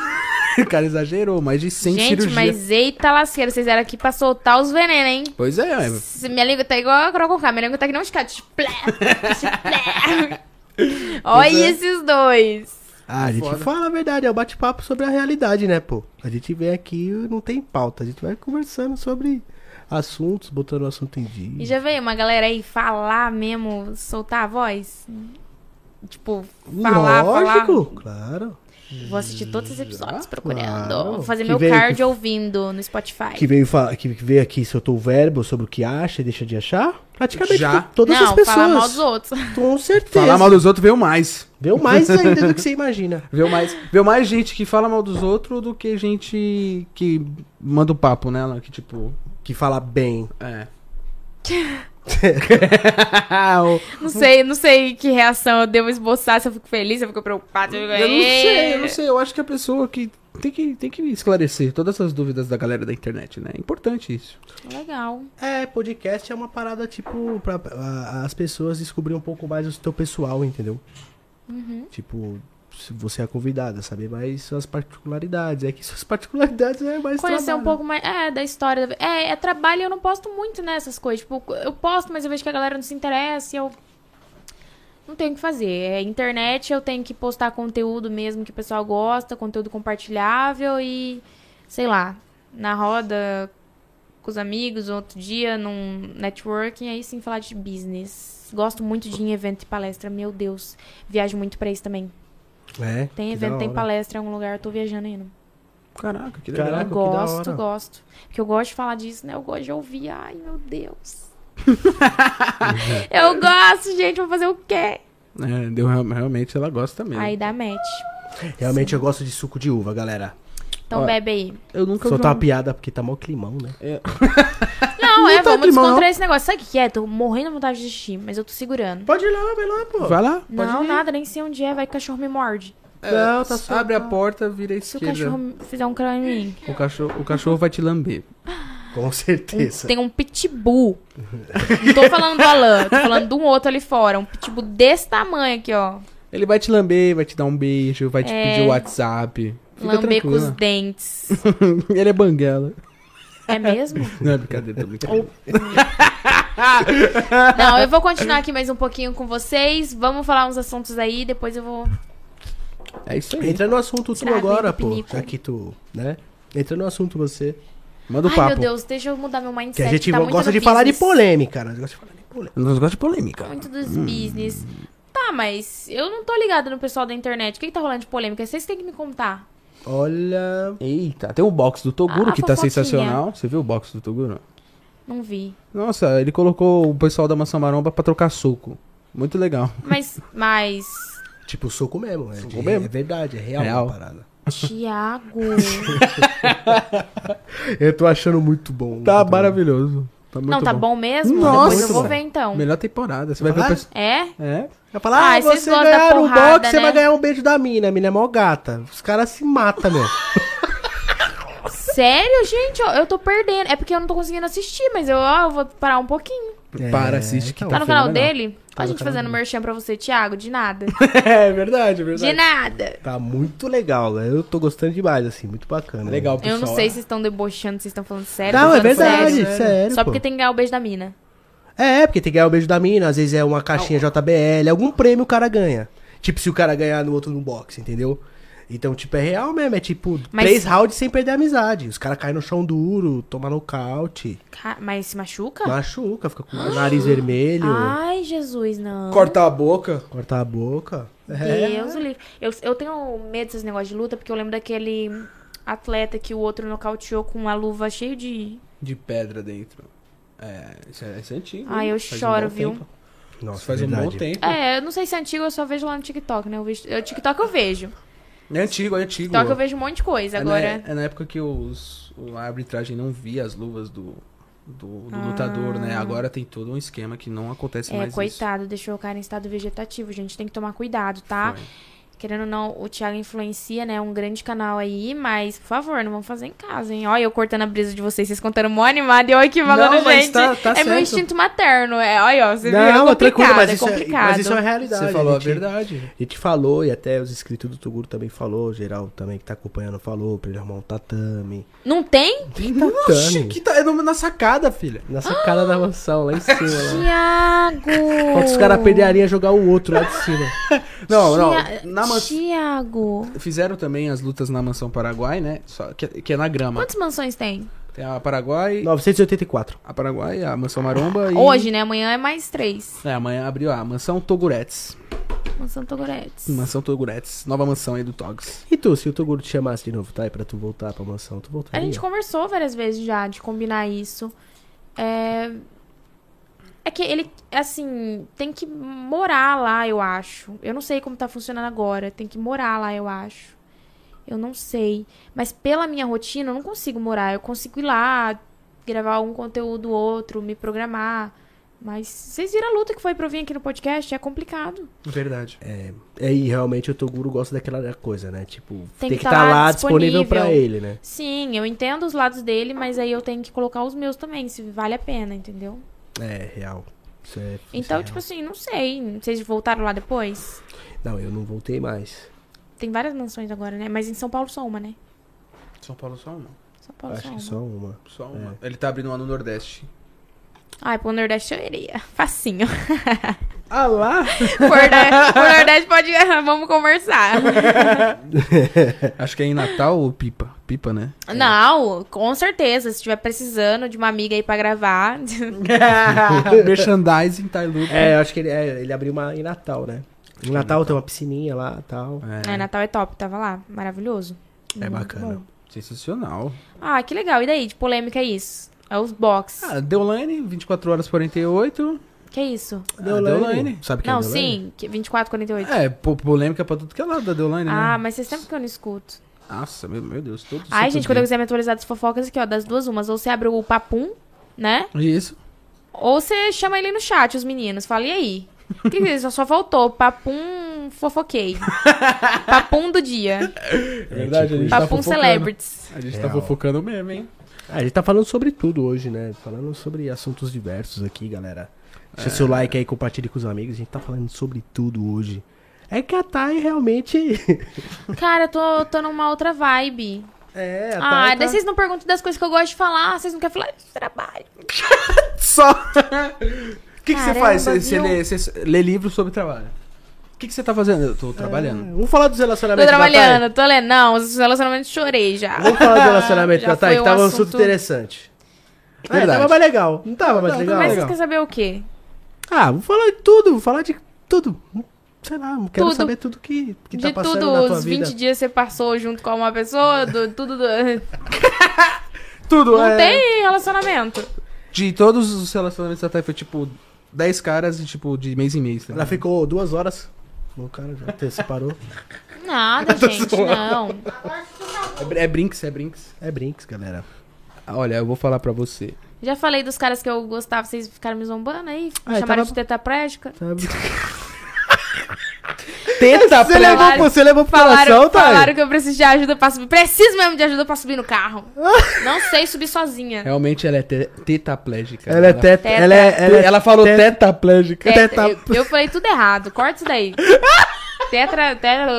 S4: o cara exagerou, mais de 100
S2: gente,
S4: cirurgias.
S2: mas eita lasqueira, vocês eram aqui pra soltar os venenos, hein?
S4: Pois é, é.
S2: Se minha língua tá igual a Crococá, minha língua tá que não escada. Splé, splé.
S4: é.
S2: Olha esses dois.
S3: É. Ah, a gente
S4: foda.
S3: fala a verdade, é o bate-papo sobre a realidade, né, pô? A gente vem aqui e não tem pauta. A gente vai conversando sobre assuntos, botando o assunto em
S2: E
S3: dia.
S2: já veio uma galera aí falar mesmo, soltar a voz? Tipo, falar,
S3: Lógico, claro.
S2: falar. Vou assistir todos os episódios procurando.
S3: Ah, Claro.
S2: Vou fazer
S3: Que
S2: meu
S3: veio-
S2: cardio ouvindo no Spotify.
S3: Que veio, fa- que veio aqui soltou o verbo sobre o que acha e deixa de achar. Praticamente
S4: Já.
S3: to- todas
S2: não,
S3: as pessoas.
S2: falar mal dos outros.
S3: Com certeza.
S4: Falar mal dos outros veio mais.
S3: Deu mais ainda do que você imagina.
S4: Viu mais, viu mais gente que fala mal dos outros do que gente que manda o papo nela, que tipo,
S3: Que fala bem.
S4: é.
S2: Não sei, não sei que reação eu devo esboçar, se eu fico feliz, se eu fico preocupada. se Eu,
S4: eu
S2: fico...
S4: não sei, eu não sei, eu acho que a pessoa que tem que, tem que esclarecer todas essas dúvidas da galera da internet, né? É importante isso.
S2: Legal.
S3: É, podcast é uma parada, tipo, pra a- as pessoas descobrirem um pouco mais o teu pessoal, entendeu?
S2: Uhum.
S3: Tipo, se você é convidada, saber mais suas particularidades. É que suas particularidades é mais
S2: Conhecer
S3: trabalho.
S2: um pouco mais é, da história. da- É, é trabalho e eu não posto muito nessas coisas. Tipo, eu posto, mas eu vejo que a galera não se interessa e eu. Não tenho o que fazer. É internet, eu tenho que postar conteúdo mesmo que o pessoal gosta, conteúdo compartilhável e. Sei lá. Na roda, com os amigos, outro dia, num networking, aí sim falar de business. Gosto muito de ir em evento e palestra, meu Deus. Viajo muito pra isso também.
S3: É,
S2: Tem
S3: que da
S2: evento, tem
S3: hora.
S2: palestra em algum lugar, eu tô viajando ainda.
S4: Caraca, que legal.
S3: legal. Caraca, que da
S2: gosto,
S3: hora.
S2: gosto. Porque eu gosto de falar disso, né? Eu gosto de ouvir. Ai, meu Deus. eu gosto, gente. Vou fazer o quê?
S4: É, deu, real- realmente ela gosta mesmo.
S2: Aí dá match.
S3: Realmente eu gosto de suco de uva, galera.
S2: Então
S4: Ó,
S2: bebe aí.
S4: Eu nunca
S3: Soltar uma
S4: vi. um-
S3: piada porque tá mó climão, né?
S2: Não, é,
S4: tá
S2: vamos
S4: de mal.
S2: descontrair esse negócio. Sabe o que que é? Tô morrendo de vontade de xixi, mas eu tô segurando.
S3: Pode ir lá, vai lá,
S4: um-
S3: pô.
S4: Vai lá, pode
S2: não,
S4: ir.
S2: nada, nem sei onde é, vai que o cachorro me morde.
S4: É,
S3: Não, tá só-
S4: Abre a porta, vira à
S2: Se o
S4: esquerda.
S2: cachorro me- fizer um crânio em mim.
S4: O cachorro, o cachorro vai te lamber.
S3: Com certeza.
S2: Tem um pitbull. Não tô falando do Alan, tô falando de um outro ali fora. Um pitbull desse tamanho aqui, ó.
S4: Ele vai te lamber, vai te dar um beijo, vai te
S2: É.
S4: pedir o WhatsApp. Fica
S2: Lamber com os
S4: tranquila.
S2: dentes.
S4: Ele é banguela.
S2: É mesmo?
S4: Não, é brincadeira, tô brincando.
S2: Não, eu vou continuar aqui mais um pouquinho com vocês. Vamos falar uns assuntos aí, depois eu vou.
S4: É isso aí.
S3: Entra no assunto tu
S2: Tirar a
S3: agora,
S2: aguenta,
S3: pô.
S2: pinico.
S3: Já que tu, né? Entra no assunto você.
S4: Manda o
S2: Ai,
S4: papo.
S2: meu Deus, deixa eu mudar meu mindset.
S3: Que a gente
S2: tá muito
S3: gosta
S2: no
S3: de falar de
S2: business.
S3: polêmica, nós gostamos de falar de polêmica.
S4: Nós gostamos de polêmica.
S2: Muito dos business. Tá, mas eu não tô ligada no pessoal da internet. O que, que tá rolando de polêmica? Vocês têm que me contar.
S3: Olha,
S4: Eita, tem o box do Toguro
S2: Ah, a
S4: que tá
S2: fofoquinha.
S4: sensacional. Você viu o box do Toguro?
S2: Não vi.
S4: Nossa, ele colocou o pessoal da Maçã Maromba pra trocar soco. Muito legal.
S2: Mas, mas.
S3: tipo soco mesmo, é, de-
S4: mesmo.
S3: é verdade, é real,
S4: Real.
S3: a parada.
S2: Tiago.
S3: Eu tô achando muito bom.
S4: Tá
S3: Muito
S4: maravilhoso. Tá muito
S2: não, tá bom, mesmo?
S4: Nossa.
S2: Depois eu vou
S3: Muito
S2: ver então.
S4: Melhor temporada. Você vai ver o
S3: Vai?
S4: pessoal.
S2: É?
S4: É?
S3: Vai falar,
S2: Ah,
S3: ah,
S2: vocês
S3: você
S2: gostam da
S3: ganhar o
S2: porrada,
S3: box, você
S2: né?
S3: vai ganhar um beijo da mina. A mina é mó gata. Os caras se matam, meu.
S2: Sério, gente? Eu, eu tô perdendo. É porque eu não tô conseguindo assistir, mas eu, ó, eu vou parar um pouquinho.
S3: É,
S4: Para, assiste que
S3: então.
S2: Tá no
S4: Tá
S2: canal
S4: fenomenal.
S2: dele? Ó, a gente fazendo merchan pra você, Thiago. De nada.
S3: É verdade,
S2: De
S3: é verdade.
S2: nada.
S3: Tá muito legal, né? Eu tô gostando demais, assim, muito bacana.
S4: Tá Legal,
S2: Eu
S4: pessoal.
S2: não sei se vocês estão debochando, se vocês estão falando sério.
S3: Não,
S2: tô
S3: é
S2: falando
S3: verdade,
S2: sério. né?
S3: sério.
S2: Só
S3: pô.
S2: porque tem que ganhar o beijo da mina.
S3: É, porque tem que ganhar o beijo da mina, às vezes é uma caixinha JBL, algum prêmio o cara ganha. Tipo, se o cara ganhar no outro no box, entendeu? Então, tipo, é real mesmo, é tipo,
S2: Mas-
S3: três rounds sem perder a amizade. Os caras caem no chão duro, toma nocaute,
S2: Ca- Mas se machuca?
S3: machuca, fica com o nariz vermelho,
S2: Ai, Jesus, não.
S4: Cortar a boca.
S3: corta a boca. É.
S2: Deus o livre. Eu, eu tenho medo desses negócios de luta, porque eu lembro daquele atleta que o outro nocauteou com uma luva cheia de.
S4: De pedra dentro. É, isso é, isso é antigo.
S2: Ai,
S4: hein?
S2: eu
S4: Faz um
S2: choro,
S4: bom
S2: viu?
S4: tempo.
S3: Nossa,
S4: Isso faz um bom
S3: verdade.
S4: tempo.
S2: É, eu não sei se é antigo, eu só vejo lá no TikTok, né? Eu vejo, eu, TikTok eu vejo.
S4: É antigo, é antigo.
S2: TikTok eu vejo um monte de coisa.
S4: É
S2: Agora.
S4: na, é na época que os, o- a arbitragem não via as luvas do, do, do lutador, né? Agora tem todo um esquema que não acontece
S2: Ah. É,
S4: mais isso.
S2: coitado, deixou o cara em estado vegetativo, gente. Tem que tomar cuidado, tá?
S4: Foi.
S2: Querendo ou não, o Thiago influencia, né? É Um grande canal aí, mas, por favor, não vamos fazer em casa, hein? Olha, eu cortando a brisa de vocês, vocês contando mó animado e eu aqui falando,
S4: Não, mas
S2: gente.
S4: tá- tá
S2: é meu
S4: certo.
S2: instinto materno. É, olha, ó, você viu? É
S3: Não, é
S2: complicado,
S3: tranquilo, mas
S2: é
S3: isso é,
S2: complicado.
S3: mas isso é uma realidade.
S4: Você falou a
S3: gente-
S4: verdade.
S3: A gente falou, e até os inscritos do Toguro também falou, o geral também que tá acompanhando falou, pra ele arrumar um tatame.
S2: Não tem?
S3: Tem
S4: Oxi, que tá, é no- na sacada, filha.
S3: Na sacada da mansão, lá em cima. Lá.
S2: Tiago!
S3: Pode os caras perderem a linha e jogar o outro lá de cima.
S4: Não,
S2: Tia-
S4: não. Na man-
S2: Tiago!
S4: Fizeram também as lutas na mansão Paraguai, né? Só que, que é na grama.
S2: Quantas mansões tem?
S4: Tem a Paraguai,
S3: 984.
S4: a Paraguai, a mansão Maromba e.
S2: Hoje, né? Amanhã é mais três.
S4: É, amanhã abriu a mansão Toguretes.
S2: Mansão Togoretes.
S4: Mansão Toguretes, nova mansão aí do Togs.
S3: E tu, se o Toguro te chamasse de novo, tá? E pra tu voltar pra mansão, tu
S2: A
S3: voltaria?
S2: gente conversou várias vezes já de combinar isso. É. É que ele, assim, tem que morar lá, eu acho. Eu não sei como tá funcionando agora. Tem que morar lá, eu acho. Eu não sei. Mas pela minha rotina, eu não consigo morar. Eu consigo ir lá, gravar um conteúdo outro, me programar. Mas vocês viram a luta que foi pra eu vir aqui no podcast? É complicado.
S4: Verdade.
S3: É, e realmente o Toguro gosta daquela coisa, né? Tipo, tem, que
S2: tá
S3: estar
S2: lá
S3: lá, disponível.
S2: disponível.
S3: pra ele, né?
S2: Sim, eu entendo os lados dele, mas aí eu tenho que colocar os meus também, se vale a pena, entendeu?
S3: É, real. Isso é, isso
S2: Então,
S3: é
S2: tipo
S3: real.
S2: assim, não sei. Vocês voltaram lá depois?
S3: Não, eu não voltei mais.
S2: Tem várias mansões agora, né? Mas em São Paulo só uma, né?
S4: São Paulo só uma.
S2: São Paulo
S3: Acho
S2: só uma.
S3: que só uma.
S4: Só uma. Ele tá abrindo uma no Nordeste.
S2: Ai, pro Nordeste eu iria. Facinho.
S4: Ah lá!
S2: pro Nordeste, pro Nordeste pode Vamos conversar.
S4: Acho que é em Natal ou Pipa? Pipa, né?
S2: Não, com certeza. Se estiver precisando de uma amiga aí pra gravar. né,
S4: Merchandising, Tailu.
S3: É, eu acho que ele, é, ele abriu uma em Natal, né? Em Natal tem uma piscininha lá e tal.
S2: É, Natal é top, tava lá. Maravilhoso.
S3: É, bacana.
S4: Sensacional.
S2: Ah, que legal. E daí? De polêmica é isso? É os box.
S4: Ah, Deolane, 24 horas 48.
S2: Que é isso?
S4: Ah, Deolane. Sabe
S2: Não,
S4: é Deolane?
S2: sim. que- 24, 48.
S4: É, po- polêmica pra tudo que é lado da Deolane,
S2: Ah,
S4: né?
S2: mas faz tempo que eu não escuto.
S4: Nossa, meu, meu Deus. Todo
S2: Ai,
S4: santo
S2: gente, quando eu
S4: dia.
S2: quiser me atualizar das fofocas aqui, ó, das duas umas. Ou você abre o papum, né?
S4: Isso.
S2: Ou você chama ele no chat, os meninos. Fala, e aí? O que que é isso? Só faltou papum fofoquei. papum do dia.
S4: É verdade, a gente tá
S2: Papum
S4: fofocando.
S2: celebrities.
S4: A gente tá
S3: Real.
S4: fofocando mesmo, hein?
S3: Ah, a gente tá falando sobre tudo hoje, né? Falando sobre assuntos diversos aqui, galera. Deixa seu like aí, compartilhe com os amigos. A gente tá falando sobre tudo hoje. É que a Thay realmente.
S2: Cara, eu tô, tô numa outra vibe.
S3: é, a
S2: Ah,
S3: Thay.
S2: daí
S3: tá-
S2: vocês não perguntam das coisas que eu gosto de falar, ah, vocês não querem falar do trabalho.
S3: Tá
S4: Só. O que que você
S2: Caramba,
S4: faz? Você- Você
S2: viu?
S4: lê, você lê livro sobre trabalho. O que que você tá fazendo? Eu tô trabalhando.
S3: Vamos falar dos
S2: Tô
S3: relacionamentos. da Thay?
S2: trabalhando, tô lendo. Não, os relacionamentos chorei já.
S3: Vamos falar do relacionamento
S2: Ah, Já
S3: da Thay,
S2: foi
S3: que
S2: um
S3: tava um
S2: assunto-
S3: assunto interessante. É,
S4: Verdade.
S3: tava mais legal. Não tava mais
S4: Não,
S3: legal.
S4: tava
S2: Mas
S4: mais
S2: vocês
S4: legal.
S2: querem saber o quê?
S3: Ah, vou falar de tudo, vou falar de tudo. Sei lá, quero
S2: Tudo.
S3: saber tudo que, que tá
S2: de
S3: passando
S2: tudo,
S3: na tua
S2: os 20
S3: vida.
S2: dias você passou junto com uma pessoa, do- tudo. do-
S4: Tudo,
S2: Ah. Não
S4: é.
S2: tem relacionamento.
S4: De todos os relacionamentos da Thay foi tipo 10 caras e tipo de mês em mês. Tá?
S3: Ela ficou duas horas. O cara já até separou.
S2: Nada,
S3: Tá
S2: gente, não.
S5: Agora que tu acabou.
S4: É, br- é brinks, é brinks.
S3: É brinks, galera.
S4: Ah, Olha, eu vou falar pra você.
S2: Já falei dos caras que eu gostava, vocês ficaram me zombando aí? Me
S3: Ah,
S2: chamaram
S3: tava-
S2: de tetraplégica?
S3: Sabe?
S4: Tenta
S3: Você
S4: pra...
S2: Falaram-
S3: levou, você levou pro coração,
S2: Falaram,
S3: tá?
S2: falaram que eu preciso de ajuda pra subir. Preciso mesmo de ajuda pra subir no carro. Não sei subir sozinha.
S4: Realmente ela é te- tetaplégica.
S3: Ela é teta.
S2: Teta.
S3: Ela é. Ela, é-
S4: Ela falou
S3: te-
S4: tetaplégica.
S2: Tetra-
S3: teta-
S2: É, eu, eu falei tudo errado, corta isso daí. Tetra, tetra.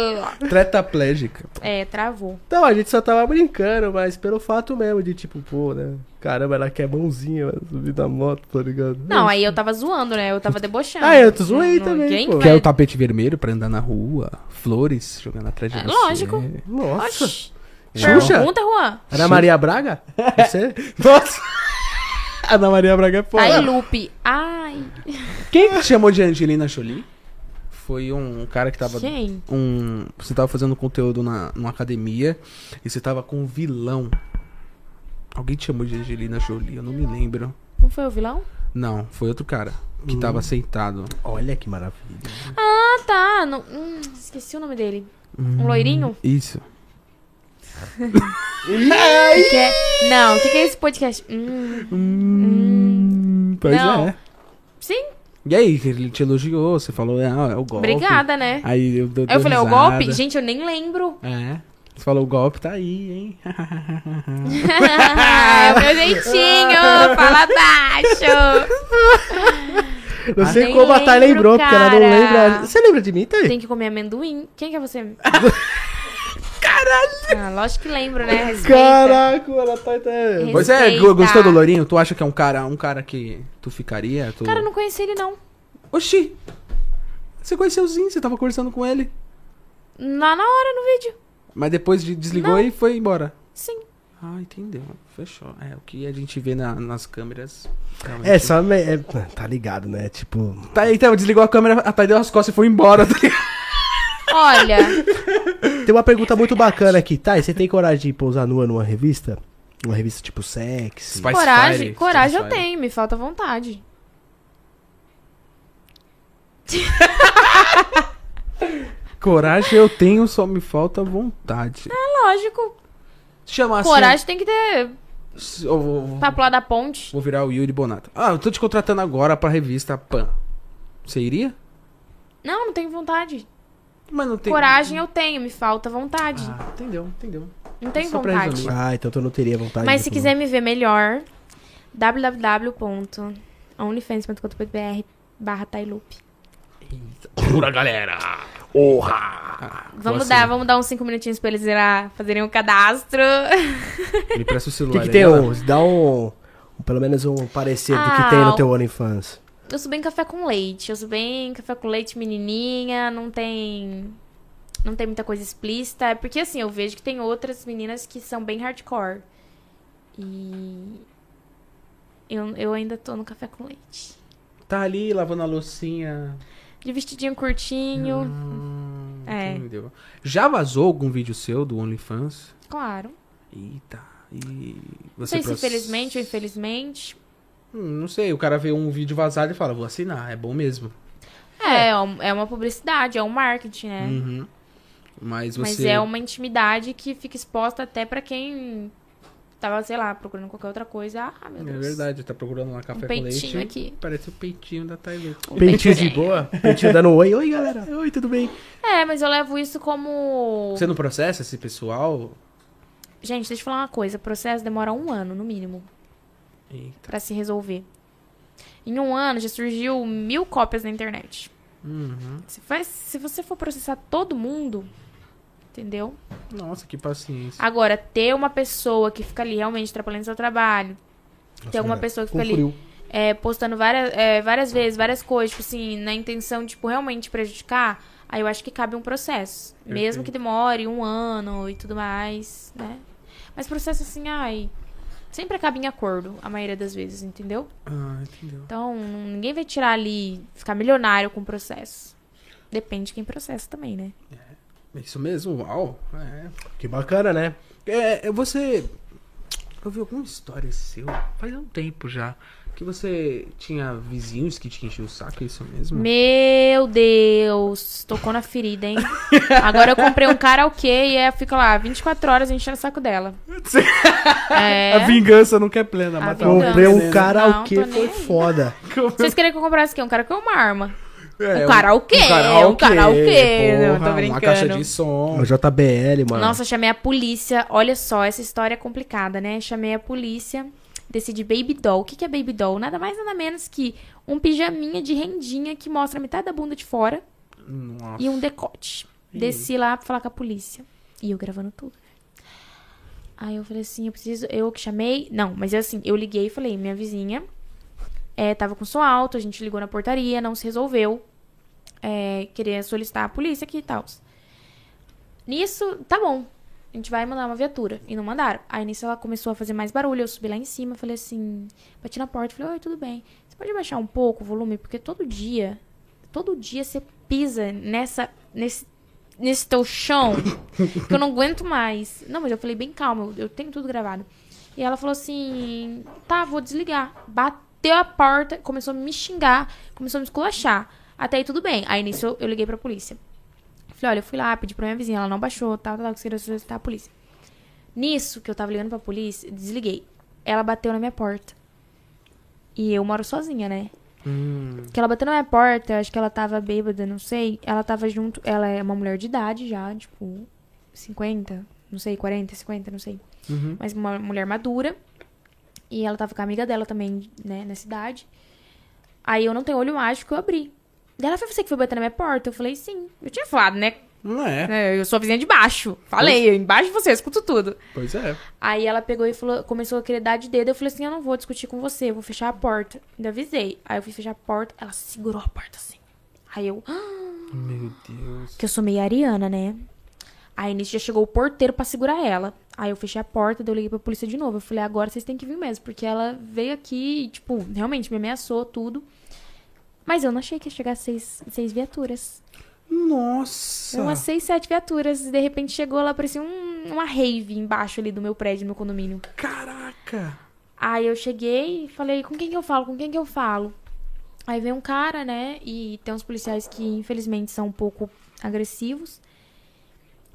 S3: É.
S4: Tetaplégica.
S2: É, travou.
S3: Então, a gente só tava brincando, mas pelo fato mesmo de tipo, pô, né? Caramba, ela quer mãozinha pra subir na moto, tá ligado?
S2: Não, aí eu tava zoando, né? Eu tava debochando.
S3: Ah, eu tô zoei
S2: Não,
S3: também,
S2: ninguém
S3: pô.
S2: vai-
S4: Quer o tapete vermelho pra andar na rua, flores jogando atrás de
S2: É,
S4: você.
S2: lógico.
S3: Nossa.
S2: Oxi.
S3: Xuxa?
S2: Pergunta, Juan.
S3: Ana Maria Braga? Você? É. Nossa!
S4: Ana Maria Braga é foda.
S2: Aí, Lupe. Ai,
S4: Quem que te chamou de Angelina Jolie? Foi um cara que tava...
S2: quem?
S4: Um, você tava fazendo conteúdo na, numa academia e você tava com um vilão. Alguém te chamou de Angelina Jolie, eu não me lembro.
S2: Não foi o vilão?
S4: Não, foi outro cara que
S3: Hum.
S4: tava sentado.
S3: Olha que maravilha.
S2: Ah, tá. não- hum, esqueci o nome dele.
S4: Hum.
S2: Um loirinho?
S4: Isso.
S2: Que que é... Não, o que, que é esse podcast? Hum,
S4: Hum, pois
S2: Não.
S4: é.
S2: sim,
S4: E aí, ele te elogiou, você falou, é, ah, é o golpe.
S2: obrigada, né?
S4: Aí eu, dou-
S2: Aí eu
S4: dou
S2: falei, o
S4: risada.
S2: golpe? Gente, eu nem lembro.
S4: É. Você falou, o golpe tá aí, hein?
S2: é o meu jeitinho. Fala baixo.
S3: Não
S2: Ah,
S3: sei
S2: nem
S3: como a Thay
S2: lembro,
S3: lembrou, porque ela não
S2: cara.
S3: lembra. Você lembra de mim, Thay?
S2: Tem que comer amendoim. Quem que é você? Caralho. Ah, lógico que lembro, né? Respeita.
S3: Caraca, ela tá até.
S2: Respeita.
S4: Pois é, go- gostou do Lourinho? Tu acha que é um cara, um cara que tu ficaria? Tu...
S2: Cara, eu não conheci ele, não.
S4: Oxi! Você conheceu o Zin, você tava conversando com ele.
S2: Lá na hora, no vídeo.
S4: Mas depois de- desligou
S2: Não.
S4: e foi embora.
S2: Sim.
S4: Ah, entendeu. Fechou. É, o que a gente vê na- nas câmeras. realmente-
S3: É, só. Me... é, Tá ligado, né? Tipo.
S4: Tá, então, desligou a câmera, a Thay deu as costas e foi embora. tá ligado?
S2: Olha,
S3: Tem uma pergunta muito bacana aqui, Thay. Você tem coragem de pousar nua numa revista? Uma revista tipo sexy?
S4: Spice
S2: coragem,
S4: Fire,
S2: coragem
S4: Spice
S2: eu
S4: Fire.
S2: tenho, me falta vontade.
S4: Coragem eu tenho, só me falta vontade.
S2: Lógico,
S4: Chamar assim.
S2: coragem tem que ter
S4: Eu vou, vou-
S2: pra pular da ponte.
S4: vou virar o Yuri Bonato. Ah, eu tô te contratando agora pra revista Pan. Você iria?
S2: Não, não tenho vontade.
S4: Mas não tem.
S2: Coragem eu tenho, me falta vontade.
S4: Ah, entendeu, entendeu.
S2: não tenho
S4: só pra
S2: vontade.
S4: resumir.
S3: Ah, então tu não teria vontade
S2: Mas
S3: de
S2: se
S3: pousar.
S2: quiser me ver melhor, www.onlyfans.com.br barra Tailupe.
S4: Pura galera!
S2: Vamos
S4: assim,
S2: dar, vamos dar uns 5 minutinhos pra eles irá fazerem o cadastro.
S4: Me presta
S3: O
S4: o celular.
S3: que, que tem?
S4: aí,
S3: Um,
S4: ó.
S3: dá um. um- Pelo menos um parecer do
S2: Ah,
S3: que tem no
S2: o-
S3: teu OnlyFans.
S2: Eu sou bem café com leite. Eu sou bem café com leite, menininha. Não tem. Não tem muita coisa explícita. É Porque, assim, eu vejo que tem outras meninas que são bem hardcore. E. Eu, eu ainda tô no café com leite.
S4: Tá ali lavando a loucinha.
S2: De vestidinho curtinho,
S4: Hum,
S2: É.
S4: Entendeu? Já vazou algum vídeo seu do OnlyFans?
S2: claro.
S4: Eita. E
S2: Não
S4: você
S2: sei se
S4: proce-
S2: felizmente ou infelizmente.
S4: Hum, não sei, o cara vê um vídeo vazado e fala, vou assinar, é bom mesmo.
S2: É, é um- é uma publicidade, é um marketing, né?
S4: Uhum. Mas você.
S2: Mas é uma intimidade que fica exposta até pra quem tava, sei lá, procurando qualquer outra coisa. Ah, meu
S4: É
S2: Deus.
S4: verdade, tá procurando lá
S2: Um
S4: café com leite.
S2: peitinho aqui.
S4: Parece o peitinho da Taylor.
S2: Um
S3: Peitinho de boa. Peitinho dando um oi. Oi, galera. Oi, tudo bem?
S2: É, mas eu levo isso como.
S4: Você não processa esse pessoal?
S2: Gente, deixa eu falar uma coisa. O processo demora um ano, no mínimo,
S4: Eita.
S2: pra se resolver. Em um ano já surgiu mil cópias na internet.
S4: Uhum.
S2: Se, faz- se você for processar todo mundo, entendeu?
S4: Nossa, que paciência.
S2: Agora, ter uma pessoa que fica ali realmente atrapalhando seu trabalho, ter alguma pessoa que fica ali é, postando várias, é, várias vezes, várias coisas, tipo assim, na intenção de tipo, realmente prejudicar, aí eu acho que cabe um processo. Mesmo que demore um ano e tudo mais, né? Mas processo assim, ai. Sempre acaba em acordo, a maioria das vezes, entendeu?
S4: Ah, entendeu.
S2: Então, ninguém vai tirar ali, ficar milionário com o processo. Depende de quem processa também, né?
S4: É Isso mesmo? Uau. É,
S3: Que bacana, né?
S4: É, é, você. Eu vi alguma história seu, faz um tempo já, que você tinha vizinhos que te enchiam o saco, é isso mesmo?
S2: Meu Deus, tocou na ferida, hein? Agora eu comprei um karaokê e é, eu fico lá 24 horas enchendo o saco dela. É.
S4: vingança nunca é plena,
S2: A
S4: mata
S2: vingança.
S3: Comprei um
S2: Não,
S3: karaokê,
S2: tô nem
S3: foi
S2: aí.
S3: foda.
S2: Vocês queriam que eu comprasse o quê? Um karaokê ou uma arma?
S4: É,
S2: um karaokê, um karaokê, não, tô
S4: Uma
S2: brincando.
S4: caixa de som.
S3: É o JBL, mano.
S2: Nossa, chamei a polícia. Olha só, essa história é complicada, né? Chamei a polícia, decidi Baby Doll. O que que é Baby Doll? Nada mais, nada menos que um pijaminha de rendinha que mostra metade da bunda de fora
S4: Nossa.
S2: e um decote. Desci lá pra falar com a polícia. E eu gravando tudo. Aí eu falei assim, eu preciso... Eu que chamei... Não, mas assim, eu liguei e falei, minha vizinha é, tava com som alto, a gente ligou na portaria, não se resolveu. É, queria solicitar a polícia aqui e tal. Nisso, tá bom. A gente vai mandar uma viatura. E não mandaram. Aí nisso ela começou a fazer mais barulho. Eu subi lá em cima, falei assim. Bati na porta, falei, oi, tudo bem. Você pode baixar um pouco o volume? Porque todo dia, todo dia você pisa nessa. nesse. nesse teu chão. que eu não aguento mais. Não, mas eu falei, bem calma, eu, eu tenho tudo gravado. E ela falou assim: tá, vou desligar. Bateu a porta, começou a me xingar, começou a me esculachar. Até aí tudo bem. Aí nisso eu, eu liguei pra polícia. Falei, olha, eu fui lá, pedi pra minha vizinha, ela não baixou, tal, tal, tal, que você queria solicitar a polícia. Nisso, que eu tava ligando pra polícia, desliguei. Ela bateu na minha porta. E eu moro sozinha, né?
S4: Hum,
S2: Que ela bateu na minha porta, eu acho que ela tava bêbada, não sei. Ela tava junto, ela é uma mulher de idade já, tipo, 50, não sei, 40, 50, não sei.
S4: uhum.
S2: Mas uma mulher madura. E ela tava com a amiga dela também, né, na cidade. Aí eu não tenho olho mágico, eu abri. Daí ela foi você que foi bater na minha porta? Eu falei, sim. Eu tinha falado, né?
S4: Não é,
S2: É, Eu sou a vizinha de baixo. Falei, eu embaixo de você, eu escuto tudo.
S4: pois é.
S2: Aí ela pegou e falou, começou a querer dar de dedo. Eu falei assim: eu não vou discutir com você, eu vou fechar a porta. Ainda avisei. Aí eu fui fechar a porta, ela segurou a porta assim. Aí eu, "Ah",
S4: Meu Deus.
S2: que eu sou meio ariana, né? Aí nisso já chegou o porteiro pra segurar ela. Aí eu fechei a porta, daí eu liguei pra polícia de novo. Eu falei: agora vocês têm que vir mesmo, porque ela veio aqui e, tipo, realmente me ameaçou tudo. Mas eu não achei que ia chegar seis, seis viaturas.
S4: Nossa.
S2: Umas seis, sete viaturas. E de repente chegou lá, parecia um- uma rave embaixo ali do meu prédio, do meu condomínio.
S4: Caraca.
S2: Aí eu cheguei e falei, com quem que eu falo? Com quem que eu falo? Aí veio um cara, né? E tem uns policiais que, infelizmente, são um pouco agressivos.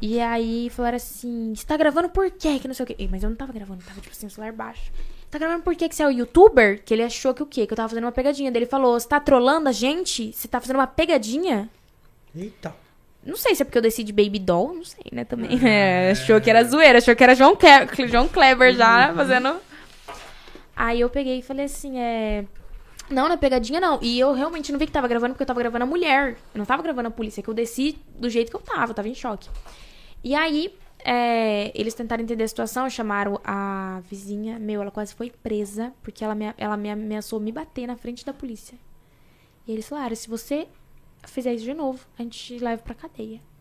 S2: E aí falaram assim, você tá gravando por quê? Que não sei o quê. Ei, Mas eu não tava gravando, tava, tipo assim, o celular baixo. Tá gravando por quê que você é o youtuber? Que ele achou que o quê? Que eu tava fazendo uma pegadinha. Daí ele falou, você tá trolando a gente? Você tá fazendo uma pegadinha?
S3: Eita.
S2: Não sei se é porque eu decidi Baby Doll, não sei, né, também. É, achou que era zoeira, achou que era João, Ke João Kleber já fazendo. Aí eu peguei e falei assim, é. Não, não é pegadinha, não. E eu realmente não vi que tava gravando, porque eu tava gravando a mulher. Eu não tava gravando a polícia, é que eu desci do jeito que eu tava, eu tava em choque. E aí, é, eles tentaram entender a situação, chamaram a vizinha. Meu, ela quase foi presa, porque ela me, ela me ameaçou me bater na frente da polícia. E eles falaram, se você fizer isso de novo, a gente te leva pra cadeia.